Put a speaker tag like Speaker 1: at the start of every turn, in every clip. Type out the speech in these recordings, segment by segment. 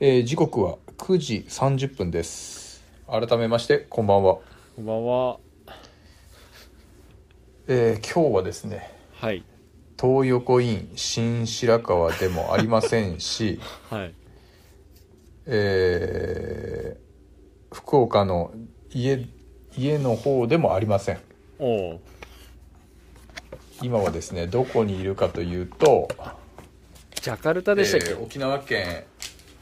Speaker 1: えー時刻は9時30分です改めましてこんばんは、
Speaker 2: こんばんは。
Speaker 1: えー今日はですね
Speaker 2: はい。
Speaker 1: 東横イン新白河でもありませんし、
Speaker 2: はい。
Speaker 1: えー福岡の家家の方でもありません
Speaker 2: おう。
Speaker 1: 今はですねどこにいるかというと、
Speaker 2: ジャカルタでしたっけ、
Speaker 1: えー沖縄県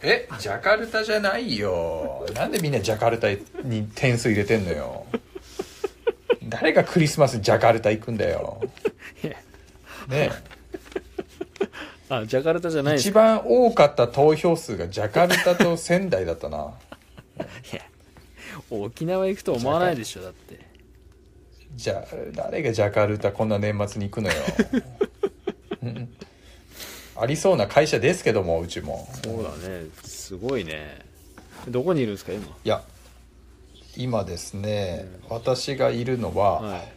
Speaker 1: えジャカルタじゃないよなんでみんなジャカルタに点数入れてんのよ誰がクリスマスジャカルタ行くんだよね
Speaker 2: あ、ジャカルタじゃないです
Speaker 1: 一番多かった投票数がジャカルタと仙台だったな
Speaker 2: いや沖縄行くと思わないでしょ、だって。
Speaker 1: じゃあ誰がジャカルタこんな年末に行くのようんありそうな会社ですけどもうちも
Speaker 2: そうだね。すごいね。どこにいるんですか、今。
Speaker 1: いや今ですね、私がいるのは、
Speaker 2: はい。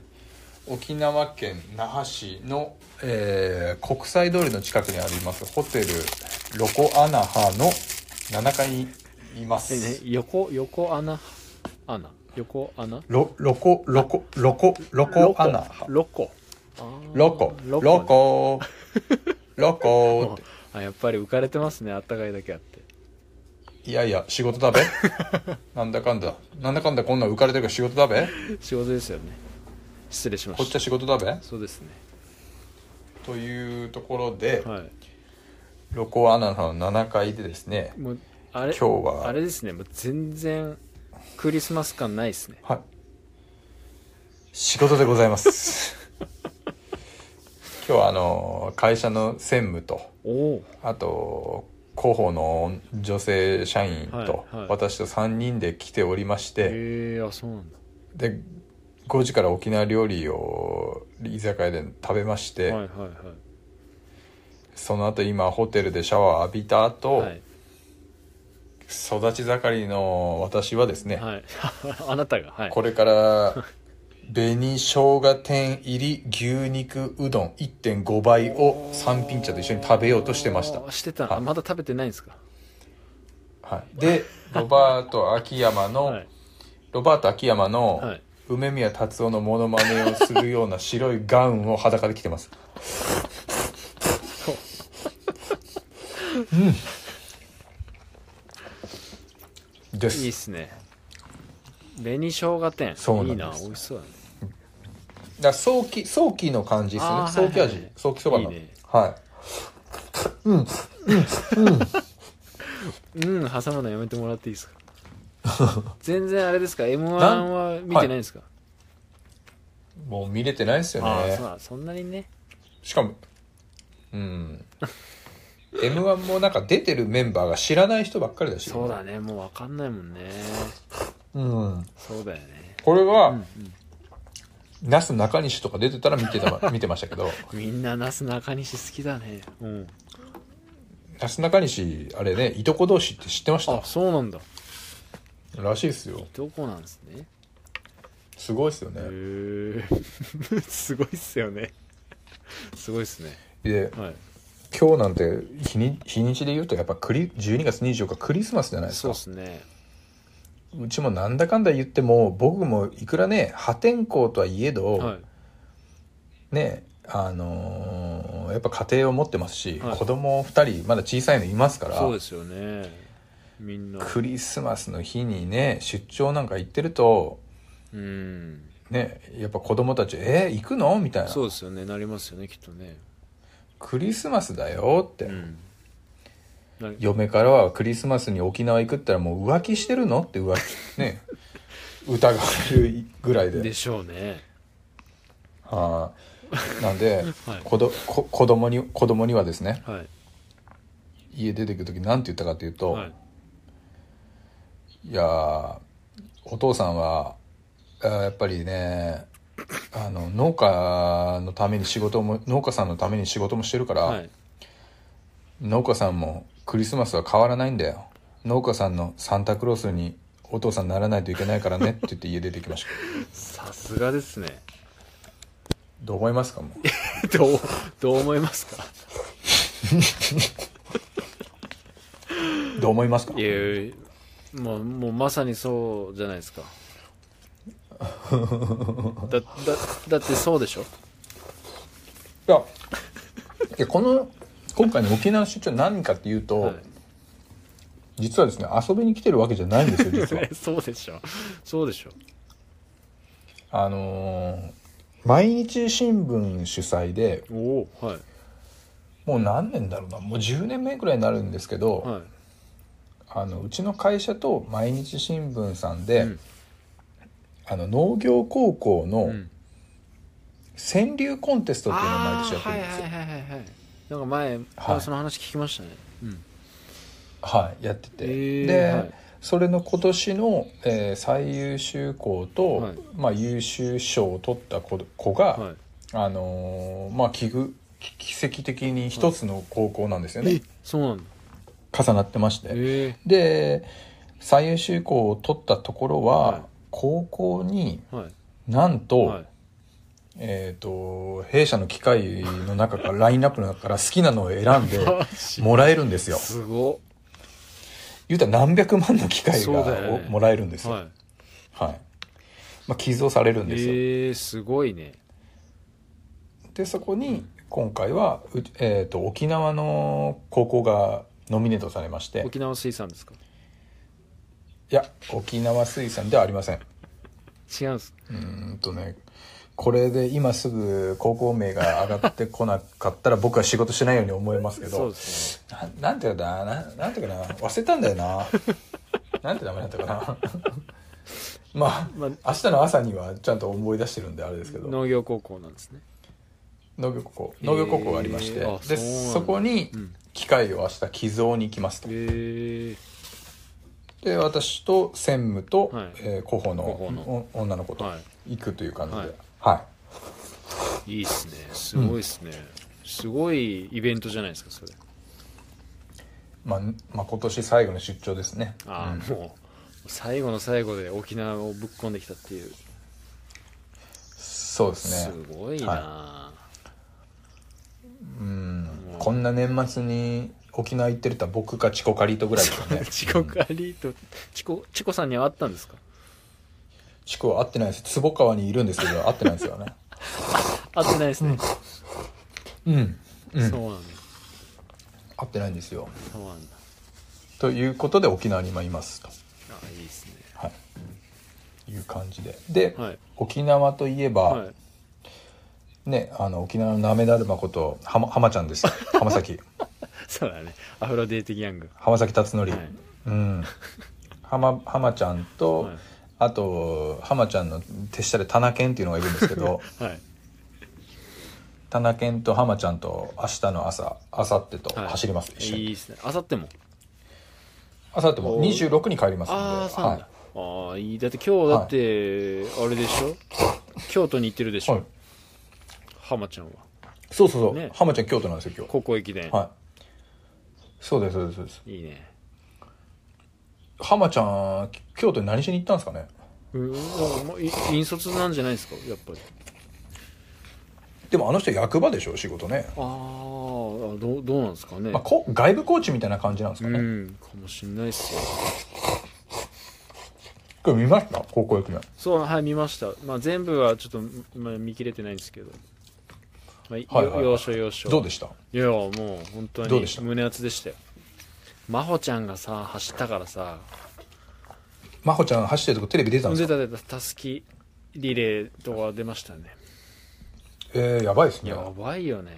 Speaker 1: 沖縄県那覇市の、えー国際通りの近くにありますホテルロコアナハの7階にいま
Speaker 2: え、ね
Speaker 1: す、
Speaker 2: 横、横穴穴。横穴
Speaker 1: ロロコロコロコロコアナハ
Speaker 2: ロコ。
Speaker 1: ロコロ
Speaker 2: ロコ
Speaker 1: コロコって
Speaker 2: あ、やっぱり浮かれてますね、あったかいだけあって。
Speaker 1: いやいや仕事だべなんだかんだなんだかんだこんなん浮かれてるから仕事だべ
Speaker 2: 仕事ですよね。失礼しま
Speaker 1: こっち
Speaker 2: し
Speaker 1: は
Speaker 2: た。
Speaker 1: 仕事だべ
Speaker 2: そうですね。
Speaker 1: というところで、
Speaker 2: は
Speaker 1: ロコアナハの7階でですね
Speaker 2: い。もう、あれ、
Speaker 1: 今日は
Speaker 2: あれですね、もう全然、クリスマス感ないですね。
Speaker 1: はい。仕事でござい ます。今日はあの、会社の専務と、
Speaker 2: おお。
Speaker 1: あと、広報の女性社員と
Speaker 2: はいは、い
Speaker 1: 私と3人で来ておりまして、
Speaker 2: へえあそうなんだ、
Speaker 1: で、5時から沖縄料理を居酒屋で食べまして、
Speaker 2: はいはいは
Speaker 1: その後今ホテルでシャワー浴びた後、
Speaker 2: いはい
Speaker 1: 育ち盛りの私はですね、
Speaker 2: はい あなたがは い
Speaker 1: これから、紅生姜天入り牛肉うどん1.5倍を三品茶と一緒に食べようとしてました
Speaker 2: あ。ーしてた、
Speaker 1: はい
Speaker 2: あまだ食べてないんですか
Speaker 1: はい、で、ロバート秋山の、
Speaker 2: はい
Speaker 1: ロバート秋山の、
Speaker 2: はい
Speaker 1: 梅宮達夫のモノマネをするような白いガウンを裸で着てます。うん。で
Speaker 2: いいっ
Speaker 1: す。
Speaker 2: すね紅生姜店
Speaker 1: そう
Speaker 2: い
Speaker 1: ないんです
Speaker 2: な美味しそうだね
Speaker 1: だから早期、早期の感じです
Speaker 2: あ
Speaker 1: ね。
Speaker 2: ー
Speaker 1: 早期味。
Speaker 2: は
Speaker 1: 早期そばの。
Speaker 2: いはいはいいいね
Speaker 1: はい。
Speaker 2: うん挟むのやめてもらっていいですか 全然あれですか m 1は見てないんですか、
Speaker 1: もう見れてないですよ
Speaker 2: ああ
Speaker 1: ね
Speaker 2: そう。なんそんなにね
Speaker 1: しかも、うん。M1 もなんか出てるメンバーが知らない人ばっかりだし。
Speaker 2: そうだねもう分かんないもんね
Speaker 1: うん。
Speaker 2: そうだよね
Speaker 1: これは、
Speaker 2: うん
Speaker 1: ナス中西とか出てたら見てた ま、見てましたけど、
Speaker 2: みんななすなかにし好きだねうん
Speaker 1: ナス中西、あれね、いとこ同士って知ってまし
Speaker 2: あ
Speaker 1: た
Speaker 2: そうなんだ
Speaker 1: らしいですよ。
Speaker 2: どこなんですね
Speaker 1: すごいですよね。
Speaker 2: へえ すごいっすよねすごいっすね
Speaker 1: で、
Speaker 2: はい
Speaker 1: 今日なんて日に、日にちで言うと、やっぱクリ、12月24日クリスマスじゃないです
Speaker 2: そう
Speaker 1: か
Speaker 2: っ。すね
Speaker 1: うちもなんだかんだ言っても、僕もいくらね、破天荒とはいえど、
Speaker 2: は
Speaker 1: ねあのーやっぱ家庭を持ってますし、
Speaker 2: はい
Speaker 1: 子供2人まだ小さいのいますか
Speaker 2: いそう
Speaker 1: ら
Speaker 2: ですよねみんな
Speaker 1: クリスマスの日にね出張なんか行ってると
Speaker 2: うん
Speaker 1: ねやっぱ子供たち「えー行くの?」みたいな
Speaker 2: そうですよねなりますよねきっとね
Speaker 1: 「クリスマスだよ」って、
Speaker 2: うんな
Speaker 1: 嫁からは「クリスマスに沖縄行くったらもう浮気してるの?」って浮気ね疑われるぐらいで
Speaker 2: でしょうね
Speaker 1: あーなんで、
Speaker 2: はい
Speaker 1: 子どこ子供に子供にはですね
Speaker 2: はい
Speaker 1: 家出てくる時何て言ったかというと、
Speaker 2: はい
Speaker 1: いやーお父さんはあーやっぱりねあの農家のために仕事も農家さんのために仕事もしてるから、
Speaker 2: はい
Speaker 1: 農家さんもクリスマスは変わらないんだよ農家さんのサンタクロースにお父さんならないといけないからねって言って家出てきました
Speaker 2: さすが ですね
Speaker 1: どう思いますかもう
Speaker 2: どうどう思いますか
Speaker 1: どう思いますか
Speaker 2: いやいやもうもうまさにそうじゃないですかだだだってそうでしょ
Speaker 1: いやいやこの今回の沖縄の出張何かっていうと、
Speaker 2: はい
Speaker 1: 実はですね遊びに来てるわけじゃないんですよ実 は
Speaker 2: そうでしょそうでしょ
Speaker 1: あのー毎日新聞主催で
Speaker 2: おおはい
Speaker 1: もう何年だろうなもう10年目くらいになるんですけど、
Speaker 2: はい
Speaker 1: あのうちの会社と毎日新聞さんで、
Speaker 2: うん
Speaker 1: あの農業高校
Speaker 2: う
Speaker 1: の
Speaker 2: ん
Speaker 1: 川柳コンテストっていうのを毎
Speaker 2: あ
Speaker 1: 年やっ
Speaker 2: ー
Speaker 1: てる
Speaker 2: は
Speaker 1: ん
Speaker 2: い
Speaker 1: ですよ
Speaker 2: はいはいはいはいなんか前、
Speaker 1: はい
Speaker 2: あその話聞きましたね、うん、
Speaker 1: はいやってて、
Speaker 2: へー
Speaker 1: で、
Speaker 2: はい
Speaker 1: それの今年の、えー最優秀校と、
Speaker 2: はい
Speaker 1: まあ、優秀賞を取った子子が、
Speaker 2: はい
Speaker 1: あのーまあ奇遇奇奇跡的に一つの高校なんですよね、
Speaker 2: えそうなんだ
Speaker 1: 重なってまして、
Speaker 2: え
Speaker 1: で最優秀校を取ったところは、
Speaker 2: はい
Speaker 1: 高校に
Speaker 2: えはい
Speaker 1: なんと、
Speaker 2: はい
Speaker 1: えっ、と弊社の機械の中からラインナップの中から好きなのを選んで
Speaker 2: マジ
Speaker 1: もらえるんですよ
Speaker 2: すご
Speaker 1: 言うたら何百万の機械
Speaker 2: そうだよ
Speaker 1: が
Speaker 2: ね
Speaker 1: もらえるんですよ
Speaker 2: は
Speaker 1: はい。まあ、寄贈されるん
Speaker 2: い
Speaker 1: ですよ。
Speaker 2: えー、すごいね
Speaker 1: で、そこに、今回は、うえっ、と、沖縄の高校がノミネートされまして、
Speaker 2: 沖縄水産ですか
Speaker 1: いや、沖縄水産ではありません。
Speaker 2: 違うんです
Speaker 1: うーんとね、これで今すぐ高校名が上がってこなかったら 僕は仕事しないように思いますけ
Speaker 2: そう
Speaker 1: ど
Speaker 2: で、す
Speaker 1: ななんていうかな、ななんていうかな、忘れたんだよ な。なんて名前だったかな。 まあ、
Speaker 2: まあ
Speaker 1: 明日の朝にはちゃんと思い出してるんであれですけ
Speaker 2: ね
Speaker 1: ど。
Speaker 2: 農業高校なんですね
Speaker 1: 農業高校農業高校がありまして、
Speaker 2: へーあ
Speaker 1: で
Speaker 2: そうなん
Speaker 1: そ
Speaker 2: だ
Speaker 1: こに
Speaker 2: うん
Speaker 1: 機械を明日寄贈に行きますと、
Speaker 2: え
Speaker 1: で私と専務と、
Speaker 2: はい
Speaker 1: えー候補の
Speaker 2: 候補の
Speaker 1: お女の子
Speaker 2: ー、
Speaker 1: と
Speaker 2: は
Speaker 1: 行くという感じでは
Speaker 2: はいい、
Speaker 1: はい
Speaker 2: いいっすねすごいっすね、すごいイベントじゃないですかそれ
Speaker 1: まあまあ、今年最後の出張ですね
Speaker 2: ああ、もう最後の最後で沖縄をぶっこんできたっていう
Speaker 1: そうです
Speaker 2: す
Speaker 1: ね
Speaker 2: ごいな、
Speaker 1: うんこんな年末に沖縄行ってるとは僕かチコカリートぐらいですよ ね
Speaker 2: チコカリーとチコチコさんには会ったんですか
Speaker 1: チコは会ってないです坪川にいるんですけど会ってないですよね
Speaker 2: 会ってないですね、
Speaker 1: うんうん
Speaker 2: そうなんだ
Speaker 1: 会ってないんですよ
Speaker 2: そうなんだ
Speaker 1: ということで沖縄に今いますと
Speaker 2: ああいいですね
Speaker 1: はい、いう感じでで、
Speaker 2: はい
Speaker 1: 沖縄といえば、
Speaker 2: はい
Speaker 1: ねあの沖縄のなめだるまこと浜浜ちゃんですよ浜崎
Speaker 2: そうだねアフロデーテギャング
Speaker 1: 浜崎辰徳、
Speaker 2: はい
Speaker 1: うん浜浜ちゃんと、
Speaker 2: はい
Speaker 1: あと浜ちゃんの手下で田中健っていうのがいるんですけ ど
Speaker 2: はい
Speaker 1: 田中健と浜ちゃんと明日の朝明後日と
Speaker 2: はい
Speaker 1: 走ります、一緒
Speaker 2: いい
Speaker 1: に
Speaker 2: ですねあさっても
Speaker 1: 明後日も26に帰りますんで
Speaker 2: ああそうなんだ
Speaker 1: は、
Speaker 2: ああいいだって今日だって、あれでしょ京都に行ってるでし
Speaker 1: い
Speaker 2: ょ、
Speaker 1: はい、
Speaker 2: 浜ちゃんは
Speaker 1: そうそうそう、
Speaker 2: ね
Speaker 1: 浜ちゃん京都なんですよ今
Speaker 2: 高校駅
Speaker 1: 日
Speaker 2: 伝、
Speaker 1: はいそうですそうですそうです
Speaker 2: い、いね
Speaker 1: 浜ちゃん京都に何しに行ったんですかね
Speaker 2: うんなんかもうい引率なんじゃないですかやっぱり
Speaker 1: でもあの人役場でしょ仕事ね、
Speaker 2: あーあどうどうなんですかね、
Speaker 1: まあ、こ外部コーチみたいな感じなんですか
Speaker 2: う
Speaker 1: ね、
Speaker 2: んかもしんないっすよ
Speaker 1: これ見ました高校駅伝
Speaker 2: そうはい見ました、まあ、全部はちょっと、まあ、見切れてないんですけど、まあ
Speaker 1: はいはいはい
Speaker 2: よ要所要所
Speaker 1: どうでした
Speaker 2: いやもう本当
Speaker 1: どうで
Speaker 2: に
Speaker 1: した
Speaker 2: 胸熱でしたよ真帆ちゃんがさ走ったからさ
Speaker 1: 真帆ちゃん走ってるとこテレビ出てたんです
Speaker 2: 出
Speaker 1: か
Speaker 2: た出たたすきリレーとか出ましたね
Speaker 1: えー、やばいですね
Speaker 2: やばいよね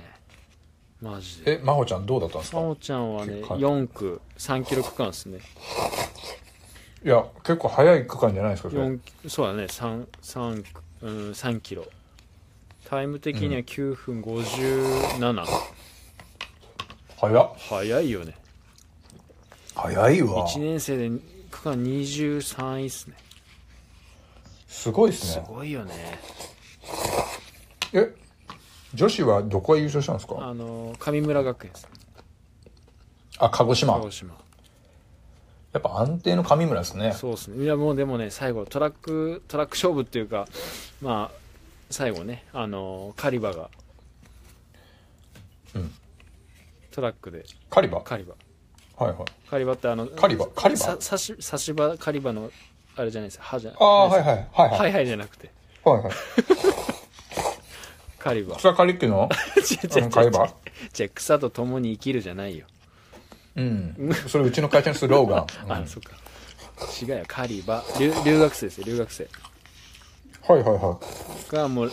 Speaker 2: マジで
Speaker 1: え真帆ちゃんどうだったんです
Speaker 2: 真
Speaker 1: か
Speaker 2: 帆ちゃんはね
Speaker 1: 結果
Speaker 2: 4区3キロ区間ですね
Speaker 1: いや結構早い区間じゃないですかそれ
Speaker 2: 四そうだね3三うん3キロタイム的には9分57、
Speaker 1: 早っ
Speaker 2: 早いよね
Speaker 1: 早いわ
Speaker 2: 1年生で区間23位っすね
Speaker 1: すごいです
Speaker 2: す
Speaker 1: ね
Speaker 2: ごいよね
Speaker 1: え女子はどこが優勝したんですか
Speaker 2: あの神村学園です
Speaker 1: あ鹿児島
Speaker 2: 鹿児島
Speaker 1: やっぱ安定の神村ですね
Speaker 2: そうですねいやもうでもね最後トラックトラック勝負っていうかまあ最後ねあのカリバが、
Speaker 1: うん
Speaker 2: トラックで
Speaker 1: カリバ
Speaker 2: カリバ
Speaker 1: はいはい。
Speaker 2: カリバってあの、
Speaker 1: カリバカリバ
Speaker 2: さ刺し、刺し歯、カリバの、あれじゃないですか、歯じゃ
Speaker 1: ああ、はい
Speaker 2: い。
Speaker 1: はい。はい
Speaker 2: は
Speaker 1: はい
Speaker 2: いはいじゃなくて、
Speaker 1: はいはい。
Speaker 2: カリバ。
Speaker 1: 草刈りっていうの
Speaker 2: 違う違う違う
Speaker 1: あのカリバ
Speaker 2: じゃあ草と共に生きるじゃないよ。
Speaker 1: うん。それうちの会社のスローガン。
Speaker 2: あ、そっか。違うよ、カリバ。留留学生ですよ、留学生。
Speaker 1: はいはいは
Speaker 2: がもう、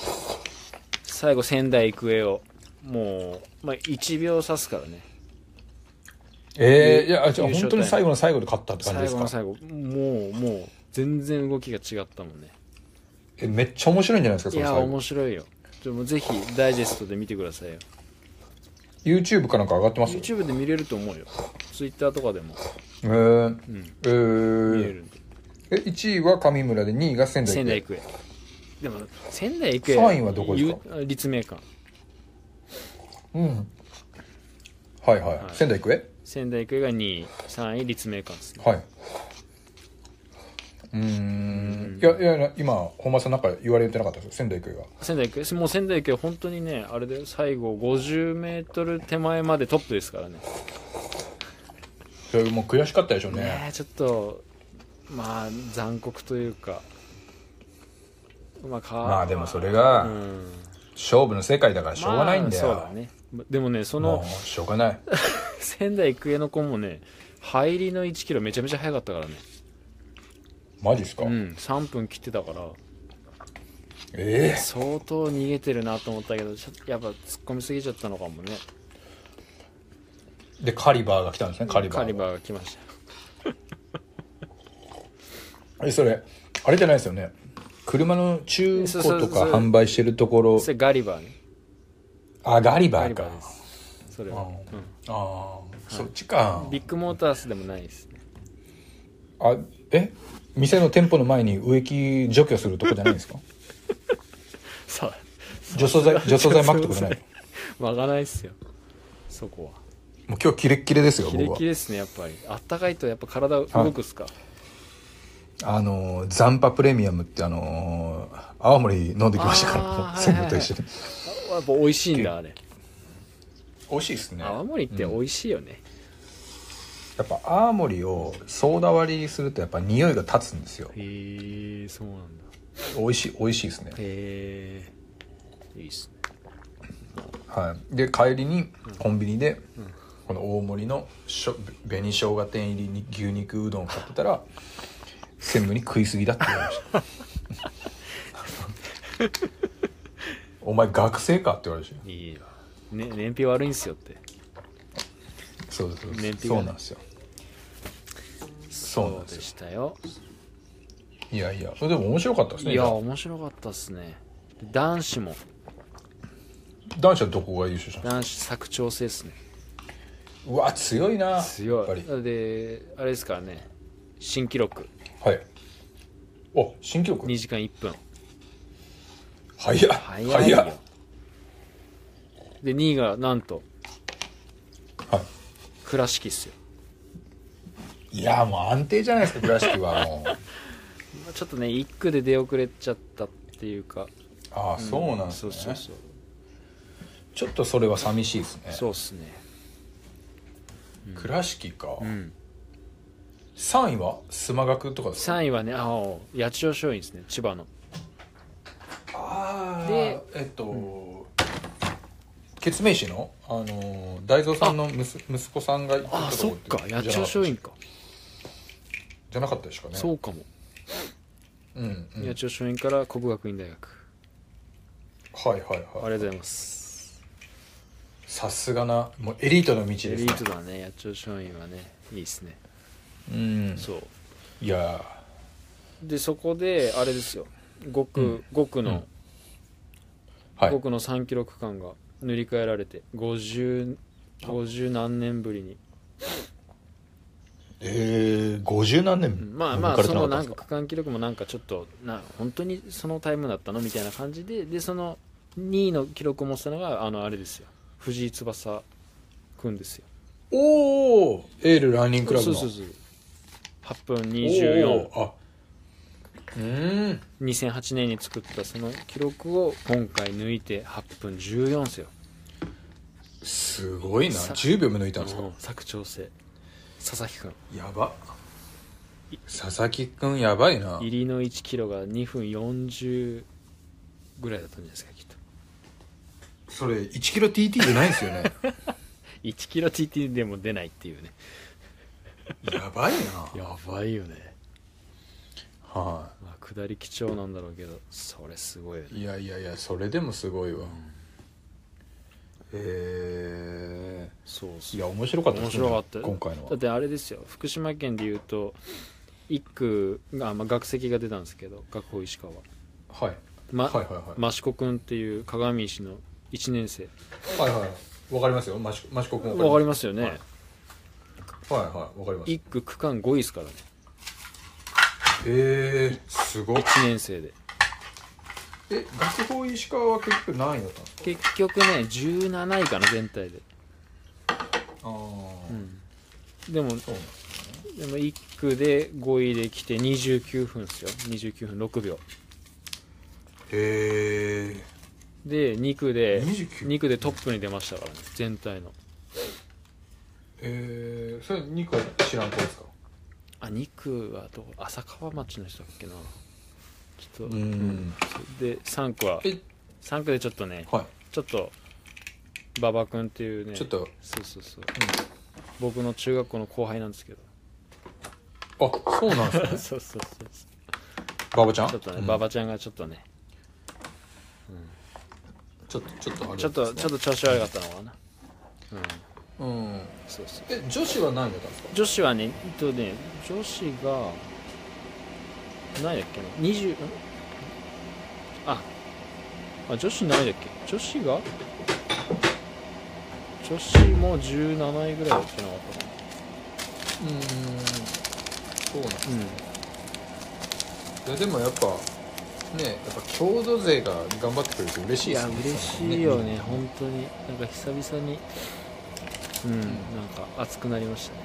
Speaker 2: 最後仙台育英を、もう、まあ、1秒差すから
Speaker 1: い。
Speaker 2: ね。
Speaker 1: ええい
Speaker 2: 優
Speaker 1: や、じゃあ
Speaker 2: 優勝
Speaker 1: 本当に最後の最後で勝ったって感じ
Speaker 2: 最
Speaker 1: です
Speaker 2: 後の
Speaker 1: か
Speaker 2: 最後、もう、もう、全然動きが違ったもんね。
Speaker 1: え、めっちゃ面白いんじゃないですか、
Speaker 2: い
Speaker 1: その
Speaker 2: や、
Speaker 1: 最後
Speaker 2: 面。白いよ。でもぜひ、ダイジェストで見てくださいよ。
Speaker 1: YouTube かなんか上がってますえ
Speaker 2: YouTube で見れると思うよ。Twitter とかでも
Speaker 1: えーえ
Speaker 2: 見れ
Speaker 1: ー
Speaker 2: るんで。
Speaker 1: え、1位は上村で2位が仙台
Speaker 2: 仙
Speaker 1: 育
Speaker 2: 台
Speaker 1: 英。
Speaker 2: 育英。でも、仙台育英。
Speaker 1: 三位はどこですか
Speaker 2: ゆ立命館。
Speaker 1: うん。はいはい。仙台育英
Speaker 2: 仙台育英が2位、3位立命館ですね。
Speaker 1: はい。うーん。いや、いやいや、今、本間さんなんか言われてなかったですよ、仙台育英が。
Speaker 2: 仙台育英、もう仙台育英本当にね、あれで最後50メートル手前までトップですからね。
Speaker 1: それもう悔しかったでしょうね。
Speaker 2: ねえちょっとまあ残酷というかまあか
Speaker 1: まあでもそれが
Speaker 2: うん
Speaker 1: 勝負の世界だからしょうがないんだよ。
Speaker 2: まあそうだねでもねそ
Speaker 1: も
Speaker 2: の
Speaker 1: う、しょうが ない。
Speaker 2: 仙台育英の子もね入りの1キロめちゃめちゃ速かったからね
Speaker 1: マジっすか、
Speaker 2: うん3分切ってたから
Speaker 1: ええ
Speaker 2: 相当逃げてるなと思ったけどちょっとやっぱ突っ込みすぎちゃったのかもね
Speaker 1: で、カリバーが来たんですね、カリバー。
Speaker 2: カリバーが来ました
Speaker 1: え、それ、あれじゃないですよね。車の中
Speaker 2: そ
Speaker 1: 古
Speaker 2: うそうそ
Speaker 1: と
Speaker 2: う
Speaker 1: か販売してるところ
Speaker 2: そ、れガリバーね
Speaker 1: あ、ガリ
Speaker 2: ガ
Speaker 1: バ
Speaker 2: リ
Speaker 1: ーか。
Speaker 2: バーですそれは、
Speaker 1: うん
Speaker 2: う
Speaker 1: ああ、そっちか
Speaker 2: ん、。ビッグモータースでもないですね
Speaker 1: あ、え店の店舗の前に植木除去するとこじゃないんです か
Speaker 2: さあ
Speaker 1: 除草剤、除草剤撒くとこじ ゃない。
Speaker 2: 巻かないっすよそこは
Speaker 1: もう今日キレッキレですよ、
Speaker 2: キレ
Speaker 1: 僕
Speaker 2: ッ
Speaker 1: は
Speaker 2: キレ。ですねやっぱりあったかいとやっぱ体動くっすか、
Speaker 1: あのー、ザンパプレミアムってあのー、青森飲んできましたから、
Speaker 2: あー
Speaker 1: もう全部と一緒に。
Speaker 2: あやっぱ美味しいんだあれ
Speaker 1: 美味しいですね。
Speaker 2: 泡盛って美味しいよね、
Speaker 1: やっぱ青森をソーダ割りにするとやっぱ匂いが立つんですよ
Speaker 2: へえそうなんだ
Speaker 1: 美味しい美味しいですね、
Speaker 2: へえいいっすね
Speaker 1: はい、で帰りにコンビニでこの大盛りのしょ紅生姜店入りに牛肉うどんを買ってたら専務に食いすぎだって言われました お前学生かって言われるし
Speaker 2: いいわ、ね、燃費悪いんすよって
Speaker 1: そうそうそう
Speaker 2: 燃費が
Speaker 1: そうなんですよそうなんです
Speaker 2: で
Speaker 1: よ
Speaker 2: したよ
Speaker 1: いやいやそれでも面白かったですね
Speaker 2: いや面白かったっすね男子も
Speaker 1: 男子はどこが優勝したの
Speaker 2: 男子作調制っすね
Speaker 1: うわ強いなや
Speaker 2: 強
Speaker 1: っぱり
Speaker 2: いであれですからね新記録
Speaker 1: はい。お、新記録
Speaker 2: 2時間1分
Speaker 1: 早っ。
Speaker 2: 早い
Speaker 1: っ
Speaker 2: よで2位がなんと
Speaker 1: は
Speaker 2: 倉敷っすよ
Speaker 1: い。いや、もう安定じゃないですか、倉敷は。もう。
Speaker 2: まあちょっとね1区で出遅れちゃったっていうか
Speaker 1: ああ、そうなんです
Speaker 2: そう
Speaker 1: ね。
Speaker 2: そうそう
Speaker 1: ちょっとそれは寂しいですね。
Speaker 2: そうっすね
Speaker 1: 倉敷か。
Speaker 2: うん
Speaker 1: 3位は須磨学とかですか
Speaker 2: 3位はねあの八千代松陰ですね千葉の
Speaker 1: ああ。
Speaker 2: で
Speaker 1: えっと、ケツメイシの、あのー、大蔵さんのむす息子さんが行って
Speaker 2: あ
Speaker 1: たと
Speaker 2: そ
Speaker 1: こ
Speaker 2: っか
Speaker 1: じゃ
Speaker 2: 八
Speaker 1: な
Speaker 2: 千代松陰か
Speaker 1: じゃなかったですかね。
Speaker 2: そうかも
Speaker 1: うん。うん
Speaker 2: 八千代松陰から国学院大学
Speaker 1: はいはい
Speaker 2: あ
Speaker 1: は
Speaker 2: り
Speaker 1: い。
Speaker 2: がとうございます
Speaker 1: さすがな、もうエリートの道です
Speaker 2: エ
Speaker 1: ね。
Speaker 2: リートだね八千代松陰はねいいっすね
Speaker 1: うん。
Speaker 2: そう
Speaker 1: いや
Speaker 2: でそこであれですよ5区5区の
Speaker 1: ーはい
Speaker 2: 5。区の3キロ区間が塗り替えられて50 50何年ぶりに
Speaker 1: ええー、50何年
Speaker 2: まあまあそのなんか
Speaker 1: か
Speaker 2: 区間記録もなんかちょっとな本当にそのタイムだったのみたいな感じででその2位の記録を持ってたのがあのあれですよ藤井翼くんですよ
Speaker 1: おおエールランニングクラブ
Speaker 2: そう
Speaker 1: の
Speaker 2: そうそう8分
Speaker 1: おーあうーん
Speaker 2: 2420008年に作ったその記録を今回抜いて8分14ですよ
Speaker 1: すごいな
Speaker 2: さ
Speaker 1: 10秒も抜いたんですか
Speaker 2: うん作調整佐々木君
Speaker 1: やば佐々木くんやばいな
Speaker 2: 入りの1キロが2分40ぐらいだったんじゃないですかきっと
Speaker 1: それ1キロ t t じゃないですよね
Speaker 2: 1キロ TT でも出ないっていうね
Speaker 1: やばいな
Speaker 2: やばいよね
Speaker 1: は
Speaker 2: まあ下り基調なんだろうけどそれすごいよ
Speaker 1: い
Speaker 2: ね
Speaker 1: いやいやいやそれでもすごいわえ
Speaker 2: そう
Speaker 1: ー、
Speaker 2: そ
Speaker 1: いうや面白かったで
Speaker 2: 面
Speaker 1: すね
Speaker 2: 白かったよ
Speaker 1: 今回の
Speaker 2: だ
Speaker 1: は
Speaker 2: ってあれですよ福島県でいうと一区が、まあ、学籍が出たんですけど学法石川、
Speaker 1: はい
Speaker 2: ま
Speaker 1: はいはいはい
Speaker 2: 益子君っていう鏡石の1年生
Speaker 1: はいはいわかりますよマシマシコくん
Speaker 2: わかり
Speaker 1: ま
Speaker 2: ますよね、
Speaker 1: すはいはいわかります
Speaker 2: 一区区間5位ですからね
Speaker 1: えー、すごい
Speaker 2: 1年生で
Speaker 1: え学法石川は結局何位だったんですか
Speaker 2: 結局ね17位かな全体で、
Speaker 1: ああ、
Speaker 2: うん、でも
Speaker 1: そうなんで
Speaker 2: でも1区で5位で来て29分ですよ29分6秒
Speaker 1: へえ
Speaker 2: で2区で
Speaker 1: 29
Speaker 2: 2区でトップに出ましたからね全体の
Speaker 1: えー、それ2個知らん子ですか
Speaker 2: あ2区はどう浅川町の人だっけなちょっと
Speaker 1: うん
Speaker 2: で3区は
Speaker 1: え
Speaker 2: 3区でちょっとね
Speaker 1: は
Speaker 2: ちょっと馬場君っていうね
Speaker 1: いちょっと
Speaker 2: そうそうそう、僕の中学校の後輩なんですけど
Speaker 1: あそうなんです ね
Speaker 2: そうそうそうそう
Speaker 1: ババちゃん
Speaker 2: ちょっとね、
Speaker 1: うん
Speaker 2: 馬場ちゃんがちょっとね、
Speaker 1: ちょっとちょっとあれ
Speaker 2: ちょっと、ちょっと調子悪かったのかな。うん、
Speaker 1: とうん
Speaker 2: そうそう。
Speaker 1: え女子は何位だったんですか
Speaker 2: 女子はね、えっとね、女子が、何だっけな、20、んあ、あ、女子ないだっけ女子が女子も17位ぐらいだってなかったか
Speaker 1: うーんそうなんです
Speaker 2: な。
Speaker 1: いやでもやっぱねやっぱ郷土勢が頑張ってくれて嬉しい
Speaker 2: い
Speaker 1: です
Speaker 2: や、
Speaker 1: ね
Speaker 2: 嬉しいよね、本当に。なんか久々に、うん、なんか熱くなりましたね。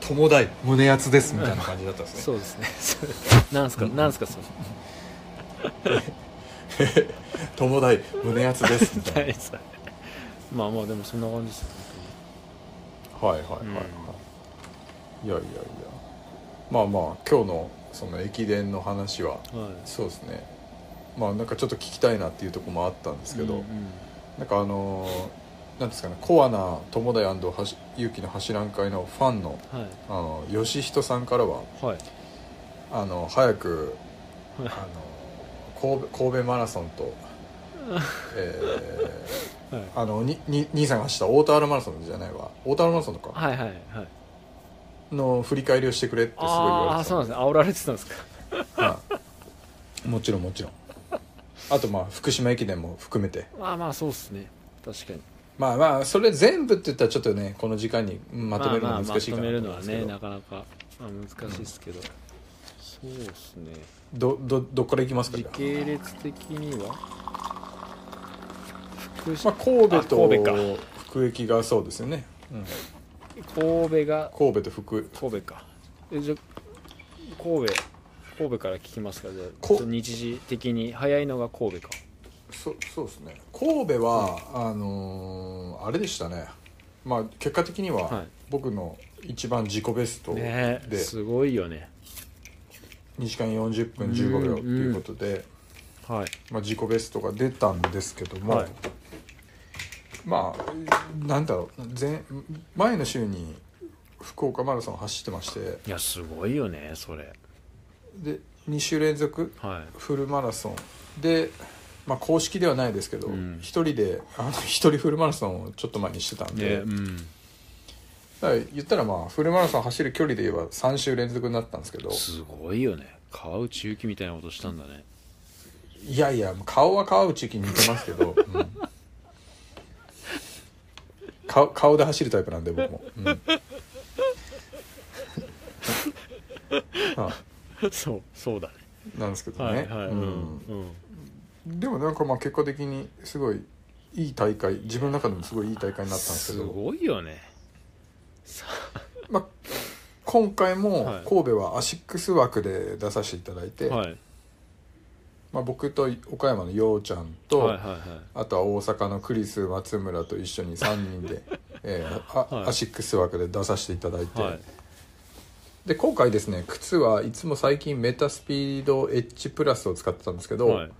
Speaker 1: 友代胸熱ですみたいな感じだったんですね
Speaker 2: そうですね。 なんすか、なんすか、それ。
Speaker 1: 友代胸熱ですみたい
Speaker 2: まあまあでもそんな感じですよ
Speaker 1: なはいはいはいはい、いやいやいやまあまあ今日のその駅伝の話は
Speaker 2: 本当にはい
Speaker 1: そうですねまあなんかちょっと聞きたいなっていうところもあったんですけど、
Speaker 2: うんうん
Speaker 1: なんかあのーなんですかねコアな友達はし勇気の走らん会のファンの
Speaker 2: はい
Speaker 1: あの吉人さんからは
Speaker 2: はい
Speaker 1: あの早 く
Speaker 2: はい
Speaker 1: あの神戸神戸マラソン と、え
Speaker 2: はい
Speaker 1: ーあのにに兄さんが走った大田原マラソンじゃないわ大田原マラソンとか
Speaker 2: はいはいはい
Speaker 1: の振り返りをしてくれってすごい言わ
Speaker 2: あ
Speaker 1: れ
Speaker 2: あ
Speaker 1: て
Speaker 2: そう
Speaker 1: た
Speaker 2: なん
Speaker 1: ん
Speaker 2: で
Speaker 1: です
Speaker 2: ね煽られてたんですか
Speaker 1: はいもちろんもちろんあとまあ福島駅伝も含めて
Speaker 2: まあまあそうですね確かに
Speaker 1: まあまあそれ全部って言ったらちょっとねこの時間にまとめるの
Speaker 2: まあ
Speaker 1: は
Speaker 2: まあ
Speaker 1: 難しいか
Speaker 2: ま
Speaker 1: なと思
Speaker 2: とめる
Speaker 1: うん
Speaker 2: の
Speaker 1: で
Speaker 2: は
Speaker 1: すけ
Speaker 2: ね
Speaker 1: ど、
Speaker 2: なかなか、まあ、難しいですけど、そうですね
Speaker 1: どどどっから行きますか
Speaker 2: 時
Speaker 1: じゃあ
Speaker 2: 系列的には福
Speaker 1: ま
Speaker 2: 島
Speaker 1: あ、神戸
Speaker 2: あ神戸か
Speaker 1: と福駅がそうですよね、うん
Speaker 2: 神戸が
Speaker 1: 神戸と福
Speaker 2: 神戸かえじゃ神戸神戸から聞きますかじゃあ
Speaker 1: こ
Speaker 2: ちょっと日時的に早いのが神戸か
Speaker 1: そそうですね神戸は、あのーあれでしたねまあ結果的に
Speaker 2: は
Speaker 1: はい僕の一番自己ベストで、
Speaker 2: ねえすごいよね
Speaker 1: 2時間40分15秒ということで、
Speaker 2: はい
Speaker 1: まあ、自己ベストが出たんですけども、
Speaker 2: はい
Speaker 1: まあなんだろう前前の週に福岡マラソン走ってまして
Speaker 2: いやすごいよねそれ
Speaker 1: で2週連続
Speaker 2: は
Speaker 1: フルマラソンで、まあ、公式ではないですけど、
Speaker 2: うん
Speaker 1: 一人であの一人フルマラソンをちょっと前にしてたん
Speaker 2: いね
Speaker 1: で、
Speaker 2: うん
Speaker 1: だから言ったらまあフルマラソン走る距離で言えば3週連続になったんですけど
Speaker 2: すごいよね川内優輝みたいなことしたんだね
Speaker 1: いやいや顔は川内に似てますけ ど、うん顔顔で走るタイプなんで僕も、 うんは
Speaker 2: そうそうだね
Speaker 1: いなんですけど
Speaker 2: は
Speaker 1: ね、
Speaker 2: いはいうんうん
Speaker 1: うんでもなんかまあ結果的にすごいいい大会自分の中でもすごいいい大会になったんですけ
Speaker 2: す
Speaker 1: ど
Speaker 2: ごいよね
Speaker 1: まあ、今回
Speaker 2: は
Speaker 1: も
Speaker 2: い
Speaker 1: 神戸はアシックス枠で出させていただいて、
Speaker 2: はい
Speaker 1: ままあ、僕と岡山のようちゃんと、
Speaker 2: はいはいはい
Speaker 1: あとは大阪のクリス松村と一緒に3人で、 えーあ
Speaker 2: はい
Speaker 1: アシックス枠で出させていただいて、
Speaker 2: はい
Speaker 1: で今回ですね靴はいつも最近メタスピードエッジプラスを使ってたんですけど、
Speaker 2: はい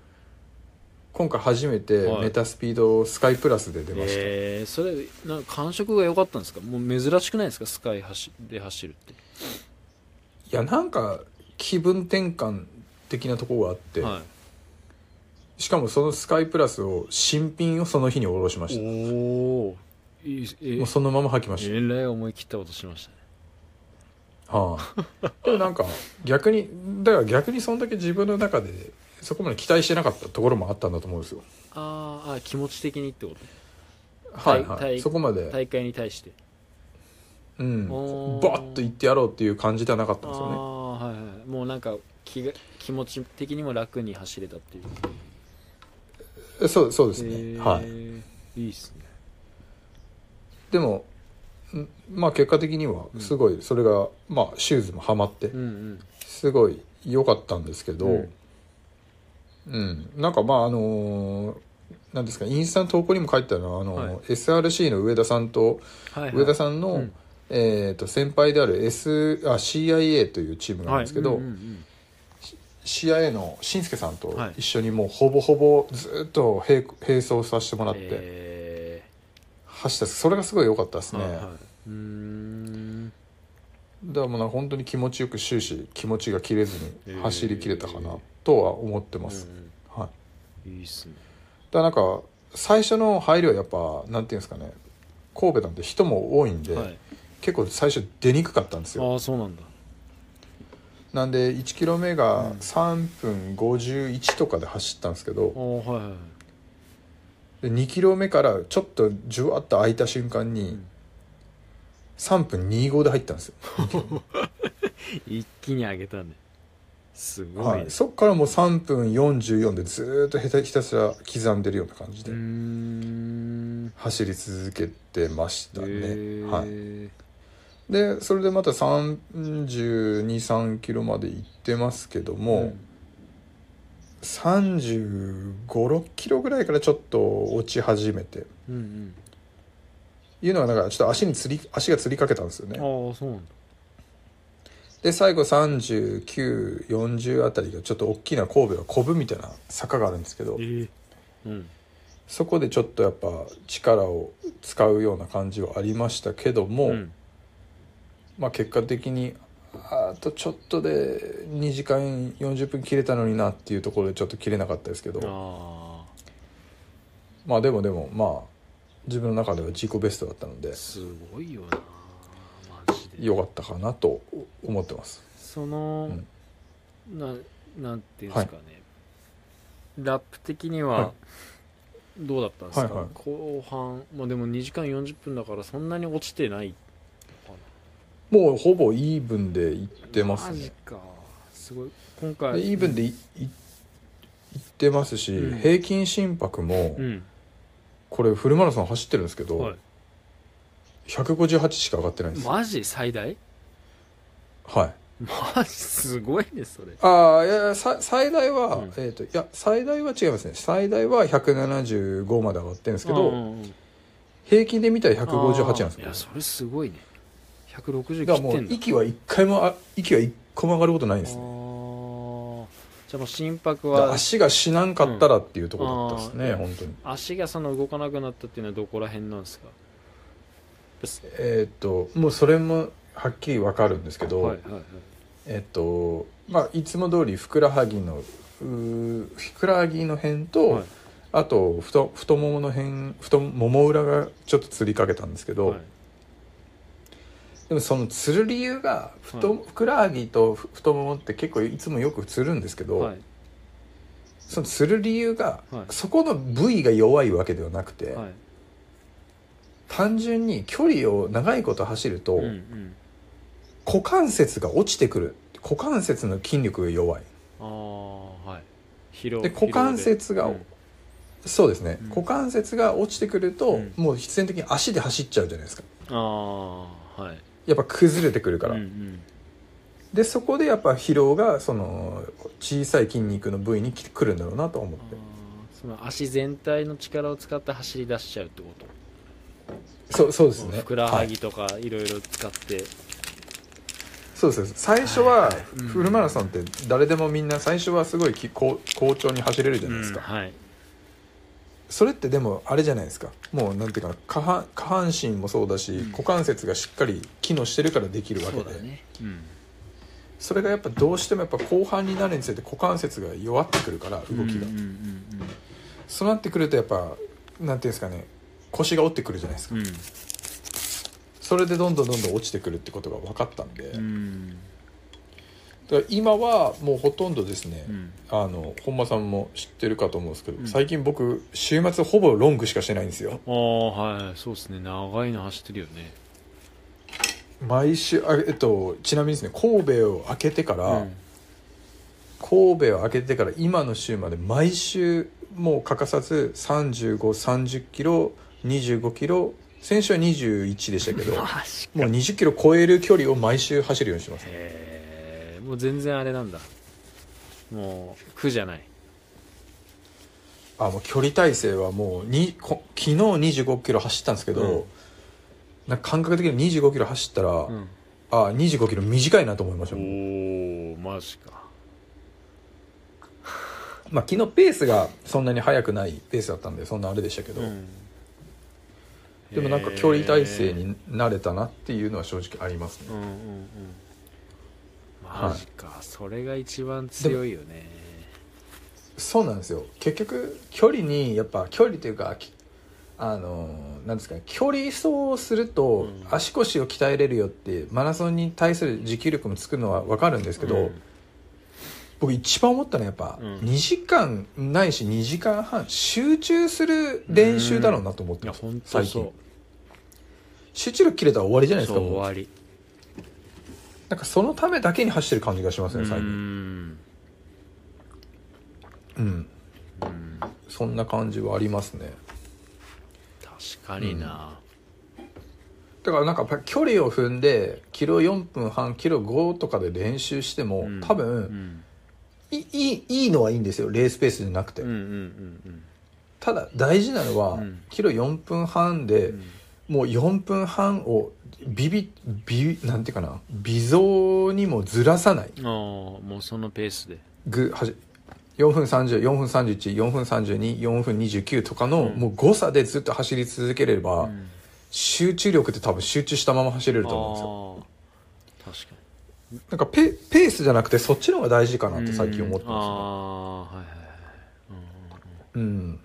Speaker 1: 今回初めて
Speaker 2: はい
Speaker 1: メタスピードスカイプラスで出ました、
Speaker 2: えー、それなんか感触が良かったんですかもう珍しくないですかスカイ走で走るって
Speaker 1: いやなんか気分転換的なところがあって、
Speaker 2: は
Speaker 1: しかもそのスカイプラスを新品をその日におろしま
Speaker 2: い
Speaker 1: し
Speaker 2: おおいいえ
Speaker 1: た
Speaker 2: え
Speaker 1: もうそのまま履きました、
Speaker 2: えらい思い切ったことしましたね
Speaker 1: はあ、 でもなんか逆にだから逆にそんだけ自分の中でそこまで期待してなかったところもあったんだと思うんですよ
Speaker 2: あーあー気持ち的にってこと
Speaker 1: はいは
Speaker 2: 対
Speaker 1: いそこまで、
Speaker 2: 大会に対して
Speaker 1: うん、バ
Speaker 2: おー
Speaker 1: ッと行ってやろうっていう感じではなかった
Speaker 2: あ
Speaker 1: んですよね
Speaker 2: あはいはいもうなんか気が気持ち的にも楽に走れたっていう
Speaker 1: えそうそうですね、
Speaker 2: えー
Speaker 1: はい
Speaker 2: いいっすね
Speaker 1: でもんまあ結果的にはすごいそれが、まあシューズもはまって
Speaker 2: うんうん
Speaker 1: すごい良かったんですけど、う
Speaker 2: うんん
Speaker 1: なんかまああのーなんですかインスタの投稿にも書いてたのはあのー、
Speaker 2: はい
Speaker 1: SRC の上田さんと
Speaker 2: はい、はい、
Speaker 1: 上田さんの、
Speaker 2: うん
Speaker 1: えー、と先輩である、S、あ CIA というチームなんですけど、
Speaker 2: はいうんうん
Speaker 1: CIA のしんすけさんと
Speaker 2: はい
Speaker 1: 一緒にもうほぼほぼずっと並並走させても
Speaker 2: う
Speaker 1: ら
Speaker 2: ん、
Speaker 1: って
Speaker 2: え
Speaker 1: 走ったんですそれがすごい良かったです
Speaker 2: ー
Speaker 1: ね、
Speaker 2: はいはいうーん
Speaker 1: だからもうなんか本当に気持ちよく終始気持ちが切れずに走り切れたか
Speaker 2: え
Speaker 1: な
Speaker 2: ー
Speaker 1: とは思ってます、
Speaker 2: うん
Speaker 1: はい、
Speaker 2: うんいいっすね
Speaker 1: だからなんか最初の入りはやっぱなんていうんですかね神戸なんて人も多いんで、
Speaker 2: はい
Speaker 1: 結構最初出にくかったんですよ
Speaker 2: ああそうなんだ
Speaker 1: なんで1キロ目が
Speaker 2: うん
Speaker 1: 3分51とかで走ったんですけど、
Speaker 2: ああはいはいはい
Speaker 1: で2キロ目からちょっとじゅわっと空いた瞬間
Speaker 2: う
Speaker 1: に
Speaker 2: ん
Speaker 1: 3分25で入ったんですよ、
Speaker 2: 一気に上げたねすごい、
Speaker 1: はい
Speaker 2: ね
Speaker 1: そっからもう3分44でずーっとひたひたすら刻んでるような感じ
Speaker 2: う
Speaker 1: で
Speaker 2: ーん
Speaker 1: 走り続けてましたね、
Speaker 2: へー
Speaker 1: はい、でそれでまた323キロまで行ってますけども、
Speaker 2: うん
Speaker 1: 3 5 6キロぐらいからちょっと落ち始めて
Speaker 2: うん
Speaker 1: いうのはなんかちょっと足につり足がつりかけたんですよ
Speaker 2: うん
Speaker 1: ね
Speaker 2: ああそうなんだ
Speaker 1: で最後3940あたりがちょっと大きな神戸はコブみたいな坂があるんですけど
Speaker 2: えうん
Speaker 1: そこでちょっとやっぱ力を使うような感じはありましたけども、
Speaker 2: うん
Speaker 1: まあ、結果的にあとちょっとで2時間40分切れたのになっていうところでちょっと切れなかったですけど
Speaker 2: あ
Speaker 1: まあでもでもまあ自分の中では自己ベストだったので
Speaker 2: あすごいよなマジで
Speaker 1: 良かったかなと思ってます
Speaker 2: その、ななんていうんですかね、ラップ的に
Speaker 1: は
Speaker 2: はどうだったんですか、
Speaker 1: はいはい
Speaker 2: 後半、まあ、でも2時間40分だからそんなに落ちてない
Speaker 1: もうほぼイーブンでいってます
Speaker 2: マ
Speaker 1: ね
Speaker 2: ジかすごい今
Speaker 1: で
Speaker 2: 回
Speaker 1: イーブンでいいいってますし、
Speaker 2: うん
Speaker 1: 平均心拍も、
Speaker 2: うん、
Speaker 1: これフルマラソン走ってるんですけど、
Speaker 2: はい、
Speaker 1: 158しか上がってないんです、
Speaker 2: マジ最大
Speaker 1: はい
Speaker 2: マジすごいねそれ
Speaker 1: ああいやいやさ最大は、
Speaker 2: うん
Speaker 1: えっ、といや最大は違いますね最大は175まで上がってるんですけど、
Speaker 2: うんうんうん
Speaker 1: 平均で見たら158なんです
Speaker 2: い
Speaker 1: よ
Speaker 2: やそれすごいね160
Speaker 1: だから
Speaker 2: 切っ
Speaker 1: も
Speaker 2: て
Speaker 1: うん
Speaker 2: だ
Speaker 1: 息は一回もあ息は一個も上がることないんです
Speaker 2: あ
Speaker 1: ね
Speaker 2: ーじゃあもう心拍
Speaker 1: だから
Speaker 2: は
Speaker 1: 足が死なんかったらっていうところだったですね、
Speaker 2: うん
Speaker 1: 本当に
Speaker 2: 足がその動かなくなったっていうのはどこら辺なんですか
Speaker 1: えっ、ともうそれもはっきりわかるんですけど、
Speaker 2: はいはいはい
Speaker 1: えっ、とまあいつも通りふくらはぎのうーふくらはぎの辺と、
Speaker 2: はい
Speaker 1: あと太太ももの辺太もも裏がちょっとつりかけたんですけど、
Speaker 2: はい
Speaker 1: でもそのつる理由が太、
Speaker 2: はい
Speaker 1: ふくらはぎとふ太ももって結構いつもよくつるんですけど、
Speaker 2: はい
Speaker 1: そのつる理由が、
Speaker 2: はい
Speaker 1: そこの部位が弱いわけではなくて、
Speaker 2: はい
Speaker 1: 単純に距離を長いこと走ると、
Speaker 2: うんうん
Speaker 1: 股関節が落ちてくる股関節の筋力が弱い
Speaker 2: ああはい疲労
Speaker 1: で
Speaker 2: 疲労
Speaker 1: 股関節が
Speaker 2: うん
Speaker 1: そうですね、
Speaker 2: うん
Speaker 1: 股関節が落ちてくると、
Speaker 2: うん
Speaker 1: もう必然的に足で走っちゃうじゃないですか
Speaker 2: ああはい
Speaker 1: やっぱ崩れてくるから、
Speaker 2: うんうん
Speaker 1: でそこでやっぱ疲労がその小さい筋肉の部位に来てくるんだろうなと思って
Speaker 2: その足全体の力を使って走り出しちゃうってこと
Speaker 1: そうそうですね
Speaker 2: ふくらは
Speaker 1: は
Speaker 2: ぎ
Speaker 1: い
Speaker 2: とかいろいろ使って、
Speaker 1: そうです最初は
Speaker 2: うん
Speaker 1: フルマラソンって誰でもみんな最初はすごいき好好調に走れるじゃないですか、
Speaker 2: はい
Speaker 1: それってでもあれじゃないですかもうなんていうかな下半下半身もそうだし、
Speaker 2: うん
Speaker 1: 股関節がしっかり機能してるからできるわけ
Speaker 2: そ
Speaker 1: で
Speaker 2: うだねうん
Speaker 1: それがやっぱどうしてもやっぱ後半になるにつれて股関節が弱ってくるから動きが、
Speaker 2: うんうん
Speaker 1: そうなってくるとやっぱなんていうんですかね腰が折ってくるじゃないですか、
Speaker 2: うんうん
Speaker 1: それでどんどんどんどん落ちてくるってことが分かったんで、
Speaker 2: う
Speaker 1: だか
Speaker 2: ん
Speaker 1: ら今はもうほとんどですね、
Speaker 2: うん
Speaker 1: あの本間さんも知ってるかと思うんですけど、
Speaker 2: うん
Speaker 1: 最近僕週末ほぼロングしかしてないんですよ
Speaker 2: ああはいそうですね長いの走ってるよね
Speaker 1: 毎週あえっとちなみにですね神戸を開けてから、
Speaker 2: うん
Speaker 1: 神戸を開けてから今の週まで毎週もう欠かさず3530キロ25キロ先週は21でした けども
Speaker 2: マジ
Speaker 1: う20キロ超える距離を毎週走るようにしてます
Speaker 2: へえもう全然あれなんだもう苦じゃない
Speaker 1: あもう距離体制はもうにこ昨日25キロ走ったんですけど、
Speaker 2: うん
Speaker 1: なんか感覚的に25キロ走ったら、
Speaker 2: うん
Speaker 1: あ25キロ短いなと思いましたもん
Speaker 2: おおマジか
Speaker 1: まあ、昨日ペースがそんなに速くないペースだったんでそんなあれでしたけど、でもなんか距離体制に慣れたなっていうのは正直あります
Speaker 2: う
Speaker 1: ね
Speaker 2: んうんうんマジか、それが一番強いよね
Speaker 1: そうなんですよ結局距離にやっぱ距離というかきあのーなんですかね距離走をする
Speaker 2: う
Speaker 1: と
Speaker 2: ん
Speaker 1: 足腰を鍛えれるよってマラソンに対する持久力もつくのは分かるんですけど、
Speaker 2: うん
Speaker 1: 僕一番思ったのはやっぱ
Speaker 2: うん
Speaker 1: 2時間ないし2時間半集中する練習だろうなと思っ
Speaker 2: い
Speaker 1: て
Speaker 2: や
Speaker 1: ます、
Speaker 2: 本当
Speaker 1: 最
Speaker 2: そ
Speaker 1: 近
Speaker 2: う
Speaker 1: 集中力切れたら終わりじゃないです
Speaker 2: そ
Speaker 1: か
Speaker 2: う終
Speaker 1: もう
Speaker 2: わり
Speaker 1: なんかそのためだけに走ってる感じがしますね最近
Speaker 2: ん
Speaker 1: うん
Speaker 2: うん
Speaker 1: そんな感じはありますね
Speaker 2: 確かにな、
Speaker 1: だからなんかやっぱ距離を踏んでキロ4分半キロ5とかで練習しても、
Speaker 2: うん
Speaker 1: 多
Speaker 2: う
Speaker 1: 分、
Speaker 2: ん、
Speaker 1: いいいいいのはいいんですよレースペースじゃなくて、
Speaker 2: うんうんうん
Speaker 1: ただ大事なのは、
Speaker 2: うん
Speaker 1: キロ4分半で、
Speaker 2: うん
Speaker 1: もう4分半をビビビなんていうかな微増にもずらさない
Speaker 2: うんああもうそのペースで
Speaker 1: ぐはじ4分304分314分324分29とかの、
Speaker 2: うん
Speaker 1: もう誤差でずっと走り続ければ、
Speaker 2: うん
Speaker 1: 集中力って多分集中したまま走れると思うんですよ
Speaker 2: ああ確かに
Speaker 1: なんかペペースじゃなくてそっちの方が大事かなって最近思って
Speaker 2: うんあ
Speaker 1: ま
Speaker 2: あはいはいはいう
Speaker 1: すねうん、
Speaker 2: んうんうん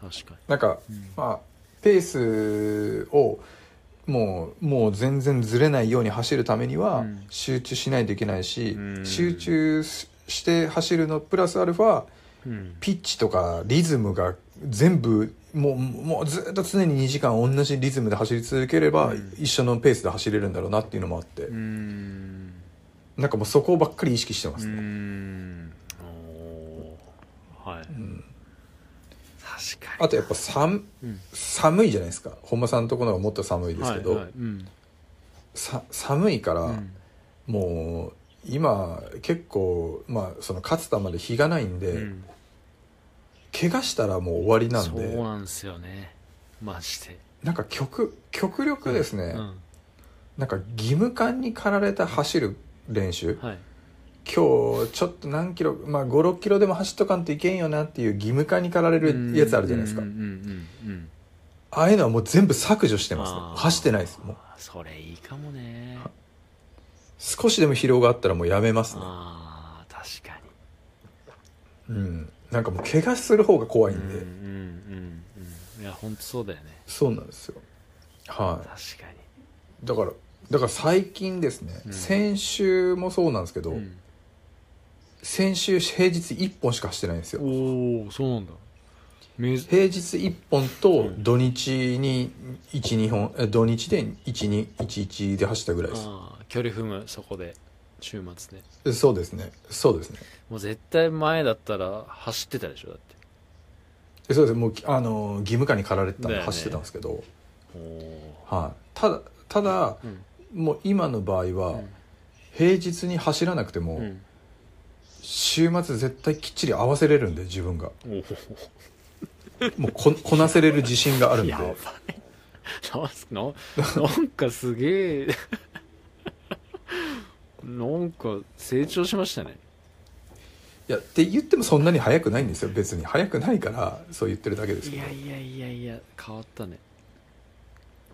Speaker 2: 確かに
Speaker 1: なんか、
Speaker 2: うん
Speaker 1: まあペースをもうもう全然ずれないように走るためには、
Speaker 2: うん
Speaker 1: 集中しないといけないし、
Speaker 2: うん
Speaker 1: 集中しして走るのプラスアルファ
Speaker 2: うん
Speaker 1: ピッチとかリズムが全部もうもうずっと常に2時間同じリズムで走り続ければ、
Speaker 2: うん
Speaker 1: 一緒のペースで走れるんだろうなっていうのもあって、
Speaker 2: うん
Speaker 1: なんかもうそこばっかり意識してま
Speaker 2: う
Speaker 1: すね、
Speaker 2: んおーはい
Speaker 1: うん
Speaker 2: 確か
Speaker 1: あとやっぱ寒
Speaker 2: にうん
Speaker 1: 寒いじゃないですか本間さんのところはもっと寒いですけど、
Speaker 2: はいはいうん
Speaker 1: さ寒いから、
Speaker 2: うん
Speaker 1: もう今結構、まあ、その勝つたまで日がないんで、
Speaker 2: うん
Speaker 1: 怪我したらもう終わりなんで
Speaker 2: そうなんですよねマジで
Speaker 1: なんか極極力ですね、
Speaker 2: うん
Speaker 1: なんか義務感に駆られた走る練習
Speaker 2: はい
Speaker 1: 今日ちょっと何キロ、まあ、56キロでも走っとかんといけんよなっていう義務感に駆られるやつあるじゃないですか、
Speaker 2: うんうんうんうん
Speaker 1: ああいうのはもう全部削除してます、ね
Speaker 2: あ、ー
Speaker 1: 走ってないですもう
Speaker 2: それいいかもね
Speaker 1: 少しでも疲労があったらもうやめますね
Speaker 2: ああ確かに
Speaker 1: うん、なんかもう怪我する方が怖いんで、
Speaker 2: うんうんうんうんいや本当そうだよね
Speaker 1: そうなんですよは
Speaker 2: 確か
Speaker 1: いだからだから最近ですね、
Speaker 2: うん
Speaker 1: 先週もそうなんですけど、
Speaker 2: に、うん
Speaker 1: 先週平日1本しかしてないんですよ
Speaker 2: おおそうなんだめず
Speaker 1: 平日1本と土日に12本え土日で1211で走ったぐらいです
Speaker 2: ああ距離踏むそこで週末で
Speaker 1: えそうですねそうですね
Speaker 2: もう絶対前だったら走ってたでしょだって
Speaker 1: えそうですもうあのー義務感に駆られてたん
Speaker 2: だ
Speaker 1: で
Speaker 2: よね
Speaker 1: 走ってたんですけど、
Speaker 2: おお
Speaker 1: はい、ただただ
Speaker 2: うん
Speaker 1: もう今の場合は、
Speaker 2: うん
Speaker 1: 平日に走らなくても、
Speaker 2: うん
Speaker 1: 週末絶対きっちり合わせれるんで自分が
Speaker 2: おお
Speaker 1: もうここなせれる自信があるんで
Speaker 2: やばいなんすななんかすげえ なんか成長しましたね
Speaker 1: いやって言ってもそんなに早くないんですよ別に早くないからそう言ってるだけです
Speaker 2: い
Speaker 1: けど
Speaker 2: やいやいやいや変わったね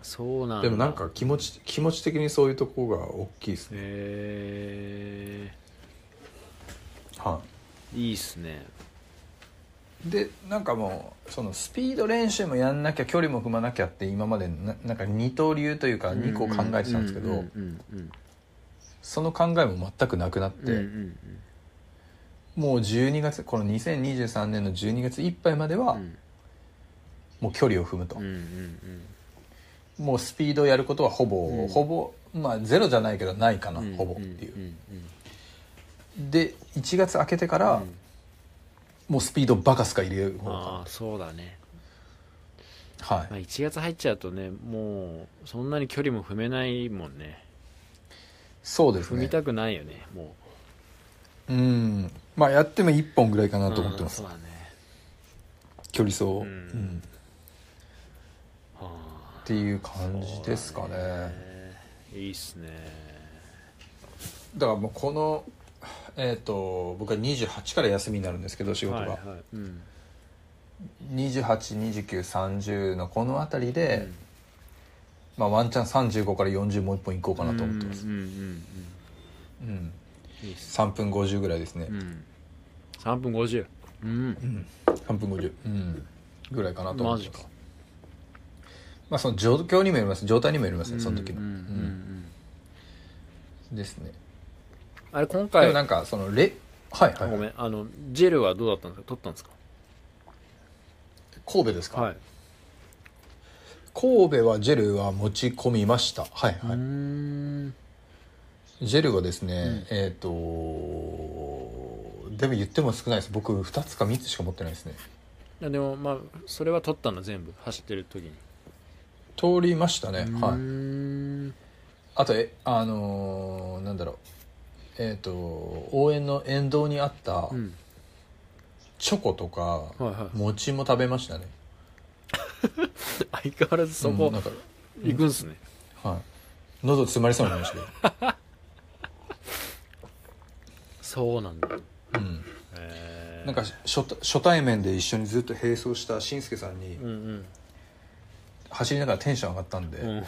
Speaker 2: そうなんだ
Speaker 1: でもなんか気持ち気持ち的にそういうとこが大きいですね
Speaker 2: へ
Speaker 1: は
Speaker 2: えいいっすね
Speaker 1: いでなんかもうそのスピード練習もやんなきゃ距離も踏まなきゃって今までななんか二刀流というか2個考えてたんですけ
Speaker 2: う
Speaker 1: ど
Speaker 2: んうん
Speaker 1: その考えも全くなくなっ
Speaker 2: うんうんうんうん
Speaker 1: てもう12月この2023年の12月いっぱいまで
Speaker 2: う
Speaker 1: は
Speaker 2: ん
Speaker 1: もう距離を踏むと
Speaker 2: うんうんうん
Speaker 1: もうスピードやることはほぼ、
Speaker 2: うん
Speaker 1: ほぼまあゼロじゃないけどないかな、
Speaker 2: うん
Speaker 1: ほぼっていう、
Speaker 2: ん
Speaker 1: で1月明けてから、
Speaker 2: うん
Speaker 1: もうスピードバカスカ入れる方
Speaker 2: あ
Speaker 1: が
Speaker 2: あそうだね、
Speaker 1: はい、
Speaker 2: まあ、1月入っちゃうとねもうそんなに距離も踏めないもんね
Speaker 1: そうです
Speaker 2: 踏み
Speaker 1: ね
Speaker 2: たくないよねも
Speaker 1: うんまあやっても1本ぐらいか
Speaker 2: う
Speaker 1: なと思ってます、
Speaker 2: うんそうだね
Speaker 1: 距離走、うん
Speaker 2: うんは
Speaker 1: っていう感じですかね
Speaker 2: あ
Speaker 1: だ
Speaker 2: いいっすね
Speaker 1: からもうこのえっ、と僕は28から休みになるんですけど仕事が、
Speaker 2: はいはいうん
Speaker 1: 282930のこの辺り
Speaker 2: う
Speaker 1: で、
Speaker 2: ん
Speaker 1: まあ、ワンチャン35から40もう1本いこうかなと思ってます
Speaker 2: う、んうんうん
Speaker 1: うん
Speaker 2: うんいいっす
Speaker 1: 3分50ぐらいですね、
Speaker 2: うん3分50うん
Speaker 1: 3分50、うん、ぐらいかなと思
Speaker 2: マ
Speaker 1: って
Speaker 2: ジ
Speaker 1: ま
Speaker 2: か
Speaker 1: すまあその状況にもよります状態にもよりますねその時の、
Speaker 2: うんうんうん
Speaker 1: うんですね
Speaker 2: あれ今
Speaker 1: で
Speaker 2: 回
Speaker 1: もなんかそのレはいはい
Speaker 2: ごめんあのジェルはどうだったんですか取ったんですか
Speaker 1: 神戸ですか、
Speaker 2: はい
Speaker 1: 神戸はジェルは持ち込みましたはいうは
Speaker 2: ー
Speaker 1: い、
Speaker 2: ん
Speaker 1: ジェルはですね、
Speaker 2: う
Speaker 1: えっ、とでも言っても少ないです僕2つか3つしか持ってないですね
Speaker 2: いやでもまあそれは取ったの全部走ってる時に
Speaker 1: 通りましたねは
Speaker 2: うー
Speaker 1: い
Speaker 2: ん
Speaker 1: あとえあのーなんだろうえっ、と応援の沿道にあった
Speaker 2: うん
Speaker 1: チョコとか、
Speaker 2: はいはい
Speaker 1: 餅も食べましたね
Speaker 2: 相変わらずそ
Speaker 1: うん
Speaker 2: こ
Speaker 1: なんか
Speaker 2: 行くんすね
Speaker 1: はい喉詰まりそうになりましたけ
Speaker 2: そうなんだ
Speaker 1: ど、うん、
Speaker 2: へ
Speaker 1: なんか初初対面で一緒にずっと並走したしんすけさんに
Speaker 2: うんうん
Speaker 1: 走りながらテンション上がったんで、
Speaker 2: うん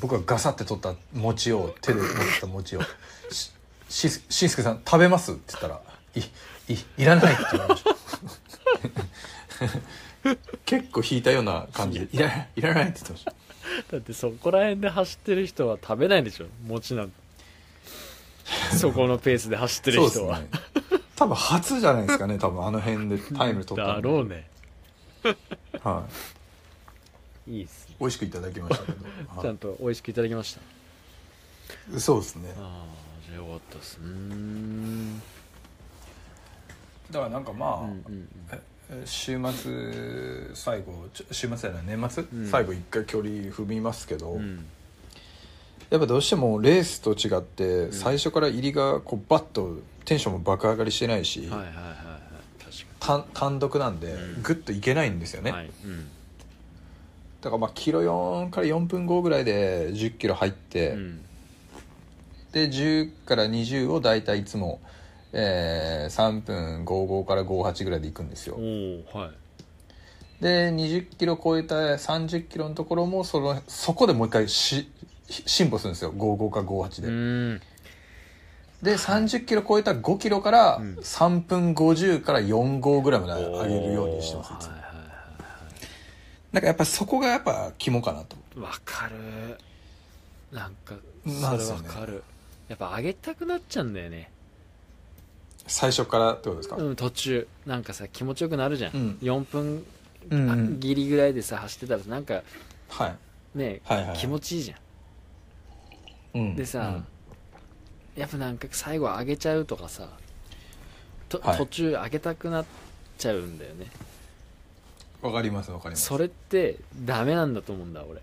Speaker 1: 僕はガサって取った餅を手で持った餅をしししんすけさん食べますって言ったらいいいらないって言われました 結構引いたような感じでいらないいらないって言ってました
Speaker 2: だってそこら辺で走ってる人は食べないでしょ餅なん てそこのペースで走ってる人は、
Speaker 1: そうですね多分初じゃないですかね多分あの辺でタイム取った
Speaker 2: だ
Speaker 1: の
Speaker 2: ろうね
Speaker 1: はい
Speaker 2: いいっすね
Speaker 1: 美味しくいただきましたけど
Speaker 2: ちゃんと美味しくいただきました
Speaker 1: はいそうですね
Speaker 2: ああじゃあよかったっすうーん
Speaker 1: だからなんかまあ、
Speaker 2: うんうん
Speaker 1: え週末最後ちょ週末やない年末、
Speaker 2: うん
Speaker 1: 最後一回距離踏みますけど、
Speaker 2: うんうん
Speaker 1: やっぱどうしてもレースと違って最初から入りがこうバッとテンションも爆上がりしてないし、
Speaker 2: はいはいはいはい確か
Speaker 1: 単単独なんで
Speaker 2: うん
Speaker 1: グッといけないんですよ
Speaker 2: に
Speaker 1: ね、
Speaker 2: はいうん
Speaker 1: だからまあキロ4から4分5ぐらいで1 0キロ入って、
Speaker 2: うん
Speaker 1: で10から20を大体いつも、えー3分55から58ぐらいで行くんですよ、
Speaker 2: おおはい
Speaker 1: で20キロ超えた30キロのところもそのそこでもう一回し進歩するんですよ55か58で、
Speaker 2: うーん
Speaker 1: で30キロ超えた5キロから
Speaker 2: うん
Speaker 1: 3分50から45ぐらいまで上げるようにしてますい
Speaker 2: お
Speaker 1: つ
Speaker 2: ー
Speaker 1: も
Speaker 2: はいはいは
Speaker 1: なんかやっぱそこがやっぱ肝かなと
Speaker 2: いわかるなんか
Speaker 1: なんす
Speaker 2: そ
Speaker 1: よ
Speaker 2: れわ
Speaker 1: ね
Speaker 2: かるやっぱ上げたくなっちゃうんだよね
Speaker 1: 最初からってことですか、
Speaker 2: うん途中なんかさ気持ちよくなるじゃん、
Speaker 1: うん
Speaker 2: 4分
Speaker 1: うんうん
Speaker 2: ギリぐらいでさ走ってたらさなんか
Speaker 1: はい
Speaker 2: ね、
Speaker 1: はいはいはい
Speaker 2: 気持ちいいじゃん
Speaker 1: うん
Speaker 2: でさ、やっぱなんか最後上げちゃうとかさと、
Speaker 1: はい
Speaker 2: 途中上げたくなっちゃうんだよね
Speaker 1: うんわかりますわかります
Speaker 2: それってダメなんだと思うんだ俺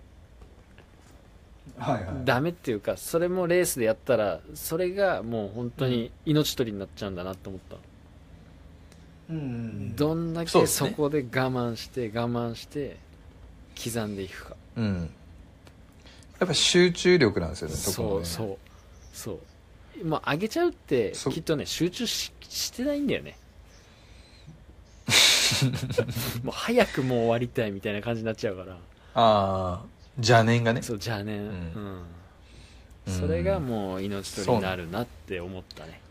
Speaker 1: はいはい
Speaker 2: ダメっていうかそれもレースでやったらそれがもう本当に命取りになっちゃうんだなと思った、
Speaker 3: うんうんうん
Speaker 2: どんだ
Speaker 1: そう
Speaker 2: け
Speaker 1: です
Speaker 2: そ
Speaker 1: ね
Speaker 2: こで我慢して我慢して刻んでいくか
Speaker 1: うんやっぱ集中力なんですよねそこ
Speaker 2: そ
Speaker 1: も
Speaker 2: う
Speaker 1: ね
Speaker 2: そうそうもう上げちゃうって
Speaker 1: そう
Speaker 2: きっとね集中ししてないんだ よねもう早くもう終わりたいみたいな感じになっちゃうから
Speaker 1: ああ邪念がね
Speaker 2: そうじゃあね、うんんそれがもう命取りになるなって思ったね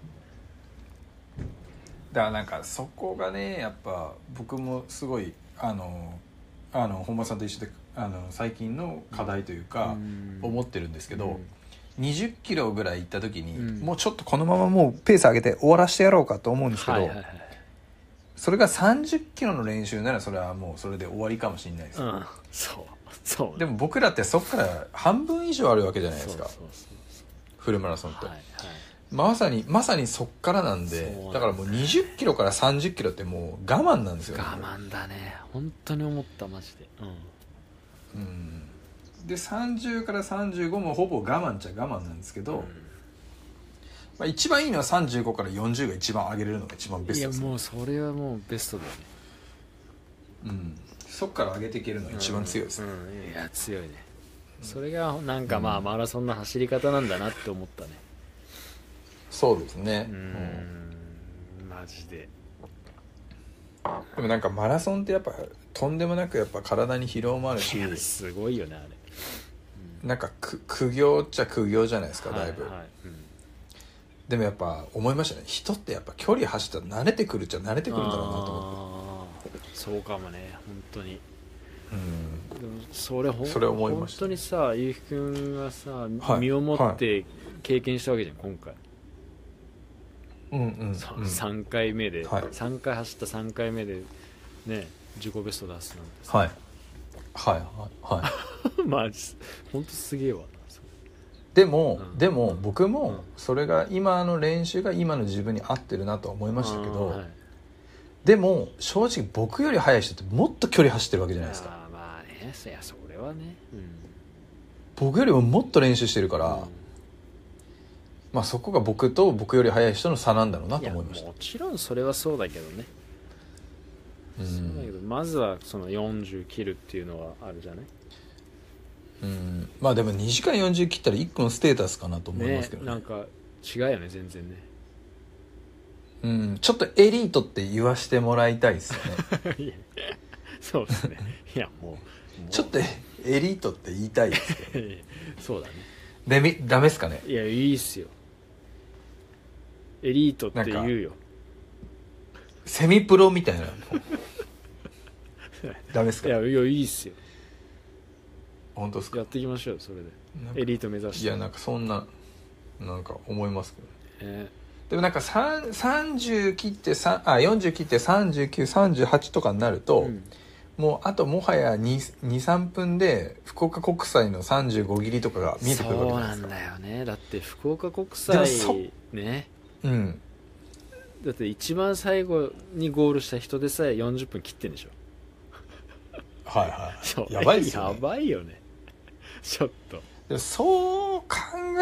Speaker 1: だからなんかそこがねやっぱ僕もすごいあのあの本間さんと一緒であの最近の課題というか、思
Speaker 2: っ
Speaker 1: ってるんです
Speaker 2: け
Speaker 1: けど、20キロぐらい行った時に、
Speaker 2: うん
Speaker 1: もうちょっとこのままもうペース上げて終わらしてやろうかと思うんですけど、
Speaker 2: はいはいはい
Speaker 1: それが30キロの練習ならそれはもうそれで終わりかもしれないです、
Speaker 2: うんそうそう
Speaker 1: でも僕らってそっから半分以上あるわけじゃないですか
Speaker 2: そうそうそ
Speaker 1: フルマラソンっ
Speaker 2: う
Speaker 1: て、
Speaker 2: はいはい
Speaker 1: まさにまさにそっからなんで
Speaker 2: そうなんですね
Speaker 1: だからもう20キロから30キロってもう我慢なんですよね
Speaker 2: 我慢だね本当に思ったマジでう
Speaker 1: うんで30から35もほぼ我慢っちゃ我慢なんですけど、
Speaker 2: ん
Speaker 1: まあ、一番いいのは35から40が一番上げれるのが一番ベ
Speaker 2: い
Speaker 1: スト
Speaker 2: や
Speaker 1: ですね
Speaker 2: もうそれはもうベストだよね
Speaker 1: うん、そっから上げていけるのが一番強いですね、
Speaker 2: うんいや強いねそれがなんかまあマラソンの走り方なんだなって思ったね
Speaker 1: そうですね、
Speaker 2: う
Speaker 1: うん
Speaker 2: んマジで
Speaker 1: でもなんかマラソンってやっぱとんでもなくやっぱ体に疲労もあるし
Speaker 2: いやすごいよねあれ
Speaker 1: なんかく苦行っちゃ苦行じゃないですかだいぶ、
Speaker 2: はいはいうん
Speaker 1: でもやっぱ思いましたね人ってやっぱ距離走ったら慣れてくるっちゃ慣れてくるんだろうなと思って
Speaker 2: あーそうかもね本当に
Speaker 1: うん
Speaker 2: でもそれほん
Speaker 1: それ思いました
Speaker 2: 本当にさゆうきくんがさ、
Speaker 1: はい
Speaker 2: 身をもって経験したわけじゃん今回、
Speaker 1: うんうん
Speaker 2: さ
Speaker 1: うん
Speaker 2: 3回目で、
Speaker 1: はい
Speaker 2: 三3回走った3回目でね自己ベスト出すなんてさ、
Speaker 1: はいはいはいはい
Speaker 2: まあ本当すげえわそ
Speaker 1: でも、
Speaker 2: うん
Speaker 1: でも僕
Speaker 2: う
Speaker 1: も
Speaker 2: ん
Speaker 1: それが今の練習が今の自分に合ってるなとは思いましたけど、
Speaker 2: あーはい
Speaker 1: でも正直僕より速い人ってもっと距離走ってるわけじゃないですか
Speaker 2: あーまあねそりゃそれはねうん
Speaker 1: 僕よりももっと練習してるから、
Speaker 2: うん
Speaker 1: まあ、そこが僕と僕より速い人の差なんだろうないと
Speaker 2: や
Speaker 1: 思いました
Speaker 2: もちろんそれはそうだけどね、
Speaker 1: う
Speaker 2: そうだけ
Speaker 1: ん、
Speaker 2: どまずはその40切るっていうのはあるじゃない
Speaker 1: うん、まあでも2時間40切ったら一個のステータスかなと思いま
Speaker 2: ね
Speaker 1: すけどね
Speaker 2: なんか違うよね全然ね
Speaker 1: うん、ちょっとエリートって言わしてもらいたいですよね
Speaker 2: いやそうです ねいやもうもう
Speaker 1: ちょっとエリートって言いたいですけど
Speaker 2: そうだね
Speaker 1: ダメダメですかね
Speaker 2: いやいいっすよエリートって言うよ
Speaker 1: セミプロみ たいなダメです
Speaker 2: い
Speaker 1: か
Speaker 2: やいやいいっすよ
Speaker 1: 本当です
Speaker 2: や
Speaker 1: か
Speaker 2: っていきましょうそれで
Speaker 1: なんか
Speaker 2: エリート目指し
Speaker 1: い
Speaker 2: て
Speaker 1: やなんかそんななんか思いますけど
Speaker 2: え
Speaker 1: でもなんかさん30切ってさんあ40切って3938とかになると、
Speaker 2: ーうん
Speaker 1: もうあともはや23分で福岡国際の35切りとかが見えてくるわけ
Speaker 2: そう
Speaker 1: じゃな
Speaker 2: ない
Speaker 1: です
Speaker 2: ん
Speaker 1: か
Speaker 2: だよねだって福岡国
Speaker 1: でも
Speaker 2: 際
Speaker 1: そ
Speaker 2: ね
Speaker 1: うん
Speaker 2: だって一番最後にゴールした人でさえ40分切ってんでしょ
Speaker 1: はいはい
Speaker 2: そう
Speaker 1: やばいっすよね
Speaker 2: やばいよねちょっと
Speaker 1: でもそう考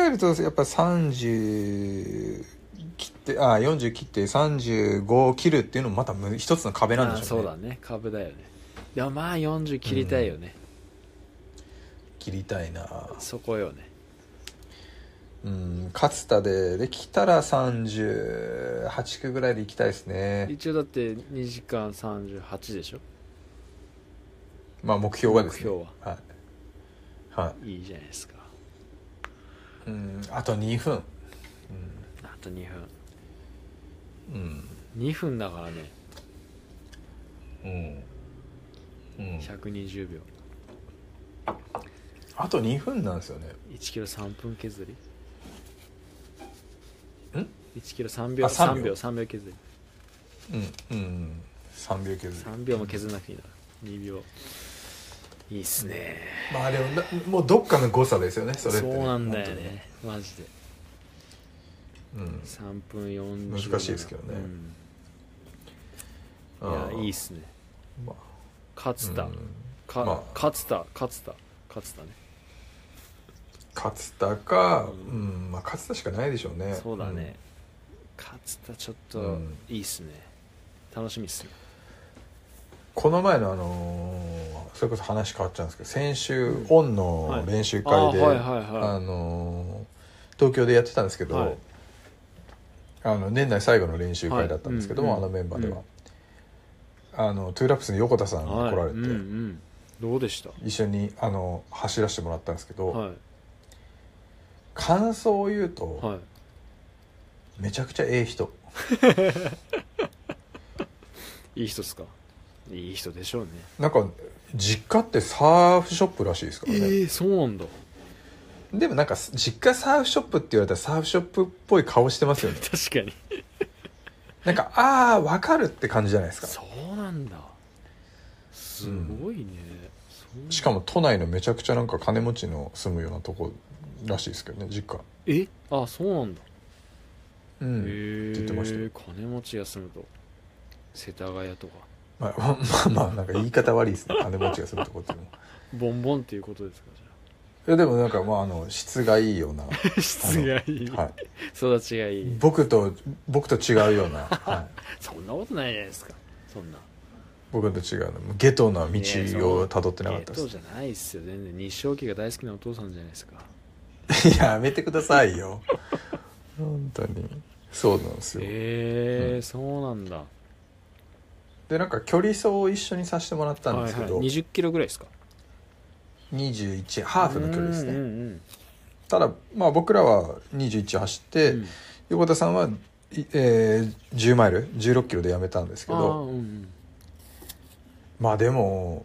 Speaker 1: えるとやっぱ30切ってあ40切って35切るっていうのもまたむ一つの壁なんでしょうね
Speaker 2: あーそうだね株だよねでもまあ40切りたいよね、
Speaker 1: 切りたいな
Speaker 2: そこよね
Speaker 1: うん勝田でできたら38区ぐらいで行きたいですね
Speaker 2: 一応だって2時間38でしょ
Speaker 1: まあ目標はですね
Speaker 2: 目標
Speaker 1: はい、はい
Speaker 2: いじゃないですか
Speaker 1: い、うんあと2分
Speaker 2: あと2分
Speaker 1: うん
Speaker 2: 2分だからね
Speaker 1: うん、うん、
Speaker 2: 120秒
Speaker 1: あと2分なんですよね
Speaker 2: 1キロ3分削り
Speaker 1: ん
Speaker 2: ?1 キロ3秒
Speaker 1: あ3
Speaker 2: 3
Speaker 1: 秒
Speaker 2: 秒3秒削り
Speaker 1: うんうん3秒削る
Speaker 2: 3秒も削らなくていいな2秒いいっすね
Speaker 1: まあでもなもうどっかの誤差ですよねそ
Speaker 2: そ
Speaker 1: れってね、
Speaker 2: うなんだよ
Speaker 1: 本
Speaker 2: ねマジで
Speaker 1: 当に
Speaker 2: 3分40秒
Speaker 1: 難しいですけどね
Speaker 2: うん
Speaker 1: うん
Speaker 2: いやいいっ
Speaker 1: す
Speaker 2: すね
Speaker 1: まあ
Speaker 2: 勝田、
Speaker 1: うん
Speaker 2: か
Speaker 1: まあ
Speaker 2: 勝田勝田勝田ね
Speaker 1: 勝田か、うんまあ、勝田しかないでしょうね
Speaker 2: そうだね、勝田ちょっ
Speaker 1: う
Speaker 2: と
Speaker 1: ん
Speaker 2: いいっすね、楽しみっすよ
Speaker 1: この前のあのーそれこそ話変わっちゃうんですけど先週、オンの練習会で、
Speaker 2: はいあーはいはいはい
Speaker 1: あのー東京でやってたんですけど、
Speaker 2: はい
Speaker 1: あの年内最後の練習会だったんですけども、
Speaker 2: はいうん
Speaker 1: あのメンバーでは、あのトゥーラップスの横田さんが
Speaker 2: はい
Speaker 1: 来られて、
Speaker 2: うんうんどうでした
Speaker 1: 一緒にあの走らせてもらったんですけど、
Speaker 2: は
Speaker 1: 感想を言う
Speaker 2: い
Speaker 1: と、
Speaker 2: はい
Speaker 1: めちゃくちゃええ人
Speaker 2: いい人っすかいい人でしょうね
Speaker 1: なんか実家ってサーフショップらしいですからね、
Speaker 2: ええそうなんだ
Speaker 1: でもなんか実家サーフショップって言われたらサーフショップっぽい顔してますよね
Speaker 2: 確かに
Speaker 1: なんかああわかるって感じじゃないですか
Speaker 2: そうなんだすごいね、そう
Speaker 1: しかも都内のめちゃくちゃなんか金持ちの住むようなとこらしいですけどね実家
Speaker 2: えあそうなんだ、
Speaker 1: うん、
Speaker 2: へえ
Speaker 1: って言ってましたよ
Speaker 2: 金持ちが住むと世田谷とか
Speaker 1: まあ、まあまあなんか言い方悪いですね金持ちが住むとこっていうのも
Speaker 2: ボンボンっていうことですかじゃ
Speaker 1: いやでもなんかまああの質がいい ような、
Speaker 2: あ質がいい、
Speaker 1: はい、
Speaker 2: 育ちがいい
Speaker 1: 僕と僕と違うような、はい、
Speaker 2: そんなことないじゃないですかそんな
Speaker 1: 僕と違うのゲトな道
Speaker 2: ねえ
Speaker 1: を辿ってなかった
Speaker 2: そ
Speaker 1: で
Speaker 2: うじゃないっすよ全然日照期が大好きなお父さんじゃないですか
Speaker 1: すやめてくださいよ本当にそうなんですよ、
Speaker 2: ええそうなんだ
Speaker 1: でなんか距離走を一緒にさせてもらったんですけど、
Speaker 2: はいはい、20キロぐらいですか
Speaker 1: 21ハーフの距離ですね
Speaker 2: うんうんうん
Speaker 1: ただまあ僕らは21走って、
Speaker 2: うん
Speaker 1: 横田さんは、いえー10マイル16キロでやめたんですけ
Speaker 2: ああ
Speaker 1: ど
Speaker 2: うんうん
Speaker 1: まあでも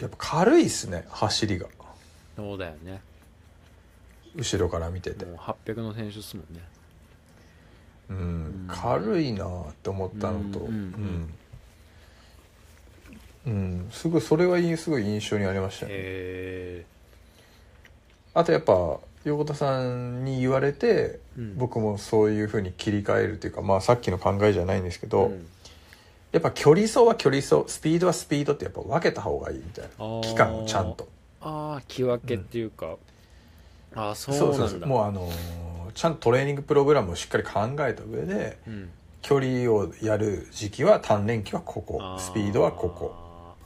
Speaker 1: やっぱ軽いっすね走りが
Speaker 2: そうだよね
Speaker 1: 後ろから見てて
Speaker 2: もう800の選手ですもんね
Speaker 1: うん、
Speaker 2: ん
Speaker 1: 軽いなって思ったのと
Speaker 2: う
Speaker 1: うんん、うんすごいそれはいいすごい印象にありましたね、
Speaker 2: へ
Speaker 1: あとやっぱ横田さんに言われて、
Speaker 2: うん
Speaker 1: 僕もそういうふうに切り替えるというか、まあ、さっきの考えじゃないんですけ
Speaker 2: え
Speaker 1: ど、やっぱ距離走は距離走スピードはスピードってやっぱ分けた方がいいみたい
Speaker 2: あ
Speaker 1: な
Speaker 2: ー
Speaker 1: 期間をちゃんと
Speaker 2: ああ気分けっていうか、ああそう
Speaker 1: そう
Speaker 2: なんだ
Speaker 1: もうあのーちゃんとトレーニングプログラムをしっかり考えた上で
Speaker 2: うん
Speaker 1: 距離をやる時期は鍛錬期はこ
Speaker 2: あ
Speaker 1: こスピードはここ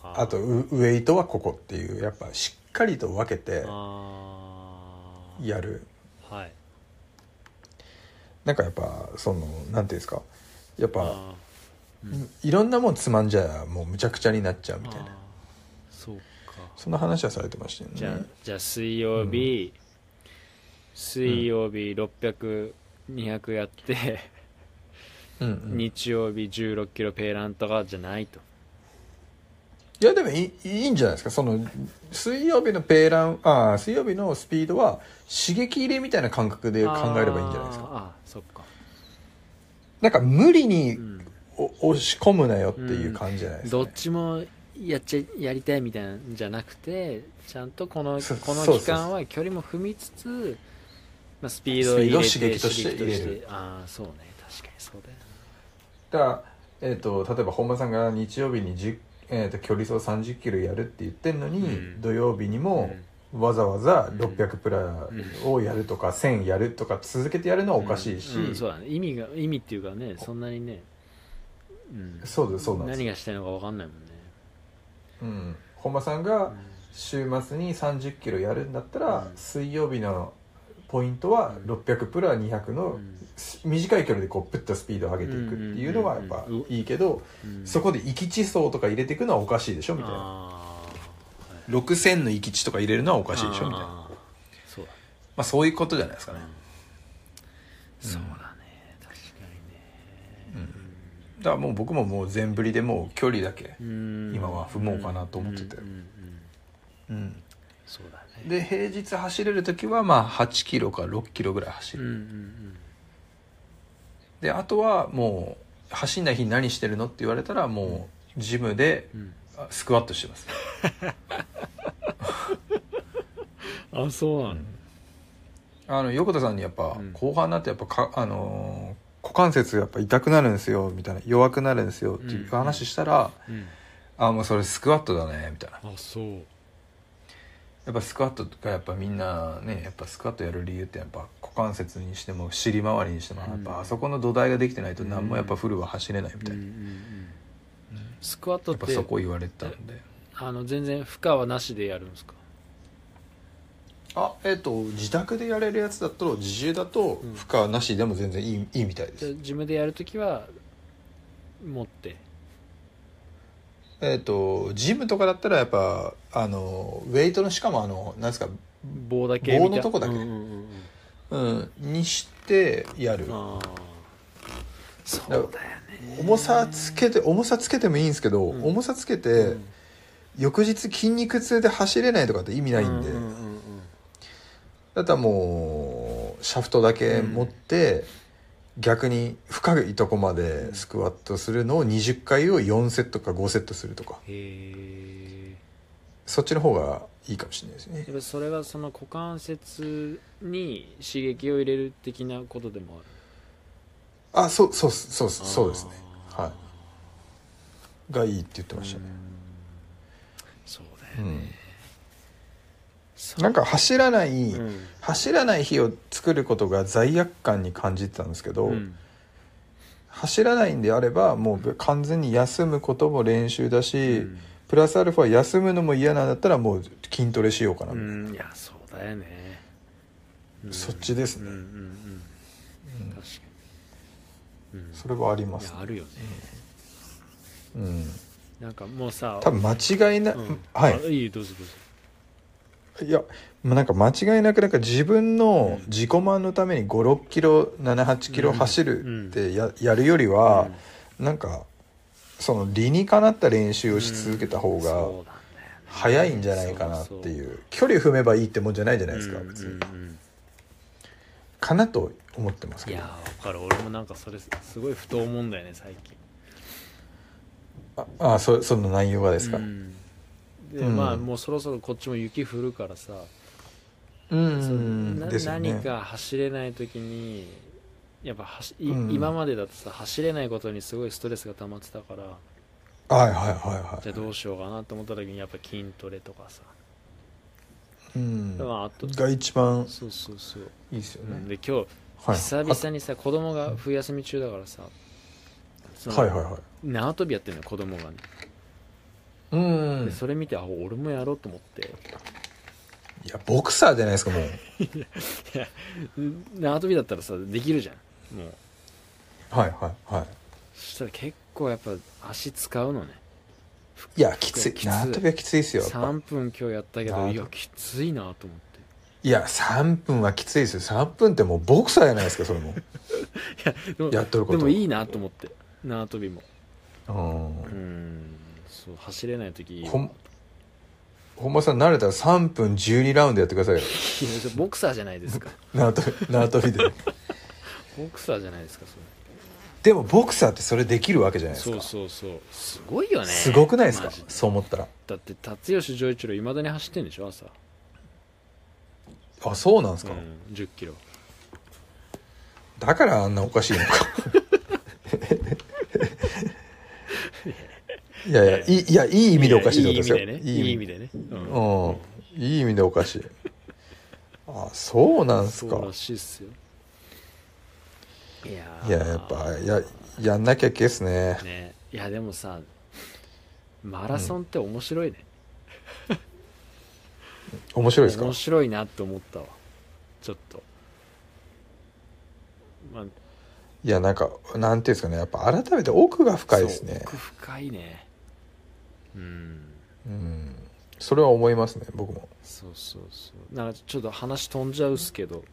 Speaker 1: あとウウエイトはここっていうやっぱしっかりと分けて
Speaker 2: あー
Speaker 1: やる
Speaker 2: はい
Speaker 1: なんかやっぱそのなんていうんですかやっぱ
Speaker 2: あ
Speaker 1: いろんなもんつまんじゃもうむちゃくちゃになっちゃう
Speaker 2: ー
Speaker 1: み
Speaker 2: あ
Speaker 1: たい
Speaker 2: ー
Speaker 1: な
Speaker 2: そうか
Speaker 1: そんな話はされてましたよね
Speaker 2: じゃあ、じゃあ水曜日、水曜日600200やって、
Speaker 1: うんうん
Speaker 2: 日曜日16キロペーランとかじゃないと
Speaker 1: いやでもいいいいんじゃないですかその水曜日のペーランあー水曜日のスピードは刺激入れみたいな感覚で考えればいいんじゃないです
Speaker 2: あ
Speaker 1: か
Speaker 2: ーあーそっか、
Speaker 1: なんか無理に
Speaker 2: うん、
Speaker 1: お押し込むなよっていう感じじゃないですか、
Speaker 2: ど
Speaker 1: ね
Speaker 2: っちもやっちゃやりたいみたいなんじゃなくてちゃんとこの
Speaker 1: そう
Speaker 2: この
Speaker 1: そうそう
Speaker 2: 期間は距離も踏みつつ、まあ、スピードを
Speaker 1: スピー
Speaker 2: 入
Speaker 1: ド
Speaker 2: れ
Speaker 1: を
Speaker 2: て
Speaker 1: 刺激として
Speaker 2: 刺激
Speaker 1: 入れ
Speaker 2: ああそうね確かにそうだよね
Speaker 1: だから、えー、と例えば本間さんが日曜日にじゅ、えー、と距離走3 0キロやるって言ってんのに、
Speaker 2: うん
Speaker 1: 土曜日にもわざわざ600プラをやるとか、1000やるとか続けてやるのはおかしいし、
Speaker 2: うんうんそうだね意味が意味っていうかねそんなにね、うん、
Speaker 1: そうですそうなんです
Speaker 2: 何がしたいのか分かんないもんね
Speaker 1: うん、本間さんが週末に3 0キロやるんだったら、
Speaker 2: うん
Speaker 1: 水曜日のポイントは600プラ200
Speaker 2: う
Speaker 1: の
Speaker 2: ん
Speaker 1: す短い距離でこうプッとスピードを上げていくっていうのはやっぱ
Speaker 2: うんうん
Speaker 1: いいけど、
Speaker 2: うん
Speaker 1: そこで行き地層とか入れていくのはおかしいでしょみたいな
Speaker 2: ああはい
Speaker 1: 6000の行き地とか入れるのはお
Speaker 2: お
Speaker 1: かしいでしょみたいなま
Speaker 2: そうだ
Speaker 1: あそういうことじゃないですかね、
Speaker 2: そうだね確かにね
Speaker 1: だからもう僕ももう全振りでもう距離だけ
Speaker 2: うん
Speaker 1: 今は踏もうかなと思ってて
Speaker 2: うんうんうん
Speaker 1: うん
Speaker 2: そうだね
Speaker 1: で平日走れる時はまあ8キロか6キロぐらい走
Speaker 2: うん
Speaker 1: る、
Speaker 2: うんうん
Speaker 1: であとはもう走んない日何してるのって言われたらもうジムで
Speaker 2: ん
Speaker 1: あスクワットしてます、
Speaker 2: あそうなの
Speaker 1: あの横田さんにやっぱ
Speaker 2: うん
Speaker 1: 後半になってやっぱか、あのー股関節やっぱ痛くなるんですよみたいな弱くなるんですよっていう話したら「
Speaker 2: うん
Speaker 1: あもうそれスクワットだね」みたいな
Speaker 2: あそう
Speaker 1: やっぱスクワットとかやっぱみんなねやっぱスクワットやる理由ってやっぱ股関節にしても尻周りにしても
Speaker 2: うん
Speaker 1: やっぱあそこの土台ができてないと何もやっぱフルは走れないみたいな、
Speaker 2: スクワット
Speaker 1: やっ
Speaker 2: っ
Speaker 1: ぱ
Speaker 2: て
Speaker 1: そこ言われてたんで
Speaker 2: あの全然負荷はなしでやるんですか
Speaker 1: あえっ、と自宅でやれるやつだと自重だと
Speaker 2: うん
Speaker 1: 負荷なしでも全然いいいいみたいで
Speaker 2: じ
Speaker 1: す、
Speaker 2: ゃあジムでやるときは持って
Speaker 1: えっ、とジムとかだったらやっぱあのウェイトのしかもあのなんですか
Speaker 2: 棒だけみたい
Speaker 1: 棒のとこだけ
Speaker 2: うんうんうんうん
Speaker 1: うんにしてやる
Speaker 2: ああそうだよね
Speaker 1: 重さつけて重さつけてもいいんですけど、
Speaker 2: ん
Speaker 1: 重さつけて、
Speaker 2: うん
Speaker 1: 翌日筋肉痛で走れないとかって意味ないんで、
Speaker 2: ううんうん
Speaker 1: だったらもうシャフトだけ持って、逆に深いとこまでスクワットするのを20回を4セットか5セットするとか
Speaker 2: へえ
Speaker 1: そっちの方がいいかもしれないですね
Speaker 2: やっぱそれはその股関節に刺激を入れる的なことでもある
Speaker 1: あそうそうっすそうっす
Speaker 2: あー
Speaker 1: そうですねはいがいいって言ってましたね
Speaker 2: そうだ
Speaker 1: う
Speaker 2: よ
Speaker 1: ん、
Speaker 2: そ
Speaker 1: なんか走らない、
Speaker 2: ううん
Speaker 1: 走らない日を作ることが罪悪感に感じてたんですけど、
Speaker 2: うん
Speaker 1: 走らないんであればもう完全に休むことも練習だし、
Speaker 2: うん
Speaker 1: プラスアルファ休むのも嫌なんだったらもう筋トレしようかな、
Speaker 2: うんいやそうだよね、うん
Speaker 1: そっちです
Speaker 2: うん
Speaker 1: ね、
Speaker 2: うんうん確かに、うん、
Speaker 1: それはありま
Speaker 2: い
Speaker 1: す
Speaker 2: やあるよね
Speaker 1: うん
Speaker 2: なんかもうさ
Speaker 1: 多分間違いな、
Speaker 2: うん
Speaker 1: は
Speaker 2: あ
Speaker 1: い
Speaker 2: いいよどうぞどう
Speaker 1: い
Speaker 2: ぞ
Speaker 1: やもうなんか間違いなくなんか自分の自己満のために5 6キロ7 8キロ走るってや,、やるよりは、なんかその理にかなった練習をし続けた方が、
Speaker 2: そうなんだよね
Speaker 1: 早いんじゃないかなっていう距離踏めばいいってもんじゃないじゃないですか、別に
Speaker 2: うんうんうん
Speaker 1: かなと思ってます
Speaker 2: い
Speaker 1: け
Speaker 2: や
Speaker 1: ど
Speaker 2: わかる俺もなんかそれすごい不当思うんだよね最近
Speaker 1: ああそその内容がですか、
Speaker 2: うんで
Speaker 1: うん
Speaker 2: まあもうそろそろこっちも雪降るからさ、
Speaker 1: うん
Speaker 2: そのな
Speaker 1: ですよね
Speaker 2: 何か走れない時にやっぱ走い
Speaker 1: うん
Speaker 2: 今までだとさ走れないことにすごいストレスが溜まってたから
Speaker 1: はいはいはいは
Speaker 2: じゃあどうしようかなと思った時にやっぱ筋トレとかさ、
Speaker 1: い、うん、
Speaker 2: まああと
Speaker 1: が一番
Speaker 2: そうそうそう、
Speaker 1: いいですよ
Speaker 2: う
Speaker 1: ね、
Speaker 2: んで今日
Speaker 1: はい、
Speaker 2: 久々にさ子供が冬休み中だからさその
Speaker 1: はいはいはい
Speaker 2: 縄跳びやってるのよ子供がね、
Speaker 1: う
Speaker 2: で
Speaker 1: ん
Speaker 2: それ見てあ俺もやろうと思って
Speaker 1: いやボクサーじゃないですかもう
Speaker 2: 縄跳びだったらさできるじゃんもう
Speaker 1: はいはいはい
Speaker 2: そしたら結構やっぱ足使うのね
Speaker 1: いやきつい
Speaker 2: きつい
Speaker 1: 縄跳びはきついですよやっぱ
Speaker 2: 3分今日やったけ
Speaker 1: 縄跳
Speaker 2: ど
Speaker 1: び
Speaker 2: いやきついなと思って
Speaker 1: いや3分はきついですよ3分ってもうボクサーじゃないですかそれも
Speaker 2: でも
Speaker 1: やっとること
Speaker 2: でもいいなと思って縄跳びも
Speaker 1: うん
Speaker 2: うんそう走れない時いいよ
Speaker 1: ほん本間さん慣れたら3分12ラウンドやってくださいよ
Speaker 2: いやそれボクサーじゃないですか
Speaker 1: 縄跳び縄跳びで
Speaker 2: ボクサーじゃないですかそれ
Speaker 1: でもボクサーってそれできるわけじゃないです
Speaker 2: そ
Speaker 1: か
Speaker 2: うそうそうすごいよね
Speaker 1: すごくないですか
Speaker 2: マジ
Speaker 1: そう思ったら
Speaker 2: だって辰吉丈一郎いまだに走ってんでしょ朝、
Speaker 1: あそうなんです
Speaker 2: う
Speaker 1: か、
Speaker 2: ん、1 0キロ
Speaker 1: だからあんなおかしいの かいやいやいいいやいい意味でおかしいってことですよ
Speaker 2: いい意味でね
Speaker 1: い
Speaker 2: い
Speaker 1: い
Speaker 2: い
Speaker 1: 意味
Speaker 2: 意味でねうん
Speaker 1: うんいい意味でおかしいあそうなんです
Speaker 2: そう
Speaker 1: から
Speaker 2: しいっすよいやー
Speaker 1: いややっぱややんなきゃいけっすね
Speaker 2: ねいやでもさマラソンって面白いね、
Speaker 1: 面白いですか
Speaker 2: 面白いなって思ったわちょっとまあ
Speaker 1: いやなんかなんていうんですかねやっぱ改めて奥が深いですね
Speaker 2: そう奥深いねうん
Speaker 1: うんそれは思いますね僕も
Speaker 2: そうそうそうなんかちょっと話飛んじゃうっすけど、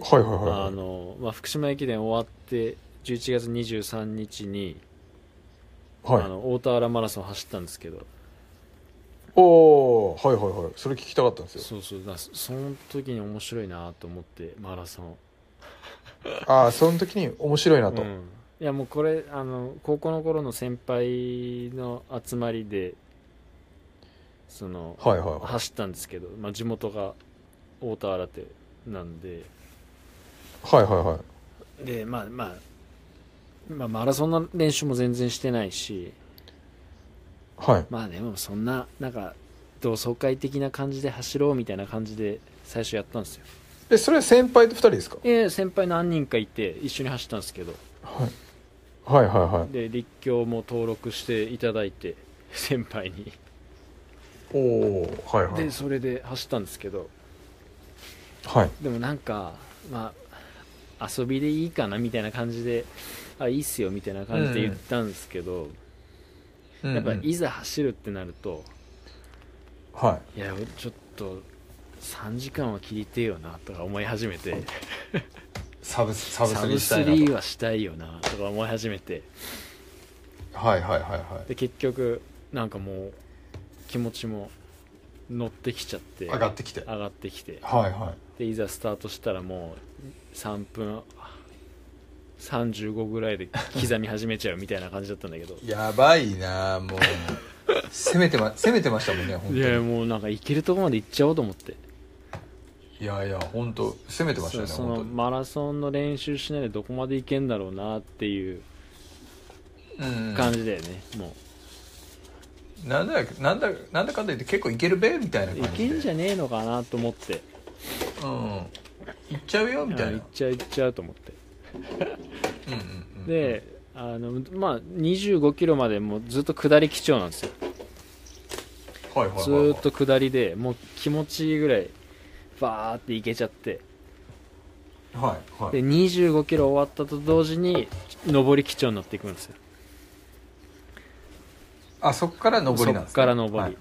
Speaker 1: はいはいはい
Speaker 2: あのまあ、福島駅伝終わって11月23日に、
Speaker 1: はい
Speaker 2: あ
Speaker 1: はい
Speaker 2: の大田原マラソン走ったんですけど
Speaker 1: おおはいはいはいそれ聞きたかったんですよ
Speaker 2: そうそうだからそその時に面白いなと思ってマラソン
Speaker 1: ああその時に面白いなと、
Speaker 2: うん、いやもうこれあの高校の頃の先輩の集まりでその
Speaker 1: はいはいはい
Speaker 2: 走ったんですけど、まあ、地元が大田原ってなんで
Speaker 1: はいはいはい
Speaker 2: で、まあまあ、まあマラソンの練習も全然してないし
Speaker 1: はい
Speaker 2: まあでもそんななんか同窓会的な感じで走ろうみたいな感じで最初やったんですよ
Speaker 1: えそれは先輩と2人ですか
Speaker 2: えー先輩何人かいて一緒に走ったんですけど
Speaker 1: はいはいはい
Speaker 2: で立教も登録していただいて 先輩に
Speaker 1: おおはいは
Speaker 2: で
Speaker 1: い
Speaker 2: それで走ったんですけど
Speaker 1: はい
Speaker 2: でもなんかまあ遊びでいいかなみたいな感じであいいっすよみたいな感じで言ったんですけど、やっぱ
Speaker 1: うんうん
Speaker 2: いざ走るってなると、
Speaker 1: はい
Speaker 2: やちょっと3時間は切りてえよなとか思い始めて
Speaker 1: いサブサブ
Speaker 2: サ
Speaker 1: ス
Speaker 2: ブ
Speaker 1: リした
Speaker 2: ス
Speaker 1: いなと
Speaker 2: リーはしたいよなとか思い始めて
Speaker 1: はいはいはいは
Speaker 2: で結局なんかもう気持ちも乗ってきちゃって
Speaker 1: い上がってきてはい
Speaker 2: 上がってきて
Speaker 1: は
Speaker 2: でいざスタートしたらもう3分35ぐらいで刻み始めちゃうみたいな感じだったんだ けど
Speaker 1: いやばいな もう攻めてま攻めてましたもんね本当に
Speaker 2: いやもうなんか行けるとこまで行っちゃおうと思って
Speaker 1: いやいや本当攻めてました
Speaker 2: そ
Speaker 1: よ
Speaker 2: う
Speaker 1: ね本
Speaker 2: その
Speaker 1: 当に
Speaker 2: マラソンの練習しないでどこまで行けんだろうなっていう
Speaker 1: うん
Speaker 2: 感じだよね、も
Speaker 1: なんだなんだなんだかんだ言って結構いけるべみたいな
Speaker 2: う行
Speaker 1: 感
Speaker 2: け
Speaker 1: じで
Speaker 2: んじゃねえのかなと思って
Speaker 1: うんいっちゃうよみたいな、
Speaker 2: あ行っちゃう行っちゃうと思って
Speaker 1: うんうんうん、
Speaker 2: であのまあ2 5キロまでもうずっと下り基調なんですよ
Speaker 1: はいはいはいはい、
Speaker 2: ずーっと下りでもう気持ちいいぐらいバーって行けちゃって
Speaker 1: はいはい
Speaker 2: で2 5キロ終わったと同時に上り基調になっていくんですよ
Speaker 1: あそこから上りなんです、ね、
Speaker 2: そっから上り、
Speaker 1: はい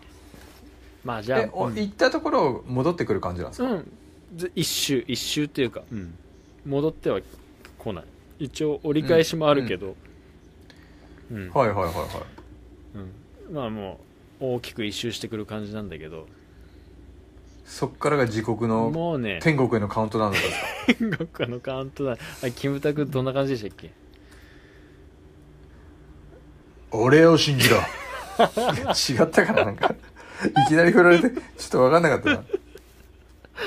Speaker 2: まあじゃ
Speaker 1: で
Speaker 2: あ
Speaker 1: お行ったところ戻ってくる感じなんです
Speaker 2: う
Speaker 1: か、
Speaker 2: んず一周一周っていうか、戻っては来ない一応折り返しもあるけどうん
Speaker 1: はいはいはいは
Speaker 2: うんまあもう大きく一周してくる感じなんだけ
Speaker 1: い
Speaker 2: ど
Speaker 1: そっからが地獄の
Speaker 2: もうね
Speaker 1: 天国へのカウントダウンだったんですか
Speaker 2: 天国のカウントダウンあキムタクどんな感じでしたっけ
Speaker 1: 俺を信じろ違ったかななんかいきなり振られてちょっと分かんなかったな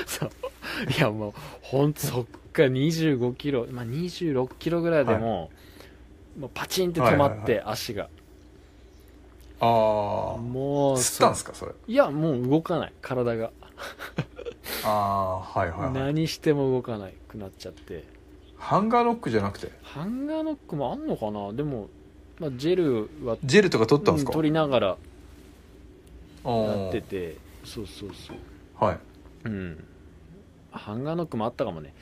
Speaker 2: そういやもうほんとそっか2 5キロ、まあ、2 6キロぐらいでも,、もうパチンって止まって、
Speaker 1: はいはい
Speaker 2: 足が
Speaker 1: あ
Speaker 2: も
Speaker 1: あ
Speaker 2: う
Speaker 1: 吸ったんです
Speaker 2: そ
Speaker 1: かそれ
Speaker 2: いやもう動かない体が
Speaker 1: ああーはいはい、はい、
Speaker 2: 何しても動かないくなっちゃって
Speaker 1: ハンガーロックじゃなくて
Speaker 2: ハンガーノックもあんのかなでも、まあ、ジェルは
Speaker 1: ジェルとか取ったんですか、
Speaker 2: うん取りながらや
Speaker 1: や
Speaker 2: っててそうそうそう
Speaker 1: はい
Speaker 2: うんハンガーノックもあったかもね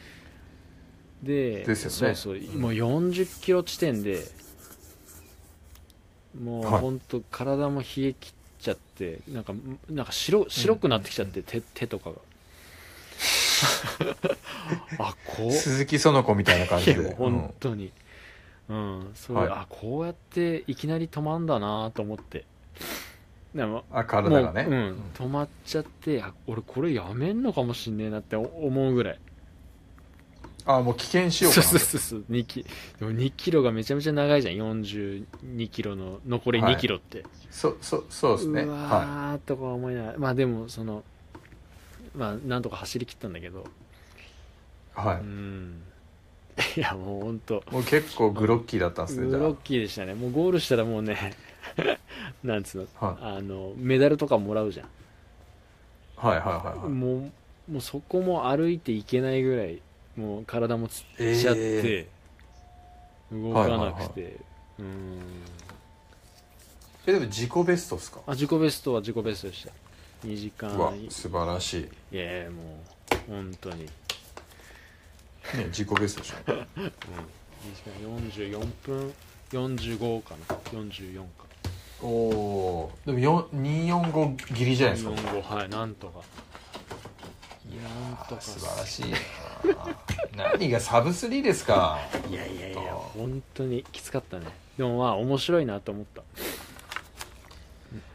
Speaker 2: で
Speaker 1: ですよね
Speaker 2: そうそうもう40キロ地点でもう
Speaker 1: はい
Speaker 2: 本当体も冷え切っちゃってなんかなんか白白くなってきちゃって、手手 とかがあこう
Speaker 1: 鈴木園子みたいな感
Speaker 2: い
Speaker 1: じ
Speaker 2: や
Speaker 1: で、
Speaker 2: もう本当に、うんそう、
Speaker 1: はい
Speaker 2: あこうやっていきなり止まんだなと思ってでも
Speaker 1: うんあ体がね
Speaker 2: もううん、止まっちゃってあ俺これやめんのかもしんねえなって思うぐらい
Speaker 1: あもう危険し
Speaker 2: そう
Speaker 1: ようか
Speaker 2: そう
Speaker 1: な
Speaker 2: そうそう2キでも2キロがめちゃめちゃ長いじゃん42キロの残り
Speaker 1: はい
Speaker 2: 2キロって、
Speaker 1: そうそうそうですね
Speaker 2: う
Speaker 1: は
Speaker 2: わーとか思いながらまあでもそのまあなんとか走り切ったんだけど
Speaker 1: い、は
Speaker 2: うんいやもうほんと
Speaker 1: い、もう結構グロッキーだったんですねじ
Speaker 2: グ
Speaker 1: ゃ
Speaker 2: ロッキーでしたねもうゴールしたらもうね なんつうの,、
Speaker 1: は
Speaker 2: あのメダルとかもらうじゃん、
Speaker 1: あはいはいはいはい
Speaker 2: もうもうそこも歩いていけないぐらいもう体もつっちゃって、動かなくて、うーん
Speaker 1: えでも自己ベストですか
Speaker 2: あ自己ベストは自己ベストでした2時間
Speaker 1: うわ
Speaker 2: い
Speaker 1: 素晴らし
Speaker 2: やいやもう本当に、うん、2
Speaker 1: い、ね、自己ベストでしょ
Speaker 2: 時間44分45かな44か
Speaker 1: おおーでも245ギリじゃないですか
Speaker 2: 45はいなんとかなんとか
Speaker 1: 素晴らしいな 何がサブスリーですか
Speaker 2: いやいやいや
Speaker 1: ちょっと
Speaker 2: 本当にきつかったねでもまあ面白いなと思った、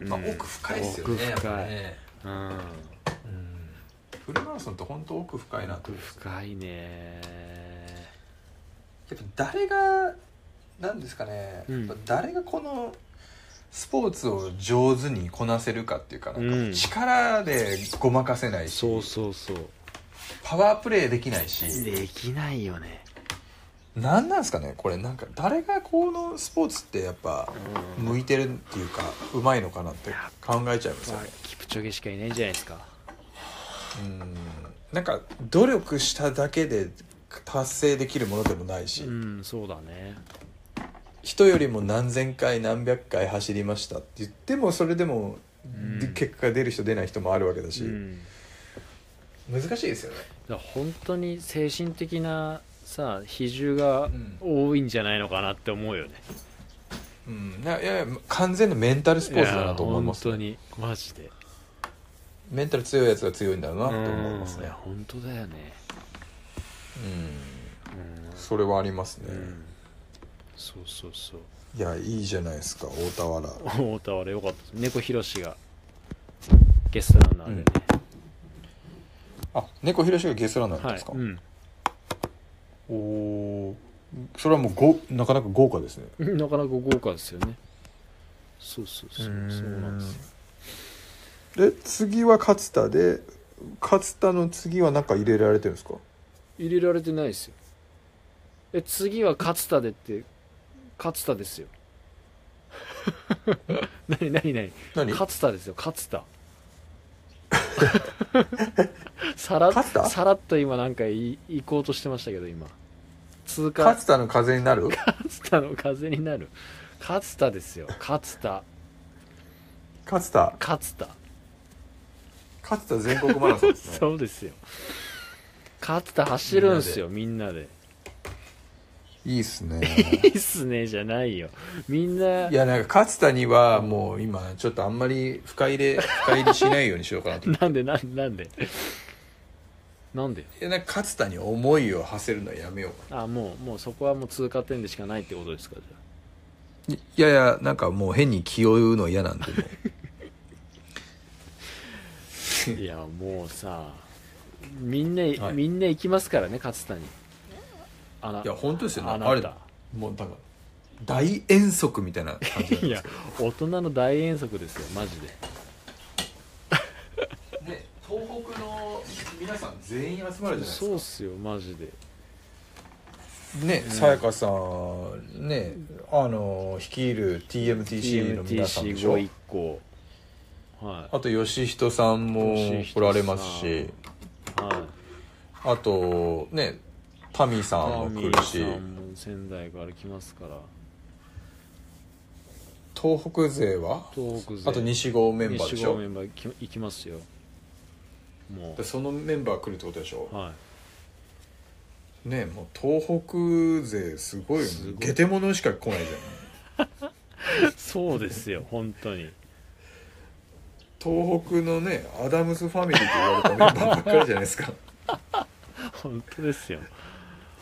Speaker 1: まあ、奥深いですよね
Speaker 2: 奥
Speaker 1: やっ
Speaker 2: 深い
Speaker 1: ぱね
Speaker 2: うん
Speaker 1: フルマラソンって本当奥深いなと
Speaker 2: 奥深いね
Speaker 1: やっぱ誰がなんですかね、
Speaker 2: うん
Speaker 1: やっぱ誰がこのスポーツを上手にこなせるかっていうかなんか
Speaker 2: うん
Speaker 1: 力でごまかせないし、
Speaker 2: そうそうそう
Speaker 1: パワープレイできないし
Speaker 2: できないよね、
Speaker 1: 何なんですかねこれなんか誰がこのスポーツってやっぱ
Speaker 2: うん、
Speaker 1: 向いてるっていうかうまいのかなって考えちゃいますよ
Speaker 2: まあ
Speaker 1: ね
Speaker 2: キプちょげしかいないじゃないですか
Speaker 1: うんなんか努力しただけで達成できるものでもないし、
Speaker 2: うんそうだね
Speaker 1: 人よりも何千回何百回走りましたって言ってもそれでも、
Speaker 2: ん
Speaker 1: で結果が出る人出ない人もあるわけだし、
Speaker 2: うん
Speaker 1: 難しいですよね
Speaker 2: だから本当に精神的なさ比重が
Speaker 1: ん
Speaker 2: 多いんじゃないのかなって思うよね、
Speaker 1: うんいやいや完全なメンタルスポーツだなと思います
Speaker 2: いや本当にマジで
Speaker 1: メンタル強いやつが強いんだろうなと思います
Speaker 2: うんい
Speaker 1: ね
Speaker 2: や本当だよね
Speaker 1: うん
Speaker 2: うん
Speaker 1: それはありますね、
Speaker 2: うんそうそうそう
Speaker 1: いやいいじゃないですか大田原
Speaker 2: 大田原よかったです猫ひろしがゲストランナーでね、
Speaker 1: あ猫ひろしがゲストランナーだったん
Speaker 2: は
Speaker 1: で
Speaker 2: い
Speaker 1: すか、、お
Speaker 2: うん、
Speaker 1: おそれはもうごなかなか豪華ですね
Speaker 2: なかなか豪華ですよねそうそうそうそうなんですよ
Speaker 1: で次は勝田で勝田の次は何か入れられてるんですか
Speaker 2: 入れられてないですよえ次は勝田でって勝田で すよ何何何
Speaker 1: 何
Speaker 2: 勝田ですよ勝 田さら
Speaker 1: 勝田
Speaker 2: さらっと今なんかい行こうとしてましたけど今通過
Speaker 1: 勝田の風になる
Speaker 2: 勝田の風になる勝田ですよ勝田
Speaker 1: 勝田
Speaker 2: 勝田
Speaker 1: 勝田全国マラソンですね
Speaker 2: そうですよ勝田走るんすよみんなで
Speaker 1: いいっすね
Speaker 2: いいっすねじゃないよみんない
Speaker 1: やなんか勝田にはもう今ちょっとあんまり深入れ深入りしないようにしようかな とい
Speaker 2: なんでなんなんでなんで
Speaker 1: やなんか勝田に思いを馳せるのはやめようか
Speaker 2: あもうもうそこはもう通過点でしかないってことですかじゃ
Speaker 1: ないやいやなんかもう変に気負うの嫌なんでもう
Speaker 2: あいやもうさみんな、
Speaker 1: はい
Speaker 2: みんな行きますからね勝田にあない
Speaker 1: や本当ですよね
Speaker 2: あな
Speaker 1: あれ
Speaker 2: た
Speaker 1: だもうだから大遠足みたいな感じなんで
Speaker 2: いや
Speaker 1: す
Speaker 2: 大人の大遠足ですよマジで
Speaker 1: で東北の皆さん全員集まるじゃないですか
Speaker 2: そうっすよマジで
Speaker 1: ねさやかさんねあの率いる TMTC の皆さんでしょ
Speaker 2: TMTC51 個は
Speaker 1: あと吉人さんも
Speaker 2: 吉人さ
Speaker 1: 来
Speaker 2: ん
Speaker 1: られますし
Speaker 2: いはい
Speaker 1: あとねタミーさんも来るし
Speaker 2: タミーさんも仙台から来ますから
Speaker 1: 東北勢は
Speaker 2: 東北勢
Speaker 1: あと西郷メンバーでし
Speaker 2: 西郷
Speaker 1: ょ
Speaker 2: メンバーき行きますよも
Speaker 1: でそのメンバー来るってことでしょ
Speaker 2: うは
Speaker 1: ねもう東北勢すごいよね
Speaker 2: すごい
Speaker 1: ゲテモノしか来ないじゃん
Speaker 2: いそうですよ本当に
Speaker 1: 東北のねアダムスファミリーと言われたメンバーばっかりじゃないですか
Speaker 2: 本当ですよ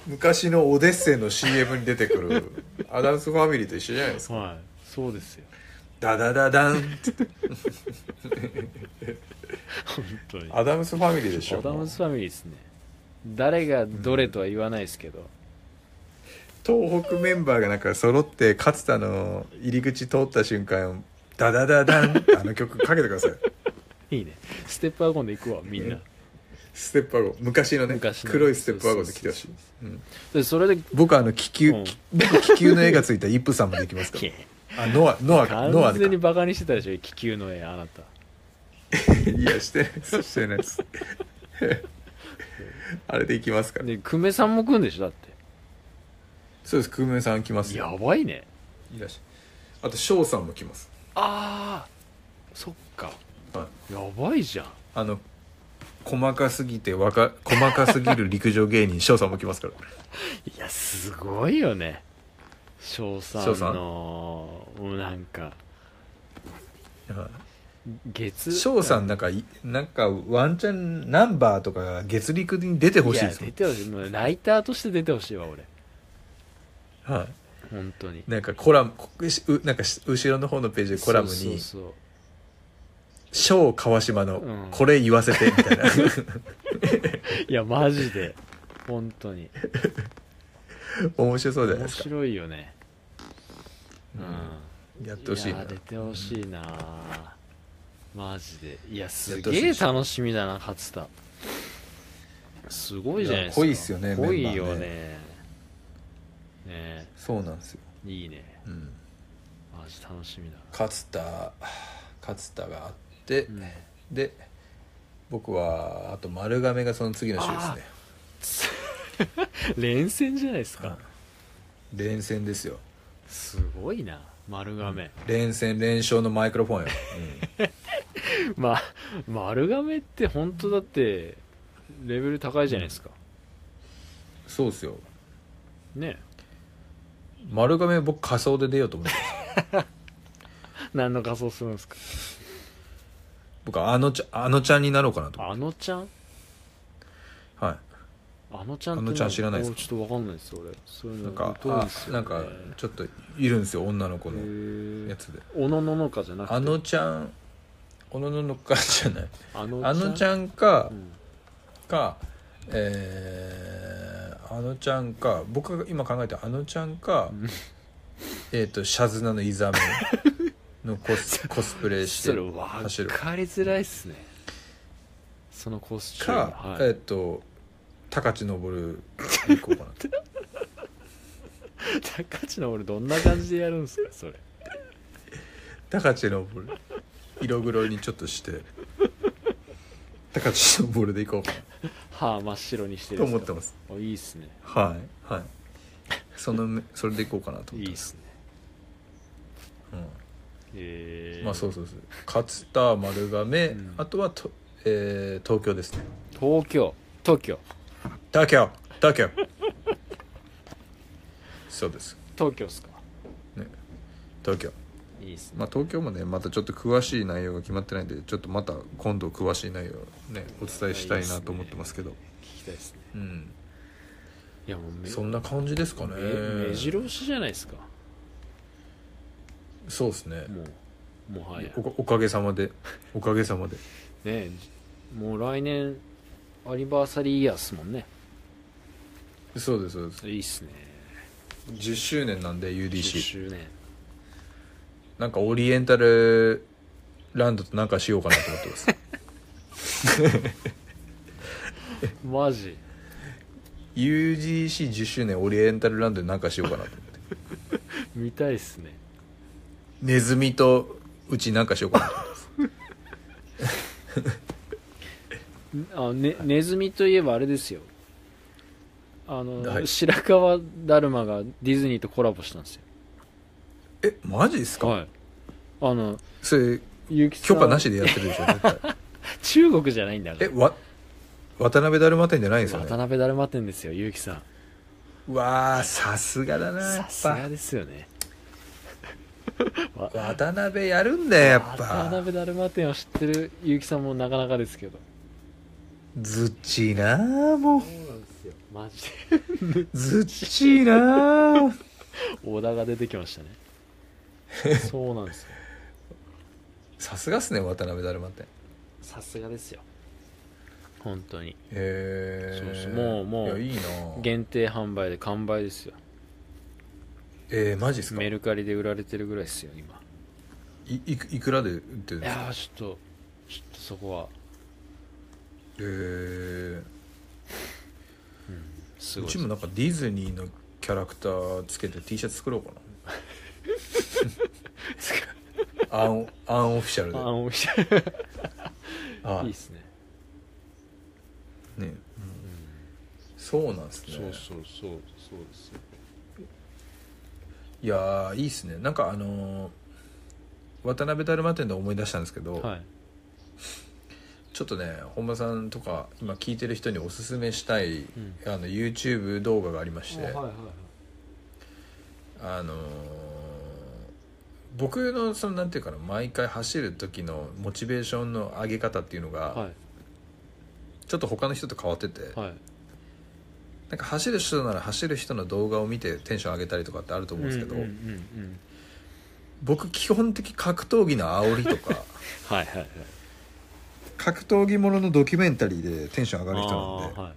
Speaker 1: 昔のオデッセイの CM に出てくるアダムスファミリーと一緒じゃないですか
Speaker 2: はいそうですよ
Speaker 1: ダダダダンって
Speaker 2: 本当に
Speaker 1: アダムスファミリーでしょ
Speaker 2: アダムスファミリーですね誰がどれとは言わないですけど、
Speaker 1: 東北メンバーがなんか揃って勝田の入り口通った瞬間ダダダダンってあの曲かけてください
Speaker 2: いいねステップワゴンで行くわみんな
Speaker 1: ステップワゴン昔のね
Speaker 2: 昔の
Speaker 1: 黒いステップワゴンで来てほしい
Speaker 2: そう
Speaker 1: うん
Speaker 2: でそれで
Speaker 1: 僕あの気球、
Speaker 2: うん
Speaker 1: き僕気球の絵がついたイップさんもできますか
Speaker 2: いや
Speaker 1: らあノアノアかノアで
Speaker 2: 完全
Speaker 1: か
Speaker 2: にバカにしてたでしょ気球の絵あなた
Speaker 1: いやしてないですしてないです あれで行きますから、
Speaker 2: で久米さんも来るんでしょだって
Speaker 1: そうです久米さん来ますよ
Speaker 2: やばいね
Speaker 1: いらっしゃいあと翔さんも来ます
Speaker 2: ああそっか
Speaker 1: は
Speaker 2: やばいじゃん
Speaker 1: あの細かすぎてわか細かすぎる陸上芸人翔さんも来ますから
Speaker 2: いやすごいよね翔さん
Speaker 1: 翔さん
Speaker 2: のもうなんか
Speaker 1: は
Speaker 2: 月
Speaker 1: い翔さんなんかいなんかワンチャンナンバーとか月陸に出てほしい
Speaker 2: や
Speaker 1: ですも
Speaker 2: 出
Speaker 1: ん
Speaker 2: てほしいもうライターとして出てほしいわ俺
Speaker 1: は
Speaker 2: 本当に
Speaker 1: い、なんかコラムこしうなんかし後ろの方のページでコラム
Speaker 2: そう
Speaker 1: に
Speaker 2: そう
Speaker 1: 「翔川島
Speaker 2: うん
Speaker 1: のこれ言わせて」み たいな
Speaker 2: そういやマジで本当に
Speaker 1: 面白そうじゃない
Speaker 2: 面
Speaker 1: ですか
Speaker 2: 白いよねうん、
Speaker 1: やってほしい
Speaker 2: いや
Speaker 1: な
Speaker 2: 出てほしいなマジでいやす
Speaker 1: やってほしい
Speaker 2: げえ
Speaker 1: でしょ
Speaker 2: 楽しみだな勝田すごいじゃないですか
Speaker 1: いや濃いっすよね
Speaker 2: 濃い
Speaker 1: メンバーね
Speaker 2: よねねえ
Speaker 1: そうなんですよ、
Speaker 2: いいね
Speaker 1: うん、
Speaker 2: マジ楽しみだな
Speaker 1: 勝田勝田があって、
Speaker 2: うん
Speaker 1: で僕はあと丸亀がその次の週ですね
Speaker 2: 連戦じゃないですか、
Speaker 1: 連戦ですよ
Speaker 2: すごいな丸亀、
Speaker 1: 連戦連勝のマイクロフォンよ、
Speaker 2: まあ丸亀って本当だってレベル高いじゃないですか、
Speaker 1: うんそうですよ
Speaker 2: ね
Speaker 1: 丸亀僕仮想で出ようと思ってます
Speaker 2: 何の仮装するんですか
Speaker 1: 僕はあのちゃんあのちゃんになろうかなと思
Speaker 2: あのちゃん
Speaker 1: ってはい
Speaker 2: あのちゃ
Speaker 1: あ
Speaker 2: んって
Speaker 1: のちゃん知らないです
Speaker 2: お
Speaker 1: か
Speaker 2: ちょっとわかんないです俺そういうの
Speaker 1: なんか、
Speaker 2: 疎いっす
Speaker 1: あ
Speaker 2: よ
Speaker 1: な
Speaker 2: ね
Speaker 1: んかちょっといるんですよ女の子
Speaker 2: へ
Speaker 1: の
Speaker 2: ー
Speaker 1: やつで
Speaker 2: おのののかじゃなくて
Speaker 1: あのちゃんおのののかじゃない
Speaker 2: あの
Speaker 1: あのち
Speaker 2: ん、
Speaker 1: ゃんか
Speaker 2: うん
Speaker 1: かえーあのちゃんか僕が今考えてるあのちゃんか
Speaker 2: うん
Speaker 1: えっとシャズナのイザメのコ スコスプレし
Speaker 2: そ
Speaker 1: て
Speaker 2: れ分かり
Speaker 1: 走る
Speaker 2: づらいっすねそのコスチューム
Speaker 1: か
Speaker 2: はい
Speaker 1: えっと高知登る行こうかな
Speaker 2: 高知の俺どんな感じでやるんですかそれ
Speaker 1: 高知登る色黒にちょっとして高知登るで行こうか
Speaker 2: 歯真っ白にして
Speaker 1: な
Speaker 2: る
Speaker 1: と
Speaker 2: ん
Speaker 1: 思
Speaker 2: で
Speaker 1: っ
Speaker 2: す
Speaker 1: て
Speaker 2: か
Speaker 1: ます
Speaker 2: あいいっすね
Speaker 1: はいはいそのめそれで行こうかなと思って
Speaker 2: いいっ
Speaker 1: ます
Speaker 2: すね
Speaker 1: うん
Speaker 2: えー
Speaker 1: まあそうそうそう勝田丸亀、
Speaker 2: うん
Speaker 1: あとはと、えー東京ですね
Speaker 2: 東京東京
Speaker 1: 東京東京そうです
Speaker 2: 東京っすか
Speaker 1: ね東京
Speaker 2: いいっすね
Speaker 1: まあ東京もねまたちょっと詳しい内容が決まってないんでちょっとまた今度詳しい内容をねお伝えしたいなと思ってますけど
Speaker 2: 聞きたいっすね
Speaker 1: うん
Speaker 2: いやもうめ
Speaker 1: そんな感じですかね
Speaker 2: め目白押しじゃないですか
Speaker 1: そうですね
Speaker 2: もうもはや
Speaker 1: おかおかげさまでおかげさまで
Speaker 2: ねもう来年アニバーサリーイヤーっすもんね
Speaker 1: そうですそうです
Speaker 2: いいっすね
Speaker 1: 10周年なんで
Speaker 2: 10
Speaker 1: UDC
Speaker 2: 周年
Speaker 1: なんかオリエンタルランドとなんかしようかなと思ってます
Speaker 2: マジ
Speaker 1: UGC10 周年オリエンタルランドでなんかしようかなと思って
Speaker 2: 見たいっすね
Speaker 1: ネズミとうちなんかしようかなと思ってます
Speaker 2: あ、ね、ネズミといえばあれですよあの、
Speaker 1: はい
Speaker 2: 白川だるまがディズニーとコラボしたんですよ
Speaker 1: えマジですか、
Speaker 2: はいあの
Speaker 1: それ
Speaker 2: 結
Speaker 1: 許
Speaker 2: 城さん
Speaker 1: 可なしでやってるでしょ絶対
Speaker 2: 中国じゃないんだか
Speaker 1: え
Speaker 2: ら
Speaker 1: わ渡辺だるま店じゃないんですよ
Speaker 2: 渡
Speaker 1: ね
Speaker 2: 辺だるま店ですよ結城さ
Speaker 1: うわあさすがだなんや
Speaker 2: さ
Speaker 1: っ
Speaker 2: すが
Speaker 1: ぱ
Speaker 2: ですよね
Speaker 1: 渡辺やるんだよやっ
Speaker 2: 渡
Speaker 1: ぱ
Speaker 2: 辺だるま店を知ってる結城さんもなかなかですけど
Speaker 1: ずっちいなーもう
Speaker 3: そうなんですよ
Speaker 2: マジで
Speaker 1: ずっちいなー
Speaker 2: 小田が出てきました ねそうなんですよ
Speaker 1: さすがっすね渡辺だるま店へ
Speaker 2: さすがですよ本当に
Speaker 1: え
Speaker 2: そうそうもうもう
Speaker 1: いやいいなー
Speaker 2: 限定販売で完売ですよ
Speaker 1: えー、マジっすか
Speaker 2: メ
Speaker 1: い
Speaker 2: ルカリで売られてるぐらいですよ今
Speaker 1: いくいくらで売ってるん
Speaker 2: い
Speaker 1: です
Speaker 2: や
Speaker 1: か
Speaker 2: ーちょっとちょっとそこは
Speaker 1: えー、
Speaker 2: す
Speaker 1: う
Speaker 2: ごい
Speaker 1: ちもなんかディズニーのキャラクターつけて T シャツ作ろうか なアンアンオフィシャルで
Speaker 2: あ
Speaker 1: は
Speaker 2: お店いいっ
Speaker 1: い
Speaker 2: すね
Speaker 1: ね、うんそうなんですね
Speaker 2: そうそうそうですよ
Speaker 1: いやーいいっすねなんかあのー渡辺だるま店で思い出したんですけど、
Speaker 2: はい
Speaker 1: ちょっとね本間さんとか今聞いてる人におすすめしたい、
Speaker 2: ん
Speaker 1: あの YouTube 動画がありまして、
Speaker 2: はいはいはい
Speaker 1: あのー僕のそのなんていうかな毎回走る時のモチベーションの上げ方っていうのが、
Speaker 2: は
Speaker 1: ちょっと他の人と変わってて、
Speaker 2: いはい
Speaker 1: なんか走る人なら走る人の動画を見てテンション上げたりとかってあると思うんですけど、
Speaker 2: うんうんうんうん
Speaker 1: 僕基本的格闘技の煽りと か
Speaker 2: はいはいはい
Speaker 1: 格闘技もののドキュメンタリーでテンション上がる人なん
Speaker 2: あ
Speaker 1: で、
Speaker 2: ーはい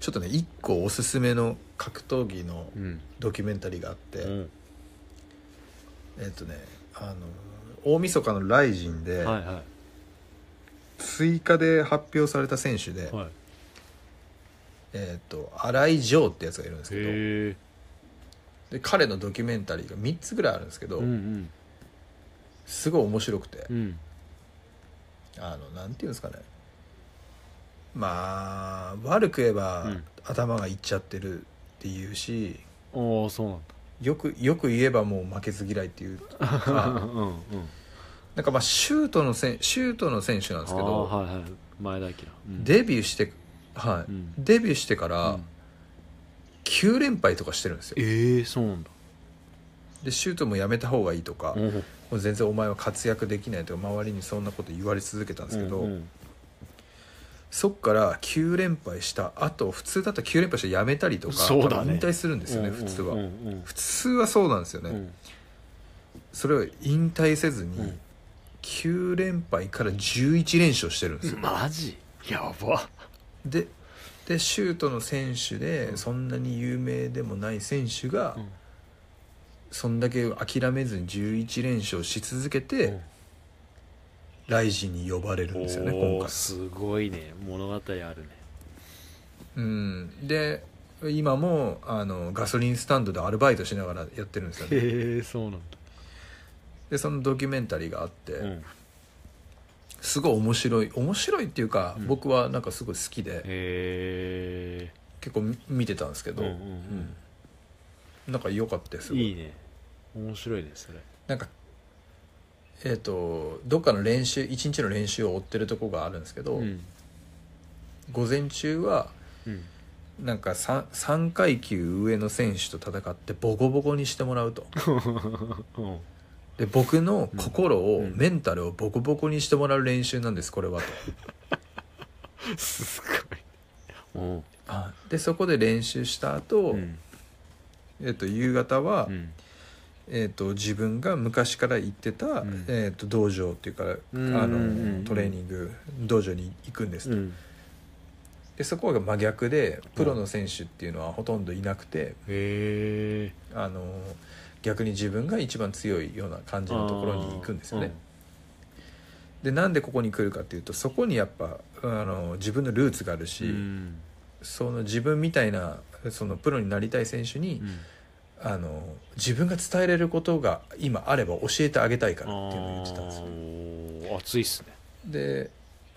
Speaker 1: ちょっとね1個おすすめの格闘技の
Speaker 2: うん
Speaker 1: ドキュメンタリーがあって、
Speaker 2: うん
Speaker 1: えっとねあの大晦日の「ライジンで、
Speaker 2: はいは
Speaker 1: 追加で発表された選手で、
Speaker 2: いはい
Speaker 1: えっと新井ジョーってやつがいるんですけど
Speaker 2: へえ
Speaker 1: で彼のドキュメンタリーが3つぐらいあるんですけど、
Speaker 2: うんうん
Speaker 1: すごい面白くて
Speaker 2: う、ん
Speaker 1: あのなんていうんですかねまあ悪く言えば、
Speaker 2: うん
Speaker 1: 頭がいっちゃってるっていうし
Speaker 2: おおそうなんだ
Speaker 1: よくよく言えばもう負けず嫌いっていう
Speaker 2: う
Speaker 1: か
Speaker 2: んうん
Speaker 1: なんかまあシュートのせんシュートの選手なんですけ
Speaker 2: あ
Speaker 1: ど、
Speaker 2: ーはいはい前田明、うん、
Speaker 1: デビューしてはい、
Speaker 2: うん
Speaker 1: デビューしてか
Speaker 2: う
Speaker 1: ら
Speaker 2: ん
Speaker 1: 9連敗とかしてるんですよ
Speaker 2: ええそうなんだ
Speaker 1: でシュートもやめた方がいいとか、
Speaker 2: お
Speaker 1: も
Speaker 2: ー
Speaker 1: う全然お前は活躍できないとか周りにそんなこと言われ続けたんですけど、
Speaker 2: うんうん
Speaker 1: そっから9連敗した後普通だったら9連敗してやめたりとか
Speaker 2: そうだね
Speaker 1: 引退するんですよね、
Speaker 2: うんうん
Speaker 1: 普通は、
Speaker 2: うんうん
Speaker 1: 普通はそうなんですよね、
Speaker 2: うん
Speaker 1: それを引退せずに、
Speaker 2: うん
Speaker 1: 9連敗から11連勝してるんですよ、
Speaker 2: マジやば
Speaker 1: ででシュートの選手でそんなに有名でもない選手が、
Speaker 2: うん
Speaker 1: そんだけ諦めずに11連勝し続けて、
Speaker 2: うん
Speaker 1: ライジンに呼ばれるんですよね今
Speaker 2: おー
Speaker 1: 回
Speaker 2: すごいね物語あるね
Speaker 1: うん、で今もあのガソリンスタンドでアルバイトしながらやってるんですよね
Speaker 2: へえそうなんだ
Speaker 1: でそのドキュメンタリーがあって、
Speaker 2: うん
Speaker 1: すごい面白い面白いっていうか、
Speaker 2: うん
Speaker 1: 僕はなんかすごい好きで
Speaker 2: へえ
Speaker 1: 結構み見てたんですけど、
Speaker 2: うんうん
Speaker 1: なんか良かったです
Speaker 2: うんいいね面白いねそれ
Speaker 1: なんかえっ、とどっかの練習一日の練習を追ってるとこがあるんですけど、
Speaker 2: うん
Speaker 1: 午前中は
Speaker 2: うん
Speaker 1: なんか 3, 3階級上の選手と戦ってボコボコにしても らうと
Speaker 2: うん
Speaker 1: で僕の心を、
Speaker 2: うん
Speaker 1: メンタルをボコボコにしてもらう練習なんですこれはと
Speaker 2: すごいおう
Speaker 1: あでそこで練習した後、
Speaker 2: うん
Speaker 1: えっと夕方は、
Speaker 2: うん
Speaker 1: えっと自分が昔から行ってた、
Speaker 2: ん
Speaker 1: えっと道場っていうか、
Speaker 2: うん
Speaker 1: あ
Speaker 2: うんうん
Speaker 1: のトレーニング道場に行くんですと、
Speaker 2: うん
Speaker 1: でそこが真逆でプロの選手っていうのはほとんどいなくて、
Speaker 2: へえ
Speaker 1: あの逆に自分が一番強いような感じのところに行くんですよね。でなんでここに来るかっていうとそこにやっぱあの自分のルーツがあるし、
Speaker 2: うん
Speaker 1: その自分みたいなそのプロになりたい選手に、
Speaker 2: うん
Speaker 1: あの自分が伝えれることが今あれば教えてあげたいからっていうのを言ってたんですよ
Speaker 2: あー熱いっすね
Speaker 1: で、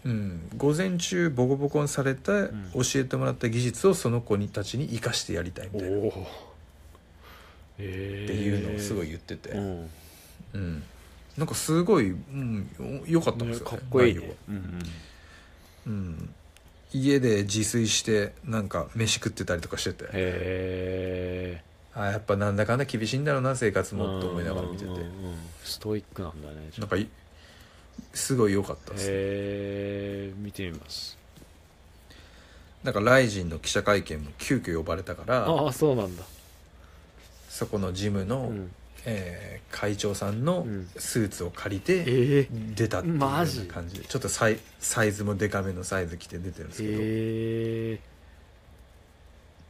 Speaker 1: うん、午前中ボコボコにされた
Speaker 2: ん
Speaker 1: 教えてもらった技術をその子にたちに生かしてやりたいみたいなっ
Speaker 2: おおえ
Speaker 1: て
Speaker 2: え
Speaker 1: いうのをすご
Speaker 2: い
Speaker 1: い言ってて、
Speaker 2: うん
Speaker 1: うん、なんかすごい、うん、よ良かったんですよ、
Speaker 2: かっこい
Speaker 1: 内
Speaker 2: い
Speaker 1: 容は
Speaker 2: ねうん
Speaker 1: うん、家で自炊してなんか飯食ってたりとかしてて
Speaker 2: へえ
Speaker 1: あやっぱなんだかんだ厳しいんだろうな生活もって思いながら見てて
Speaker 2: うんうんうんストイックなんだね
Speaker 1: なんかいすごい良かったです
Speaker 2: へえ見てみます
Speaker 1: なんかライジンの記者会見も急遽呼ばれたから
Speaker 2: ああそうなんだ
Speaker 1: そこのジムの、
Speaker 2: うん
Speaker 1: えー会長さんの
Speaker 2: うん
Speaker 1: スーツを借りて
Speaker 2: ええ
Speaker 1: 出たっていうよう
Speaker 2: マ
Speaker 1: な
Speaker 2: ジ
Speaker 1: 感じでちょっとサイサイズもデカめのサイズ着て出てるんですけど、
Speaker 2: へえ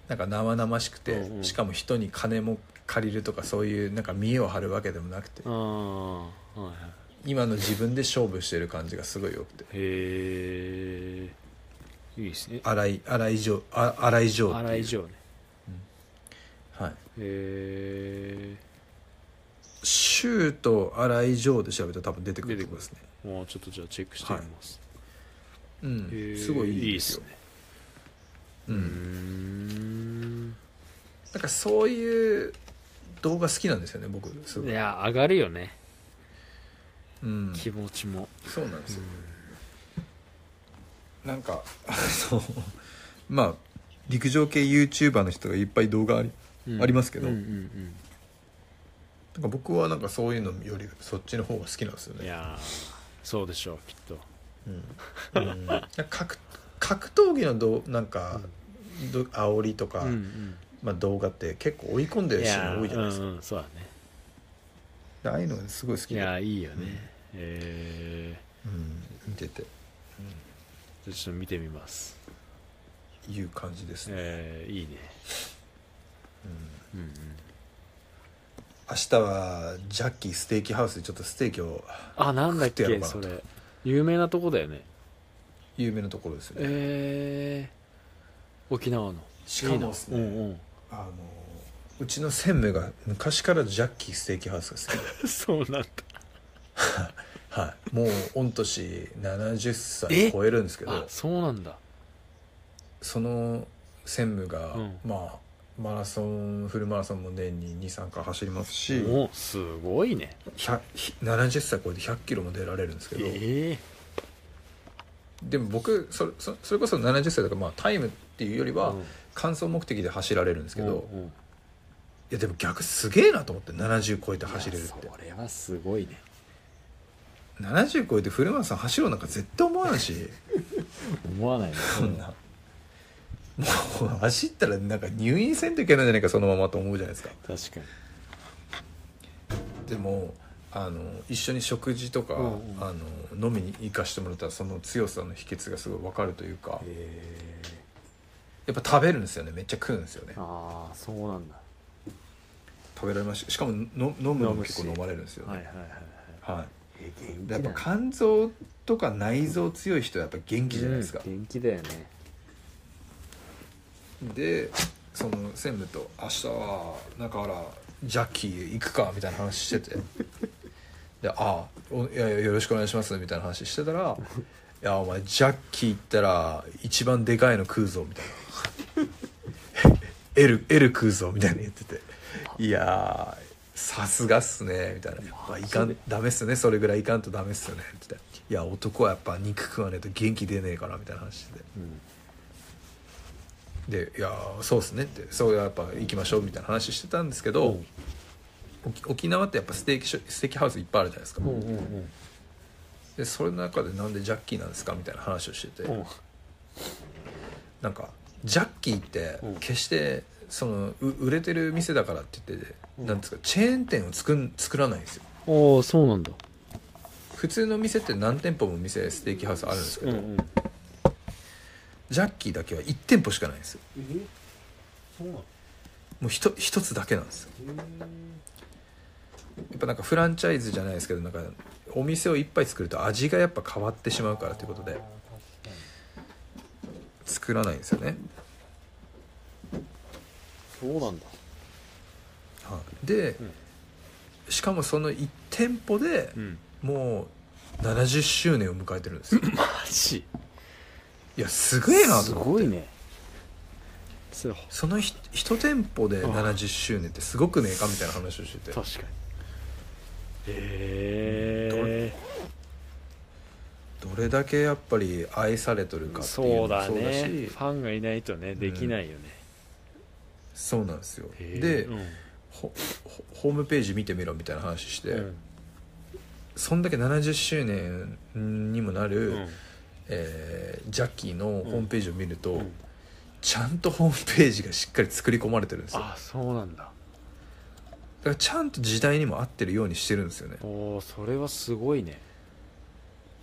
Speaker 1: なんか生々しくて、
Speaker 2: うんうん
Speaker 1: しかも人に金も借りるとかそういうなんか見栄を張るわけでもなくて
Speaker 2: ああはいはい
Speaker 1: 今の自分で勝負してる感じがすごい良くて
Speaker 2: へえいいですね
Speaker 1: 荒い荒い上あ荒い上
Speaker 2: 洗い上ね
Speaker 1: はい
Speaker 2: へ
Speaker 1: シュート荒い上で調べたら多分出てくると思いますね
Speaker 2: えもうちょっとじゃあチェックしてみます、
Speaker 1: う
Speaker 2: へ
Speaker 1: ん
Speaker 2: え
Speaker 1: すごいいい
Speaker 2: いい
Speaker 1: で
Speaker 2: っ
Speaker 1: す
Speaker 2: す
Speaker 1: よ
Speaker 2: ね
Speaker 1: う
Speaker 2: うんん
Speaker 1: なんかそういう動画好きなんですよね僕すご
Speaker 2: い
Speaker 1: い、
Speaker 2: や上がるよね
Speaker 1: うん、
Speaker 2: 気持ちも
Speaker 1: そうなんですよ、なんか そうまあ陸上系 YouTuber の人がいっぱい動画あり,、ありますけど、
Speaker 2: うんうん
Speaker 1: なんか僕はなんかそういうのよりそっちの方が好きなんですよ
Speaker 2: うんい
Speaker 1: ね、
Speaker 2: やーそうでしょうきっと
Speaker 1: うんうんなんか 格格闘技のどうなんか、ど煽りとか、
Speaker 2: うん
Speaker 1: まあ、動画って結構追い込んで
Speaker 2: うん
Speaker 1: る
Speaker 2: い
Speaker 1: シーン
Speaker 2: やー
Speaker 1: が多いじゃないですか
Speaker 2: うんうんそうだね
Speaker 1: でああいうのがすごい好
Speaker 2: い
Speaker 1: きで、
Speaker 2: やーいいよねえ
Speaker 1: うん、見てて
Speaker 2: ーちょっと見てみます
Speaker 1: いう感じですね、
Speaker 2: えーいいねうんうん
Speaker 1: 明日はジャッキーステーキハウスでちょっとステーキを
Speaker 2: あなんだっ
Speaker 1: 食ってやろう
Speaker 2: け
Speaker 1: かな
Speaker 2: そ
Speaker 1: と
Speaker 2: れ有名なとこだよね
Speaker 1: 有名なところですよね、
Speaker 2: えー、沖縄の
Speaker 1: しかもです
Speaker 2: う
Speaker 1: ね、
Speaker 2: んうん
Speaker 1: あのうちの専務が昔からジャッキーステーキハウスが好きで
Speaker 2: そうなんだ
Speaker 1: はい、もう御年70歳
Speaker 2: え
Speaker 1: 超えるんですけど
Speaker 2: あそうなんだ
Speaker 1: その専務が、
Speaker 2: うん
Speaker 1: まあマラソンフルマラソンも年に23回走りますし
Speaker 2: おすごいね
Speaker 1: 100 70歳超えて1 0 0キロも出られるんですけど、
Speaker 2: え
Speaker 1: でも僕それそそれこそ70歳だから、まあ、タイムっていうより
Speaker 2: え
Speaker 1: は、完走目的で走られるんですけど、い
Speaker 2: うんうん
Speaker 1: やでも逆すげえなと思って70超えて走れるっ
Speaker 2: い
Speaker 1: て
Speaker 2: やそれはすごいね
Speaker 1: 70超えてフルマラソン走ろうなんか絶対思わない し
Speaker 2: 思わないね
Speaker 1: そんなもう走ったらなんか入院せんといけないんじゃないかそのままと思うじゃないですか
Speaker 2: 確かに
Speaker 1: でもあの一緒に食事とか、
Speaker 2: うんうん
Speaker 1: あの飲みに行かしてもらったらその強さの秘訣がすごい分かるというか
Speaker 2: え
Speaker 1: やっぱ食べるんですよねめっちゃ食うんですよね
Speaker 2: ああそうなんだ
Speaker 1: 食べられましたしかもの飲むのも結構
Speaker 2: 飲むし
Speaker 1: 飲まれるんですよね
Speaker 2: はいはいはいはい
Speaker 1: はい
Speaker 2: え元
Speaker 1: やっぱ肝臓とか内臓強い人はやっぱ元気じゃないですか、
Speaker 2: 元気だよね
Speaker 1: でその専務と「明日は中原ジャッキー行くか」みたいな話してて「でああおいやいやよろしくお願いします」みたいな話してたら「いやお前ジャッキー行ったら一番でかいの食うぞ」みたいな「L, L 食うぞ」みたいな言ってて「いやーさすがっすね」みたいな「やっぱいかんダメっすねそれぐらいいかんとダメっすよね」って言って「いや男はやっぱ肉食わねえと元気出ねえから」みたいな話してて。
Speaker 2: うん
Speaker 1: で「いやーそうですね」って「そうやっぱ行きましょう」みたいな話してたんですけど、沖沖縄ってやっぱステーキショステーキハウスいっぱいあるじゃないですか、
Speaker 2: うんうんうん
Speaker 1: でそれの中で「なんでジャッキーなんですか?」みたいな話をしてて、
Speaker 2: うん
Speaker 1: なんかジャッキーって
Speaker 2: うん
Speaker 1: 決してそのう売れてる店だからって言ってて、
Speaker 2: うん
Speaker 1: なんですかチェーン店を作ん作らないんですよ
Speaker 2: おおそうなんだ
Speaker 1: 普通の店って何店舗も店ステーキハウスあるんですけど、
Speaker 2: うんうん
Speaker 1: ジャッキーだけは1店舗しかないんですよ
Speaker 3: えそうなの
Speaker 1: もうひと一つだけなんですよやっぱなんかフランチャイズじゃないですけどなんかお店をいっぱい作ると味がやっぱ変わってしまうからということで作らないんですよね、
Speaker 2: そうなんだ
Speaker 1: はい、で
Speaker 2: うん
Speaker 1: しかもその1店舗で
Speaker 2: うん
Speaker 1: もう70周年を迎えてるん ですよ
Speaker 2: マジ
Speaker 1: いやすげえな
Speaker 2: す
Speaker 1: と
Speaker 2: ごいねそう
Speaker 1: そのひ1店舗で70周年ってすごくねえかみたいな話をしてて
Speaker 2: 確かにえ
Speaker 1: どれだけやっぱり愛されとる
Speaker 2: え
Speaker 1: かっていうの
Speaker 2: そう
Speaker 1: も
Speaker 2: だ
Speaker 1: そうだし
Speaker 2: ねファンがいないとねできないよね、
Speaker 1: そうなんですよ
Speaker 2: へえ
Speaker 1: で、
Speaker 2: うん
Speaker 1: ほほホームページ見てみろみたいな話して、
Speaker 2: うん
Speaker 1: そんだけ70周年にもなる、
Speaker 2: うん
Speaker 1: えージャッキーのホームページを見ると、
Speaker 2: うん
Speaker 1: ちゃんとホームページがしっかり作り込まれてるんですよだ
Speaker 2: あそうなんだ
Speaker 1: からちゃんと時代にも合ってるようにしてるんですよね
Speaker 2: おおそれはすごいね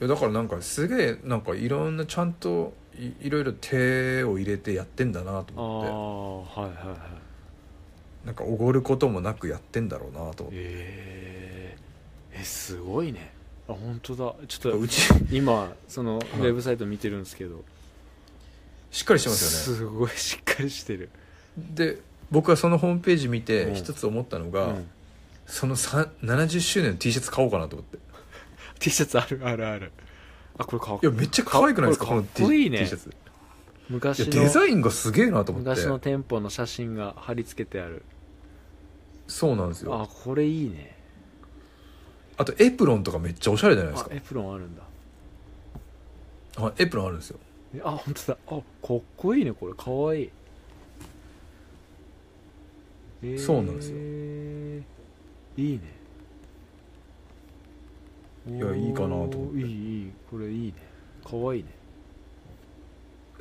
Speaker 1: いやだからなんかすげえなんかいろんなちゃんといいろいろ手を入れてやってんだなと
Speaker 2: あ
Speaker 1: 思っ
Speaker 2: あはいはいは
Speaker 1: て
Speaker 2: い
Speaker 1: なんかおごることもなくやってんだろうなと思って
Speaker 2: えー、えすごいねあ本当だちょっと
Speaker 1: うち
Speaker 2: 今そのウェブサイト見てるんですけど、
Speaker 1: しっかりしてますよね
Speaker 2: すごいしっかりしてる、
Speaker 1: で僕はそのホームページ見
Speaker 2: うん
Speaker 1: て一つ思ったの
Speaker 2: う
Speaker 1: が、
Speaker 2: ん、
Speaker 1: そのさ70周年の T シャツ買おうかなと思って
Speaker 2: T シャツあるあるあるあこれかわ
Speaker 1: いやめっちゃ可愛くないですか
Speaker 2: これ
Speaker 1: の T,
Speaker 2: かっこいいね
Speaker 1: T シャツいや
Speaker 2: 昔
Speaker 1: デ
Speaker 2: の
Speaker 1: ザインがすげえなと思って
Speaker 2: 昔の店舗の写真が貼り付けてある
Speaker 1: そうなんですよ
Speaker 2: あこれいいね
Speaker 1: あとエプロンとかめっちゃおしゃれじゃないです
Speaker 2: あ
Speaker 1: か
Speaker 2: エプロンあるんだ
Speaker 1: あエプロンあるんですよ
Speaker 2: えあ本当だあかっこいいねこれかわいい、えー
Speaker 1: そうなんですよ
Speaker 2: いいね
Speaker 1: や
Speaker 2: おー
Speaker 1: いいかなと思って
Speaker 2: いいいいこれいいねかわいいね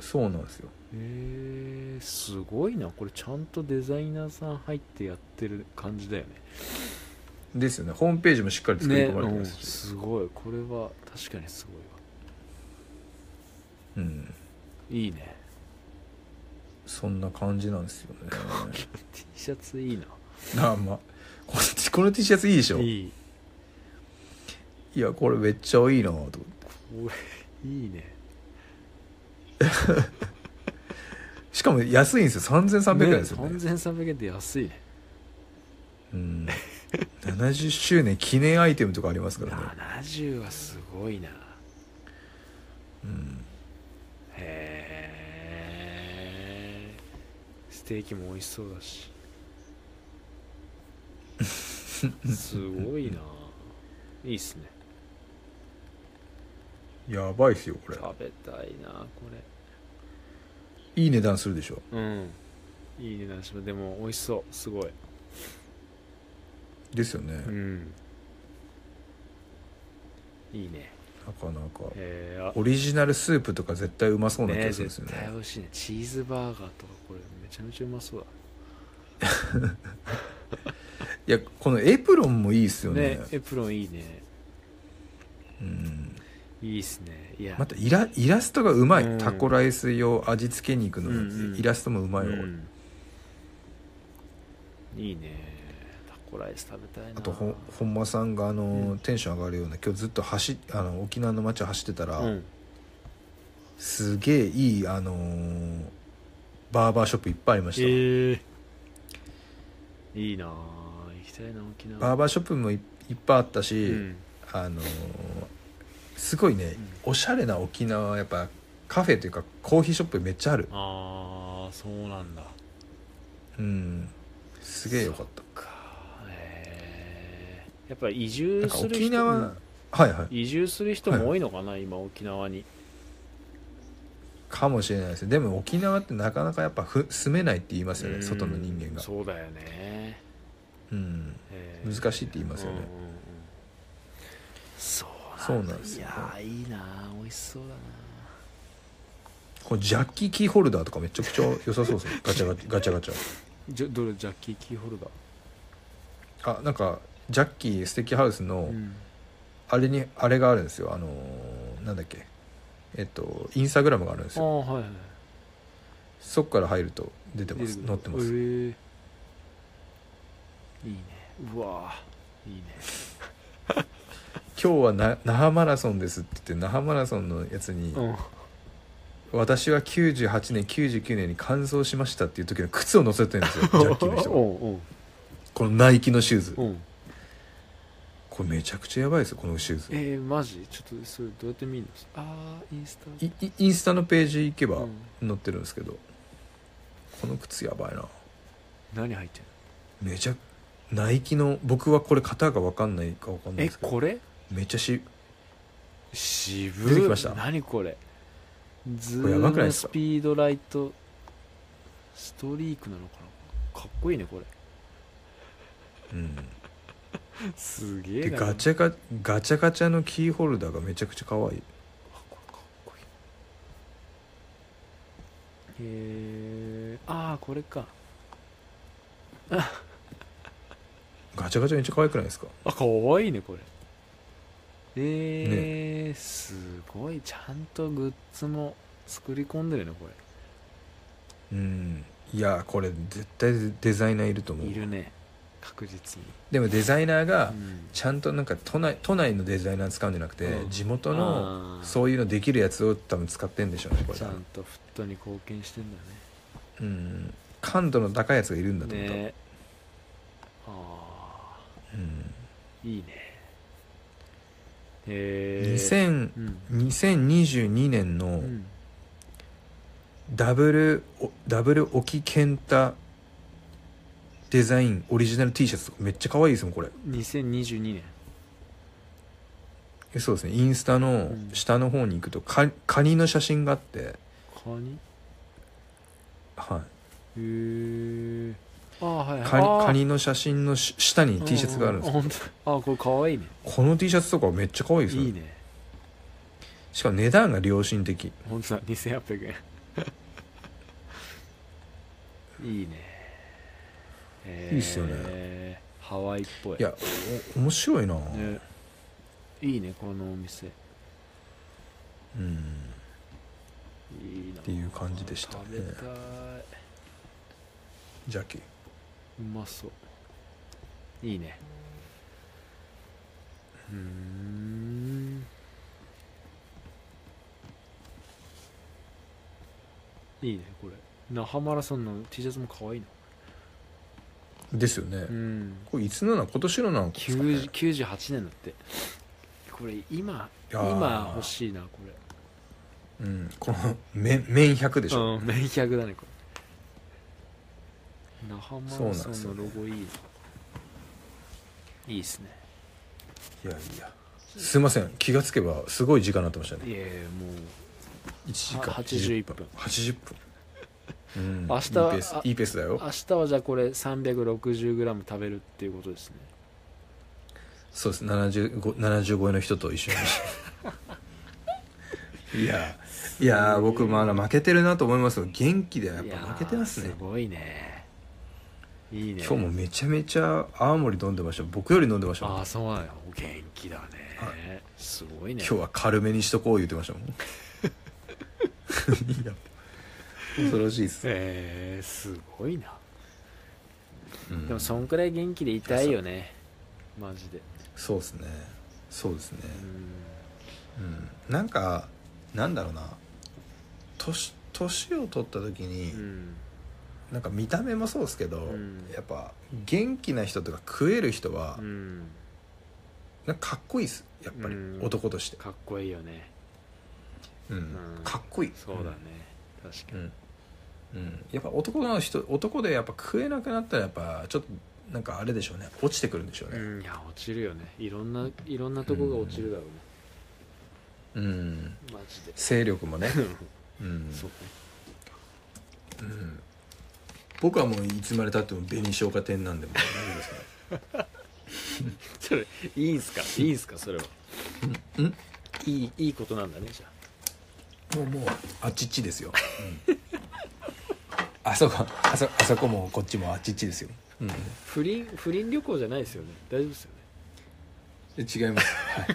Speaker 1: そうなんですよ
Speaker 2: えー、すごいなこれちゃんとデザイナーさん入ってやってる感じだよね
Speaker 1: ですよねホームページもしっかり作り
Speaker 2: ね
Speaker 1: 込まれて
Speaker 2: うん、
Speaker 1: ますし、
Speaker 2: すごいこれは確かにすごいわ
Speaker 1: うん
Speaker 2: いいね
Speaker 1: そんな感じなんですよ ね
Speaker 2: T シャツいいな
Speaker 1: なあまあこのこの T シャツいいでしょい
Speaker 2: いい
Speaker 1: やこれめっちゃいいなと思って
Speaker 2: これいいね
Speaker 1: しかも安いんですよ3300円ですよね
Speaker 2: ね3300円って安いね
Speaker 1: うん70周年記念アイテムとかありますからね
Speaker 2: 70はすごいなへえステーキも美味しそうだしすごいないいっすね
Speaker 1: やばいっすよこれ
Speaker 2: 食べたいなこれ
Speaker 1: いい値段するでしょ
Speaker 2: うんいい値段しますでも美味しそうすごい
Speaker 1: ですよね
Speaker 2: う、んいいね
Speaker 1: なかなか
Speaker 2: えー、あ
Speaker 1: オリジナルスープとか絶対うまそうな気
Speaker 2: ね
Speaker 1: がするんです
Speaker 2: 絶
Speaker 1: よね
Speaker 2: 対美味しいねチーズバーガーとかこれめちゃめちゃうまそう
Speaker 1: いやこのエプロンもいいっす
Speaker 2: だ
Speaker 1: よ
Speaker 2: ね
Speaker 1: ね
Speaker 2: エプロンいいね
Speaker 1: うん、
Speaker 2: いいっすねいや
Speaker 1: またイライラストがうまい、
Speaker 2: うん
Speaker 1: タコライス用味付け肉の
Speaker 2: うんうん
Speaker 1: イラストもうまいよ、
Speaker 2: うんいいねタコライス食べたいな
Speaker 1: あとほ本間さんがあの、
Speaker 2: うん
Speaker 1: テンション上がるような今日ずっと走あの沖縄の街走ってたら、
Speaker 2: うん
Speaker 1: すげえいい、あのーバーバーショップいっぱいありました、
Speaker 2: ええいいなあ行きたいな沖縄
Speaker 1: バーバーショップもいいっぱいあったし、
Speaker 2: うん
Speaker 1: あのーすごいね、おしゃれな沖縄はやっぱカフェというかコーヒーショップめっちゃある
Speaker 2: ああそうなんだ
Speaker 1: うんすげえよかった
Speaker 2: かええやっぱり移住
Speaker 1: なんか
Speaker 2: する人
Speaker 1: 沖縄、
Speaker 2: うん
Speaker 1: はいはい
Speaker 2: 移住する人も多いのかな、今沖縄に
Speaker 1: かもしれないですでも沖縄ってなかなかやっぱふ住めないって言いますよ
Speaker 2: う
Speaker 1: ね
Speaker 2: ん
Speaker 1: 外の人間が
Speaker 2: そうだよね、
Speaker 1: うん
Speaker 2: ええ
Speaker 1: 難しいって言いますよね
Speaker 2: うんうんうんそう
Speaker 1: そうなんですよ
Speaker 2: いやーいいなあ美味しそうだな
Speaker 1: このジャッキーキーホルダーとかめちゃくちゃ良さそう ですよガチャガチャガチャガチャ
Speaker 2: じゃどれジャッキーキーホルダー、
Speaker 1: あなんかジャッキーステーキハウスの
Speaker 2: うん
Speaker 1: あれにあれがあるんですよあのーなんだっけえっとインスタグラムがあるんです
Speaker 2: あ
Speaker 1: よ
Speaker 2: あはいはい
Speaker 1: そこから入ると出てます
Speaker 2: 出くる
Speaker 1: 載ってま
Speaker 2: へ
Speaker 1: す
Speaker 2: ーいいねうわーいい ね
Speaker 1: 今日はな那覇マラソンですって言って那覇マラソンのやつに
Speaker 2: うん
Speaker 1: 私は98年99年に完走しましたっていう時の靴を載せてるんです よジャッキーの人が
Speaker 2: うん
Speaker 1: このナイキのシューズ
Speaker 2: うんうん
Speaker 1: これめちゃくちゃやばいですよこのシューズ
Speaker 2: えー、マジちょっとそれどうやって見るのああインスタ
Speaker 1: いいインスタのページ行けば
Speaker 2: うん
Speaker 1: 載ってるんですけど、この靴やばいな
Speaker 2: 何入ってんの
Speaker 1: めちゃナイキの僕はこれ型が分かんないか分かんない
Speaker 2: え
Speaker 1: ですけど
Speaker 2: これ
Speaker 1: めっちゃし
Speaker 2: 渋
Speaker 1: 出てきました
Speaker 2: 何これズ
Speaker 1: これやば
Speaker 2: ー
Speaker 1: くない
Speaker 2: ム
Speaker 1: です
Speaker 2: ス
Speaker 1: か
Speaker 2: ピードライトストリークなのかなかっこいいねこれ
Speaker 1: うん
Speaker 2: すげ
Speaker 1: で
Speaker 2: えな
Speaker 1: ガチャガガチャガチャのキーホルダーがめちゃくちゃ可愛い
Speaker 2: あこれかっこいいへえああこれか
Speaker 1: ガチャガチャめっちゃ可愛くないですか
Speaker 2: あかわいいねこれえーすごいちゃんとグッズも作り込んでるねこ
Speaker 1: うんいやこれ絶対デザイナーいると思
Speaker 2: れ
Speaker 1: う
Speaker 2: いるね確実に
Speaker 1: でもデザイナーが
Speaker 2: うん
Speaker 1: ちゃんとなんか都内都内のデザイナー使うんじゃなくて、
Speaker 2: うん
Speaker 1: 地元の
Speaker 2: あー
Speaker 1: そういうのできるやつを多分使ってんでしょうねこれ
Speaker 2: ちゃんとフットに貢献してんだね
Speaker 1: うん感度の高いやつがいるんだと思った、
Speaker 2: ねあ
Speaker 1: うん
Speaker 2: あいいねへえ
Speaker 1: 2000
Speaker 2: うん
Speaker 1: 2022年
Speaker 2: う
Speaker 1: の
Speaker 2: ん
Speaker 1: ダブル、おダブル沖健太デザインオリジナル T シャツとかめっちゃ可愛いですもんこれ
Speaker 2: 2022年
Speaker 1: えそうですねインスタの
Speaker 2: うん
Speaker 1: 下の方に行くとカカニの写真があって
Speaker 2: カニ
Speaker 1: はい
Speaker 2: へえああはいはい
Speaker 1: カニ
Speaker 2: あー
Speaker 1: カニの写真のし下に T シャツがあるんですよ
Speaker 2: ううう本当あこれかわいいね
Speaker 1: この T シャツとかめっちゃ可愛いですよ
Speaker 2: いいね
Speaker 1: しかも値段が良心的
Speaker 2: 本当だ2800円 いいね
Speaker 1: いいっすよね
Speaker 2: ねハワイっぽい
Speaker 1: いやお面白いな、
Speaker 2: ねいいねこのお店い
Speaker 1: うん
Speaker 2: いな
Speaker 1: っていう感じでしたね
Speaker 2: 食べたい
Speaker 1: ジャッキー
Speaker 2: うまそういいねうーんいいねこれ那覇マラソンの T シャツも可愛いな
Speaker 1: ですよね、
Speaker 2: うん
Speaker 1: これいつのなの今年のなんですか、ね、
Speaker 2: 90 98年だってこれ今
Speaker 1: やー
Speaker 2: 今欲しいなこれ
Speaker 1: うん、この麺麺100でしょ、
Speaker 2: うんメイキャグだねこれ那覇マラ
Speaker 1: そうなんです
Speaker 2: ソ
Speaker 1: よ
Speaker 2: ンの
Speaker 1: ね
Speaker 2: ロゴいいな、いいっすね
Speaker 1: いやいやすいません気がつけばすごい時間になってましたね
Speaker 2: いやいやもう
Speaker 1: 1時間
Speaker 2: は81分
Speaker 1: 80分うん
Speaker 2: 明日はい
Speaker 1: いペースいいペースだよ
Speaker 2: 明日はじゃあこれ 360g 食べるっていうことですね
Speaker 1: そうです70 75円の人と一緒 にいやいやー僕まだ負けてるなと思いますが元気でやっ
Speaker 2: いや
Speaker 1: ぱ
Speaker 2: ー
Speaker 1: 負けてますね
Speaker 2: すごいねいいね
Speaker 1: 今日もめちゃめちゃ青森飲んでました僕より飲んでましたもん
Speaker 2: ああ
Speaker 1: 今
Speaker 2: そうなんやお元気だね、すごいね
Speaker 1: 日は軽めにしとこう言ってま したもんいや恐ろしいです、
Speaker 2: えー、すごいな
Speaker 1: うん
Speaker 2: でもそんくらい元気でいたいよねマジで
Speaker 1: そうですねそうですね、
Speaker 2: うん
Speaker 1: うん、なんかなんだろうな年年を取った時に、
Speaker 2: うん
Speaker 1: なんか見た目もそうですけど、
Speaker 2: うん
Speaker 1: やっぱ元気な人とか食える人は、
Speaker 2: うん
Speaker 1: なんかかっこいいですやっぱり、
Speaker 2: うん
Speaker 1: 男として、
Speaker 2: かっこいいよね
Speaker 1: うん
Speaker 2: うん
Speaker 1: かっこいい
Speaker 2: そうだね、確か
Speaker 1: う
Speaker 2: に、
Speaker 1: ん、うん、やっぱ男の人男でやっぱ食えなくなったらやっぱちょっとなんかあれでしょうね落ちてくるんでしょうね
Speaker 2: うん、いや落ちるよねいろんないろんなとこが落ちるだろうね、
Speaker 1: うん、
Speaker 2: マジで
Speaker 1: 勢力もね、うん
Speaker 2: そ
Speaker 1: う
Speaker 2: うね
Speaker 1: ん僕はもういつまでたっても紅生姜店なんでもう大丈夫ですから
Speaker 2: それいいんすかいいんすかそれは
Speaker 1: うんうん
Speaker 2: いいいいことなんだねじゃあ
Speaker 1: もうもうあっちっちですよ、あそこあそあそこもこっちもあっちっちですよ、うん、
Speaker 2: 不倫不倫旅行じゃないですよね大丈夫ですよね
Speaker 1: 違います、は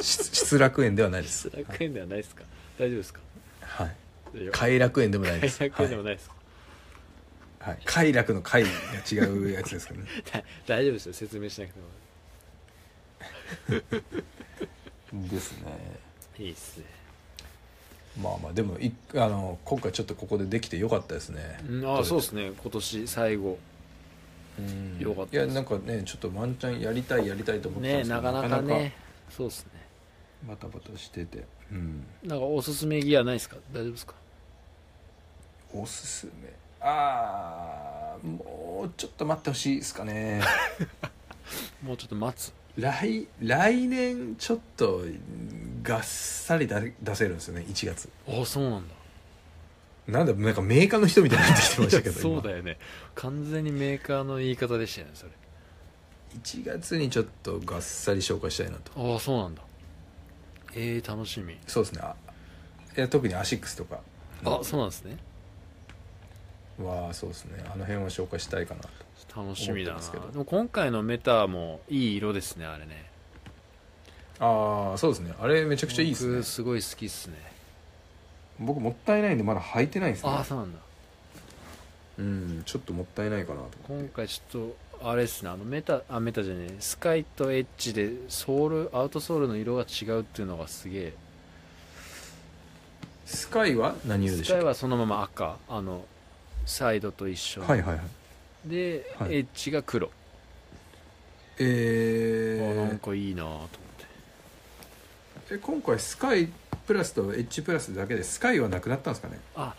Speaker 1: い、し失楽園ではないです
Speaker 2: 失楽園ではないですか大丈夫ですか
Speaker 1: はい
Speaker 2: いや
Speaker 1: 快楽園でもないです
Speaker 2: 快楽園でも
Speaker 1: はい
Speaker 2: ないですか、
Speaker 1: はい、快楽の快が違うやつですけどね
Speaker 2: だ大丈夫ですよ説明しなくても
Speaker 1: ですね
Speaker 2: いいっすね
Speaker 1: まあまあでもいあの今回ちょっとここでできてよかったですね、
Speaker 2: うんああそうですね今年最後
Speaker 1: うん
Speaker 2: よかった
Speaker 1: い
Speaker 2: です
Speaker 1: やなんかねちょっとワンチャンやりたいやりたいと思ってたん
Speaker 2: ね
Speaker 1: ですけ
Speaker 2: な
Speaker 1: ど
Speaker 2: かなかねそうですね
Speaker 1: バタバタしててうん
Speaker 2: なんかおすすめギアないですか大丈夫ですか
Speaker 1: おすすめああもうちょっと待ってほしいですかね
Speaker 2: もうちょっと待つ
Speaker 1: 来来年ちょっとうんがっさりだ出せるんですよね1月
Speaker 2: ああそうなんだ
Speaker 1: なんだなんかメーカーの人みたいになってきてましたけど
Speaker 2: そうだよね完全にメーカーの言い方でしたよねそれ
Speaker 1: 今1月にちょっとがっさり紹介したいなと
Speaker 2: ああそうなんだえー、楽しみ
Speaker 1: そうですねあいや特にアシックスとか
Speaker 2: あそうなんですね
Speaker 1: はそうですねあの辺は紹介したいかなと
Speaker 2: 楽しみだ
Speaker 1: 思ってます
Speaker 2: な
Speaker 1: けど
Speaker 2: でも今回のメタもいい色ですねあれね
Speaker 1: ああそうですねあれめちゃくちゃいいですね
Speaker 2: 僕すごい好きっすね
Speaker 1: 僕もったいないんでまだ履いてないんです
Speaker 2: あ
Speaker 1: ね
Speaker 2: あそうなんだ
Speaker 1: うんちょっともったいないかなと思っ
Speaker 2: 今
Speaker 1: て
Speaker 2: 回ちょっとあれっすねあのメタあメタじゃねえスカイとエッジでソールアウトソールの色が違うっていうのがすげえ
Speaker 1: スカイは何色
Speaker 2: ス
Speaker 1: でした
Speaker 2: カ
Speaker 1: っ
Speaker 2: イ
Speaker 1: け
Speaker 2: はそのまま赤あのサイドと一緒に、
Speaker 1: はいはいはい
Speaker 2: で、
Speaker 1: はい
Speaker 2: エッジが黒、あー、なん
Speaker 1: え
Speaker 2: かいいなぁと思って
Speaker 1: ー、え今回スカイプラスとエッジプラスだけでスカイはなくなったんですかね
Speaker 2: あ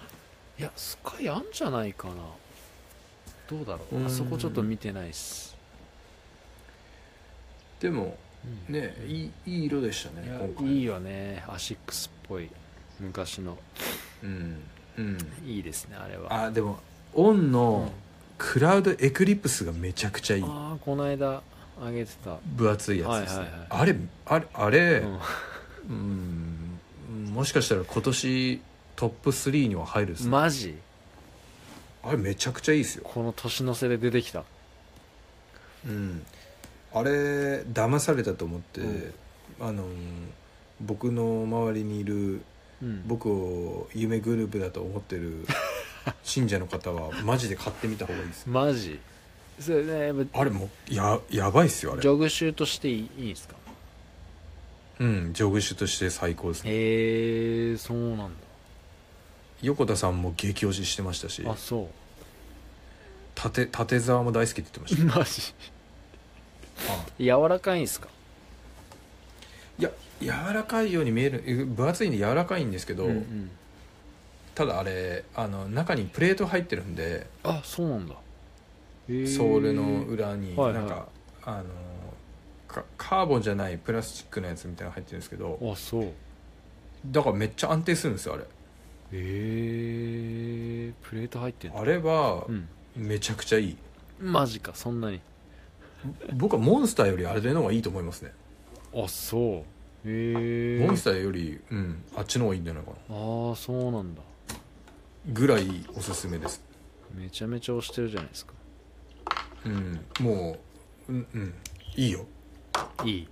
Speaker 2: いやスカイあんじゃないかなどうだろう
Speaker 1: うん
Speaker 2: あそこちょっと見てないっす、
Speaker 1: でも
Speaker 2: うん
Speaker 1: ねいいいい色でした
Speaker 2: い
Speaker 1: ね
Speaker 2: や
Speaker 1: 今回
Speaker 2: いいよねアシックスっぽい昔の
Speaker 1: うん、うん、
Speaker 2: いいですねあれは
Speaker 1: あでもオン
Speaker 2: うん
Speaker 1: のクラウドエクリプスがめちゃくちゃいい
Speaker 2: あーこの間あげてた、
Speaker 1: 分厚いやつですね、
Speaker 2: はいはいはい
Speaker 1: あれあれあれ
Speaker 2: うん
Speaker 1: うん、もしかしたら今年トップ3には入る ですね、
Speaker 2: マジ
Speaker 1: あれめちゃくちゃいいですよ、
Speaker 2: この年の瀬で出てきた
Speaker 1: うん、あれ騙されたと思って、
Speaker 2: うん
Speaker 1: あの僕の周りにいる
Speaker 2: うん
Speaker 1: 僕を夢グループだと思って る信者の方はマジで買ってみた方がいいですよ
Speaker 2: マジそれねやっぱ
Speaker 1: あれもうややばいっすよあ
Speaker 2: ジ
Speaker 1: れ
Speaker 2: ョグシューとしていいいいんすか
Speaker 1: うんジョグシュとして最高ですね
Speaker 2: へえそうなんだ
Speaker 1: 横田さんも激推ししてましたし
Speaker 2: あそう
Speaker 1: 縦縦沢も大好きって言ってまし
Speaker 2: マジ
Speaker 1: た、うん
Speaker 2: 柔らかいんすか
Speaker 1: いや柔らかいように見えるえ分厚いんで柔らかいんですけど、
Speaker 2: うんうん
Speaker 1: ただあれあの中にプレート入ってるんで
Speaker 2: あそうなんだソ
Speaker 1: ソールの裏に
Speaker 2: は
Speaker 1: ない
Speaker 2: はい
Speaker 1: んか、あのかカーボンじゃないプラスチックのやつみたいなの入ってるんですけど
Speaker 2: あそう
Speaker 1: だからめっちゃ安定するんですよあれ
Speaker 2: えー、プレート入ってんだ
Speaker 1: あれは
Speaker 2: うん
Speaker 1: めちゃくちゃいい、
Speaker 2: マジかそんなに
Speaker 1: 僕はモンスターよりあれの方がいいと思いますね、
Speaker 2: あそうええ
Speaker 1: モンスターより、うん、あっちの方がいいんじゃないかな
Speaker 2: ああそうなんだ
Speaker 1: ぐらいおすすめです
Speaker 2: めちゃめちゃ押してるじゃないですか
Speaker 1: うんもううん、うん、いいよ
Speaker 2: いい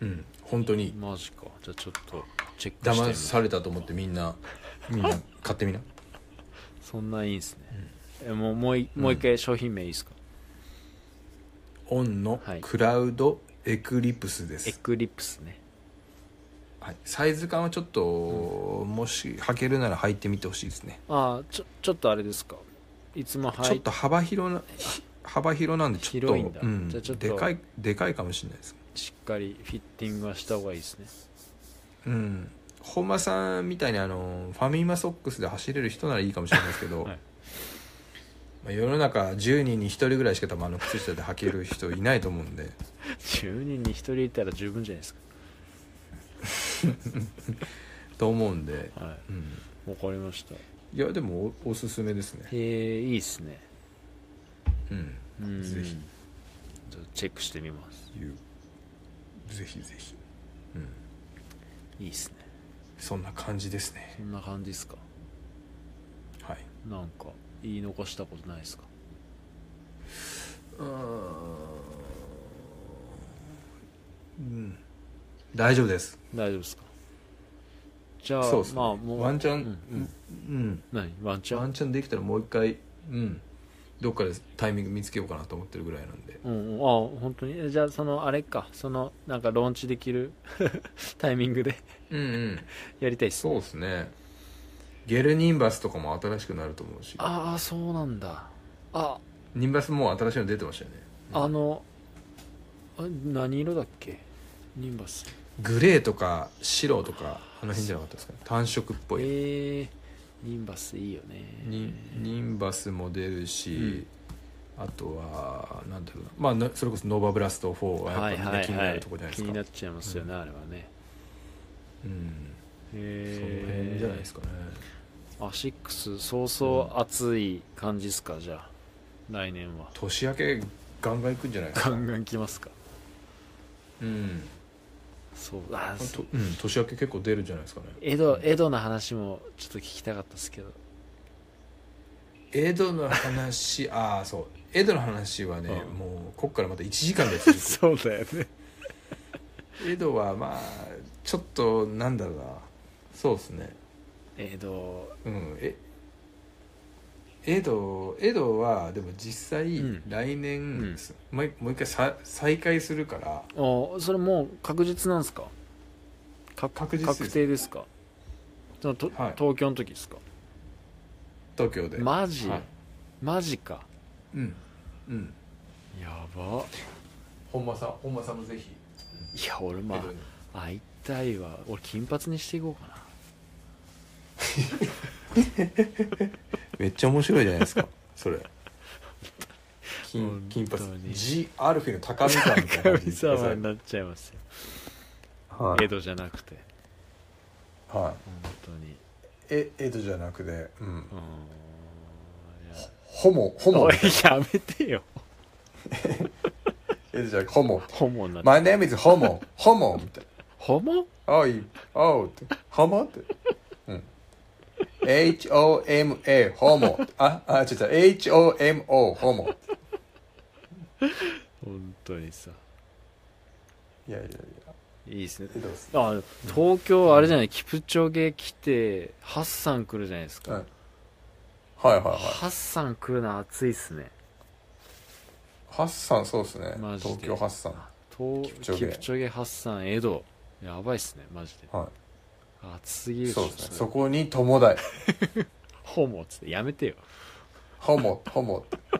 Speaker 1: うん本当にいい
Speaker 2: マジかじゃあちょっとチェックしてみ
Speaker 1: 騙
Speaker 2: る
Speaker 1: されたと思ってみんなみんな買ってみな
Speaker 2: そんないいんすね、えもうもういもう一回商品名いいですか、
Speaker 1: オンの
Speaker 2: はい
Speaker 1: クラウドエクリプスです、
Speaker 2: エクリプスね
Speaker 1: はい、サイズ感はちょっと、もし履けるなら履いてみてほしいですね、
Speaker 2: ああちょちょっとあれですかいつもはい
Speaker 1: ちょっと幅広なひ幅広なんでちょっと
Speaker 2: 広いんだ
Speaker 1: うん、
Speaker 2: じゃあちょっと
Speaker 1: でかいでかいかもしれないです
Speaker 2: しっかりフィッティングはした方がいいですね
Speaker 1: うん本間さんみたいにあのファミマソックスで走れる人ならいいかもしれないですけど、
Speaker 2: はい
Speaker 1: まあ、世の中10人に1人ぐらいしか多分あの靴下で履ける人いないと思うんで
Speaker 2: 10人に1人いたら十分じゃないです
Speaker 1: と思うんで、
Speaker 2: かは
Speaker 1: うん、
Speaker 2: いわかりました
Speaker 1: いやでもおおすすめですね
Speaker 2: えー、いいっすね
Speaker 1: うん
Speaker 2: うん
Speaker 1: ぜひ
Speaker 2: ちょっとチェックしてみます
Speaker 1: いうぜひぜひ、うん、
Speaker 2: いいっすね
Speaker 1: そんな感じですね
Speaker 2: そんな感じですか
Speaker 1: はい
Speaker 2: なんか言い残したことないですか
Speaker 1: うん大丈夫です
Speaker 2: 大丈夫ですかじゃあ
Speaker 1: そうですね
Speaker 2: まあもう
Speaker 1: ワンチャン、
Speaker 2: うんうん
Speaker 1: うん
Speaker 2: 何ワンチャ
Speaker 1: ワ
Speaker 2: ン
Speaker 1: ンチャンできたらもう一回うんどっかでタイミング見つけようかなと思ってるぐらいなんで
Speaker 2: うんうん、あ本当にえじゃあそのあれかそのなんかローンチできる タイミングで
Speaker 1: うんうん
Speaker 2: やりたいっす
Speaker 1: そうですねゲルニンバスとかも新しくなると思うし
Speaker 2: ああそうなんだあ
Speaker 1: ニンバスもう新しいの出てましたよね
Speaker 2: あのあ何色だっけニンバス
Speaker 1: グレーとか白とかあの辺じゃなかったですかね単色っぽい、
Speaker 2: えー、ニンバスいいよね
Speaker 1: ニニンバスも出るし、あとはなんだろうな、まあな、それこそノーバブラスト4は
Speaker 2: は
Speaker 1: や
Speaker 2: い
Speaker 1: っぱみん
Speaker 2: は
Speaker 1: ない気にな
Speaker 2: は
Speaker 1: る
Speaker 2: い
Speaker 1: とこじゃないで
Speaker 2: 気
Speaker 1: すか、
Speaker 2: になっちゃいますよね、あれはね
Speaker 1: うんその辺じゃない
Speaker 2: え
Speaker 1: ですかね、
Speaker 2: ー、アシックスそうそう暑い感じっすかじゃあ来年は
Speaker 1: 年明けガ ンガンいくんじゃないですか
Speaker 2: ガンガン来ますか
Speaker 1: うん
Speaker 2: そうあ
Speaker 1: ほんとうん、年明け結構出るんじゃないですかね
Speaker 2: 江戸江戸の話もちょっと聞きたかったです けど
Speaker 1: 江戸の話ああそう江戸の話はね、
Speaker 2: うん
Speaker 1: もうこっからまた1時間で続 く
Speaker 2: そうだよね
Speaker 1: 江戸はまあちょっとなんだろうなそうですね
Speaker 2: 江戸
Speaker 1: うんえ江戸江戸はでも実際、
Speaker 2: うん
Speaker 1: 来
Speaker 2: うん
Speaker 1: 年、すもう一もう一回さ再開するから
Speaker 2: おそれもう確実なんですかか
Speaker 1: 確実です
Speaker 2: 確定ですかそのと、
Speaker 1: はい
Speaker 2: 東京の時ですか
Speaker 1: 東京で
Speaker 2: マジ、
Speaker 1: はい
Speaker 2: マジか
Speaker 1: うんうん
Speaker 2: やば
Speaker 1: 本間さん本間さんもぜひ
Speaker 2: いや俺
Speaker 1: 江
Speaker 2: ま
Speaker 1: 戸に
Speaker 2: あ会いたいわ俺金髪にしていこうか
Speaker 1: めっちゃ面白いじゃないですか それ
Speaker 2: 本
Speaker 1: 金金
Speaker 2: 当
Speaker 1: 髪
Speaker 2: に
Speaker 1: G アルフィーの高見さんみたい
Speaker 2: な
Speaker 1: な
Speaker 2: 神様になっちゃいますよ
Speaker 1: は
Speaker 2: 江戸じゃなくて
Speaker 1: い、はい、
Speaker 2: 本当に
Speaker 1: え江戸じゃなくて、うん
Speaker 2: う、ーん
Speaker 1: ホモホモ
Speaker 2: おいやめてよ
Speaker 1: 江戸じゃなくホモ
Speaker 2: ホモになって、
Speaker 1: My name is ホモホモみたいな
Speaker 2: ホモ
Speaker 1: おい、おうって、ホモって。うん。H-O-M-A、ホモ。あ、あ、違う違う、H-O-M-O、ホモ。
Speaker 2: 本当にさ
Speaker 1: いやいやいや、
Speaker 2: いいですね
Speaker 1: えどうす
Speaker 2: あ東京あれじゃない、キプチョゲ来てハッサン来るじゃないですか、
Speaker 1: はいはいはいはい。
Speaker 2: ハッサン来るの熱いっすね
Speaker 1: ハッサン、そうですね。
Speaker 2: マジで
Speaker 1: 東京ハッサン。
Speaker 2: 東
Speaker 1: キプ
Speaker 2: キプ
Speaker 1: チョゲ
Speaker 2: チョゲハッサン江戸やばいっすねマジで
Speaker 1: は
Speaker 2: 熱すぎ
Speaker 1: い。
Speaker 2: る
Speaker 1: そうですね。そ
Speaker 2: そ
Speaker 1: こに友大。
Speaker 2: ホモっつってやめてよ
Speaker 1: ホモホモ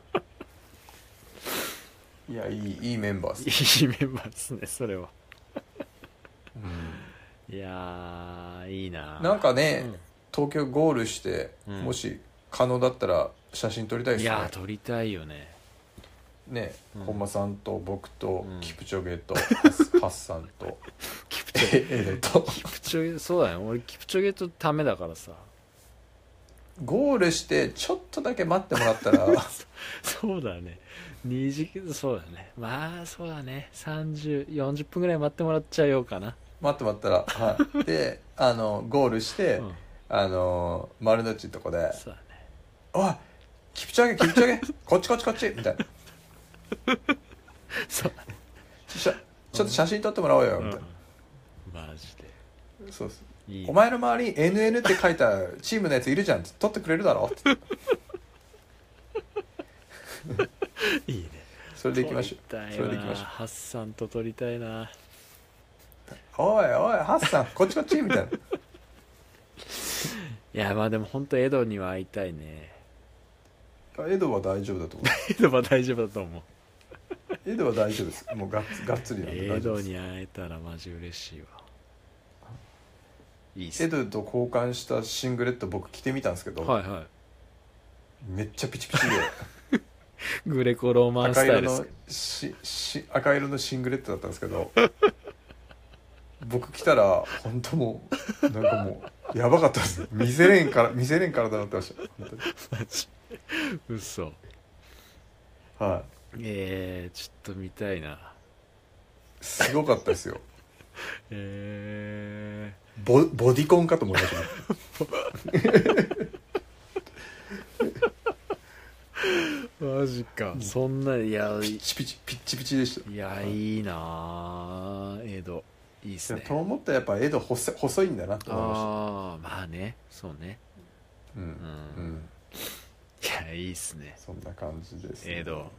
Speaker 1: いやいいいいメンバーっす、
Speaker 2: いいメンバーですねそれは
Speaker 1: うん
Speaker 2: いやーいいな
Speaker 1: なんかね、
Speaker 2: うん
Speaker 1: 東京ゴールして、
Speaker 2: うん
Speaker 1: もし可能だったら写真撮りたいで
Speaker 2: い
Speaker 1: すね
Speaker 2: やー撮りたいよね
Speaker 1: ね、
Speaker 2: うん
Speaker 1: 本間さんと僕と、
Speaker 2: うん
Speaker 1: キプチョゲ とハッハッサンと
Speaker 2: キプチョゲ
Speaker 1: ええと
Speaker 2: キプチョゲそうだね俺キプチョゲとダメだからさ
Speaker 1: ゴールしてちょっとだけ待ってもらった ら
Speaker 2: そうだね2時そうだねまあそうだね3040分ぐらい待ってもらっちゃようかな、
Speaker 1: 待ってもらったら、はい、であのゴールして、
Speaker 2: うん、
Speaker 1: あの丸の内のとこで
Speaker 2: そうだね
Speaker 1: 「おいキプチョゲキプチョゲこっちこっちこっち」みたいな
Speaker 2: そうだね
Speaker 1: しゃちょっと写真撮ってもらおうよみたいな、
Speaker 2: マジで
Speaker 1: そうそう
Speaker 2: いい
Speaker 1: お前の周りに NN って書いたチームのやついるじゃん撮ってくれるだろって
Speaker 2: いいね
Speaker 1: それでいきましょ
Speaker 2: 撮りたいな
Speaker 1: それで行きましょう
Speaker 2: ハッサンと撮りたいな
Speaker 1: うおいおいハッサンこっちこっちみたいない
Speaker 2: やまあでも本当エドには会いたいね
Speaker 1: エドは大丈夫だと思
Speaker 2: エドは大丈夫だと思う
Speaker 1: う エドは大丈夫ですもうがっ つがっつりなんで
Speaker 2: エ
Speaker 1: 大丈夫
Speaker 2: ド
Speaker 1: です
Speaker 2: に会えたらマジ嬉しいわいいっす
Speaker 1: エドと交換したシングレット僕着てみたんですけど、
Speaker 2: はいは
Speaker 1: めっちゃピチピチ で
Speaker 2: いグレコローマンス
Speaker 1: 赤色
Speaker 2: タイルです
Speaker 1: の
Speaker 2: けど
Speaker 1: しし赤色のシングレットだったんですけど僕来たら本当もうなんかもうやばかったです見せれんから見せれん体になってました本当に
Speaker 2: マジ嘘
Speaker 1: は
Speaker 2: えー、ちょっと見たいない
Speaker 1: すごかったですよ
Speaker 2: え
Speaker 1: ボボディコンかと思いましたね
Speaker 2: ー、マジかそんないや
Speaker 1: ピッ
Speaker 2: い
Speaker 1: チピチピッチピチでした
Speaker 2: いやいいなーエドいいっすね
Speaker 1: と思ったらやっぱエド細細いんだなと思いまし
Speaker 2: ああまあねそうね
Speaker 1: たうん
Speaker 2: う、
Speaker 1: うんん
Speaker 2: いやいいっすね
Speaker 1: そんな感じです、
Speaker 2: エド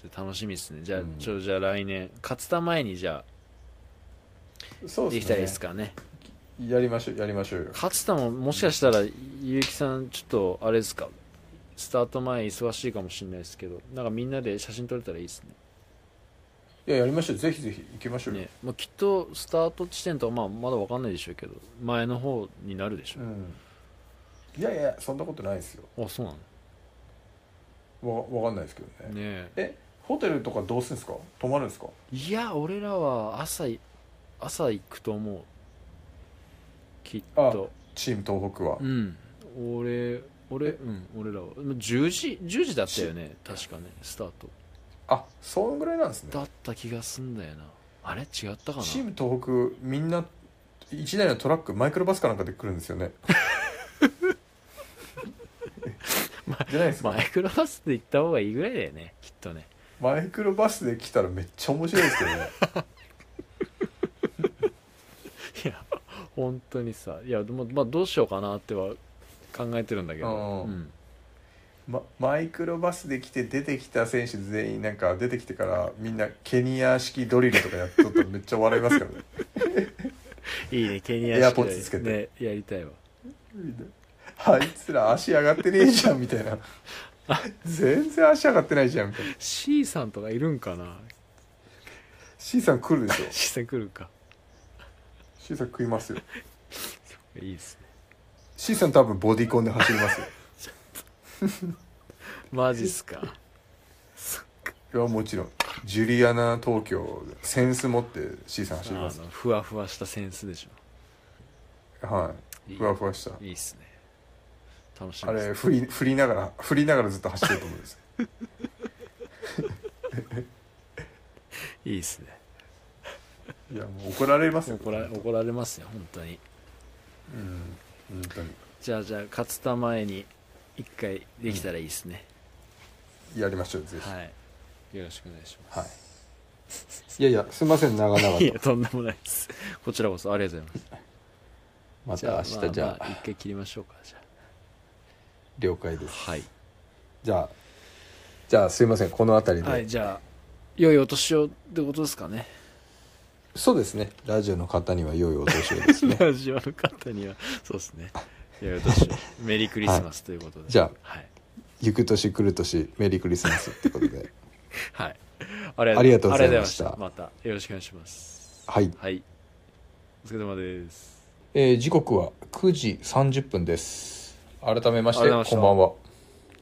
Speaker 2: ちょっと楽しみっすねじゃあ、
Speaker 1: うん
Speaker 2: ちょじゃあ来年勝田前にじゃ
Speaker 1: そ
Speaker 2: あ
Speaker 1: う
Speaker 2: で
Speaker 1: で
Speaker 2: き
Speaker 1: す
Speaker 2: た
Speaker 1: ね
Speaker 2: らいいですかね
Speaker 1: やりましょうやりましょうよ
Speaker 2: 勝田ももしかしたらゆうきさんちょっとあれですかスタート前忙しいかもしれないですけどなんかみんなで写真撮れたらいいですね
Speaker 1: いややりましょうぜひぜひ行きましょうよ、
Speaker 2: ね、まあ、きっとスタート地点とはまあまだ分かんないでしょうけど前の方になるでしょ
Speaker 1: う、んいやいやそんなことないですよ
Speaker 2: あそうな
Speaker 1: わわかんないですけどね
Speaker 2: のねえ
Speaker 1: えホテルとかどうするんですか泊まるんですか
Speaker 2: いや俺らは朝い朝行くと思うきっと
Speaker 1: チーム東北は
Speaker 2: うん俺俺
Speaker 1: え
Speaker 2: うん俺らはもう10時10時だったよね確かねスタート
Speaker 1: あそんぐらいなんですね
Speaker 2: だった気がすんだよなあれ違ったかな
Speaker 1: チーム東北みんな1台のトラックマイクロバスかなんかで来るんですよ ねじゃないですか、
Speaker 2: マイクロバスで行った方がいいぐらいだよねきっとね
Speaker 1: マイクロバスで来たらめっちゃ面白いですけどね
Speaker 2: いや本当にさいやでも、まあ、どうしようかなっては考えてるんだけど、
Speaker 1: う
Speaker 2: うんん、
Speaker 1: まマイクロバスで来て出てきた選手全員なんか出てきてからみんなケニア式ドリルとかやっとったらめっちゃ笑いますから ね
Speaker 2: いいねケニア
Speaker 1: エア
Speaker 2: 式
Speaker 1: ポ
Speaker 2: で
Speaker 1: ッツつけて
Speaker 2: ね、やりたいわ
Speaker 1: みんなあいつら足上がってねえじゃんみたいな全然足上がってないじゃんみたいな
Speaker 2: C さんとかいるんかな
Speaker 1: C さん来るでしょ
Speaker 2: C さん来るか
Speaker 1: C さん食いますよ
Speaker 2: いいですね
Speaker 1: C さん多分ボディコンで走りますよ
Speaker 2: マジっすか
Speaker 1: いやもちろんジュリアナ東京センス持って C さん走
Speaker 2: あ
Speaker 1: り
Speaker 2: の
Speaker 1: ます
Speaker 2: ふわふわしたセンスでし
Speaker 1: はい
Speaker 2: い
Speaker 1: ふわふわした
Speaker 2: ょいいっすね楽し
Speaker 1: あ
Speaker 2: み
Speaker 1: れ
Speaker 2: です
Speaker 1: 振り振りながら振りながらずっと走ってると思うんです
Speaker 2: いいっすね
Speaker 1: いやもう怒られますよ
Speaker 2: 怒ら怒られますよ本当に
Speaker 1: うん本当に
Speaker 2: じゃあじゃあ勝田前に一回できたらいいっすね、
Speaker 1: やりましょうぜひは
Speaker 2: はいよろしくお願いします
Speaker 1: いいやいやすいません長々
Speaker 2: いやとんでもないですこちらこそありがとうございます
Speaker 1: ま
Speaker 2: ままあ一回切りましょうかじゃ
Speaker 1: 了解で
Speaker 2: あはい、
Speaker 1: じゃあじゃあすいませんこの辺
Speaker 2: はい、じゃあ良いお年をってことですかね
Speaker 1: そうですねラジオの方には良いお年を ですね
Speaker 2: ラジオの方にはそうですね良いお年をメリークリスマスということで、
Speaker 1: じゃあ
Speaker 2: はい
Speaker 1: 行く年来る年メリークリスマスってことで
Speaker 2: はい。あり
Speaker 1: ありがとうございました
Speaker 2: ありがとうございましたまたよろしくお願いします。
Speaker 1: はい、
Speaker 2: はい。お疲れ様です。
Speaker 1: えー時刻は9時30分です改めまし
Speaker 2: あ
Speaker 1: て
Speaker 2: りがとうございました
Speaker 1: こんばんは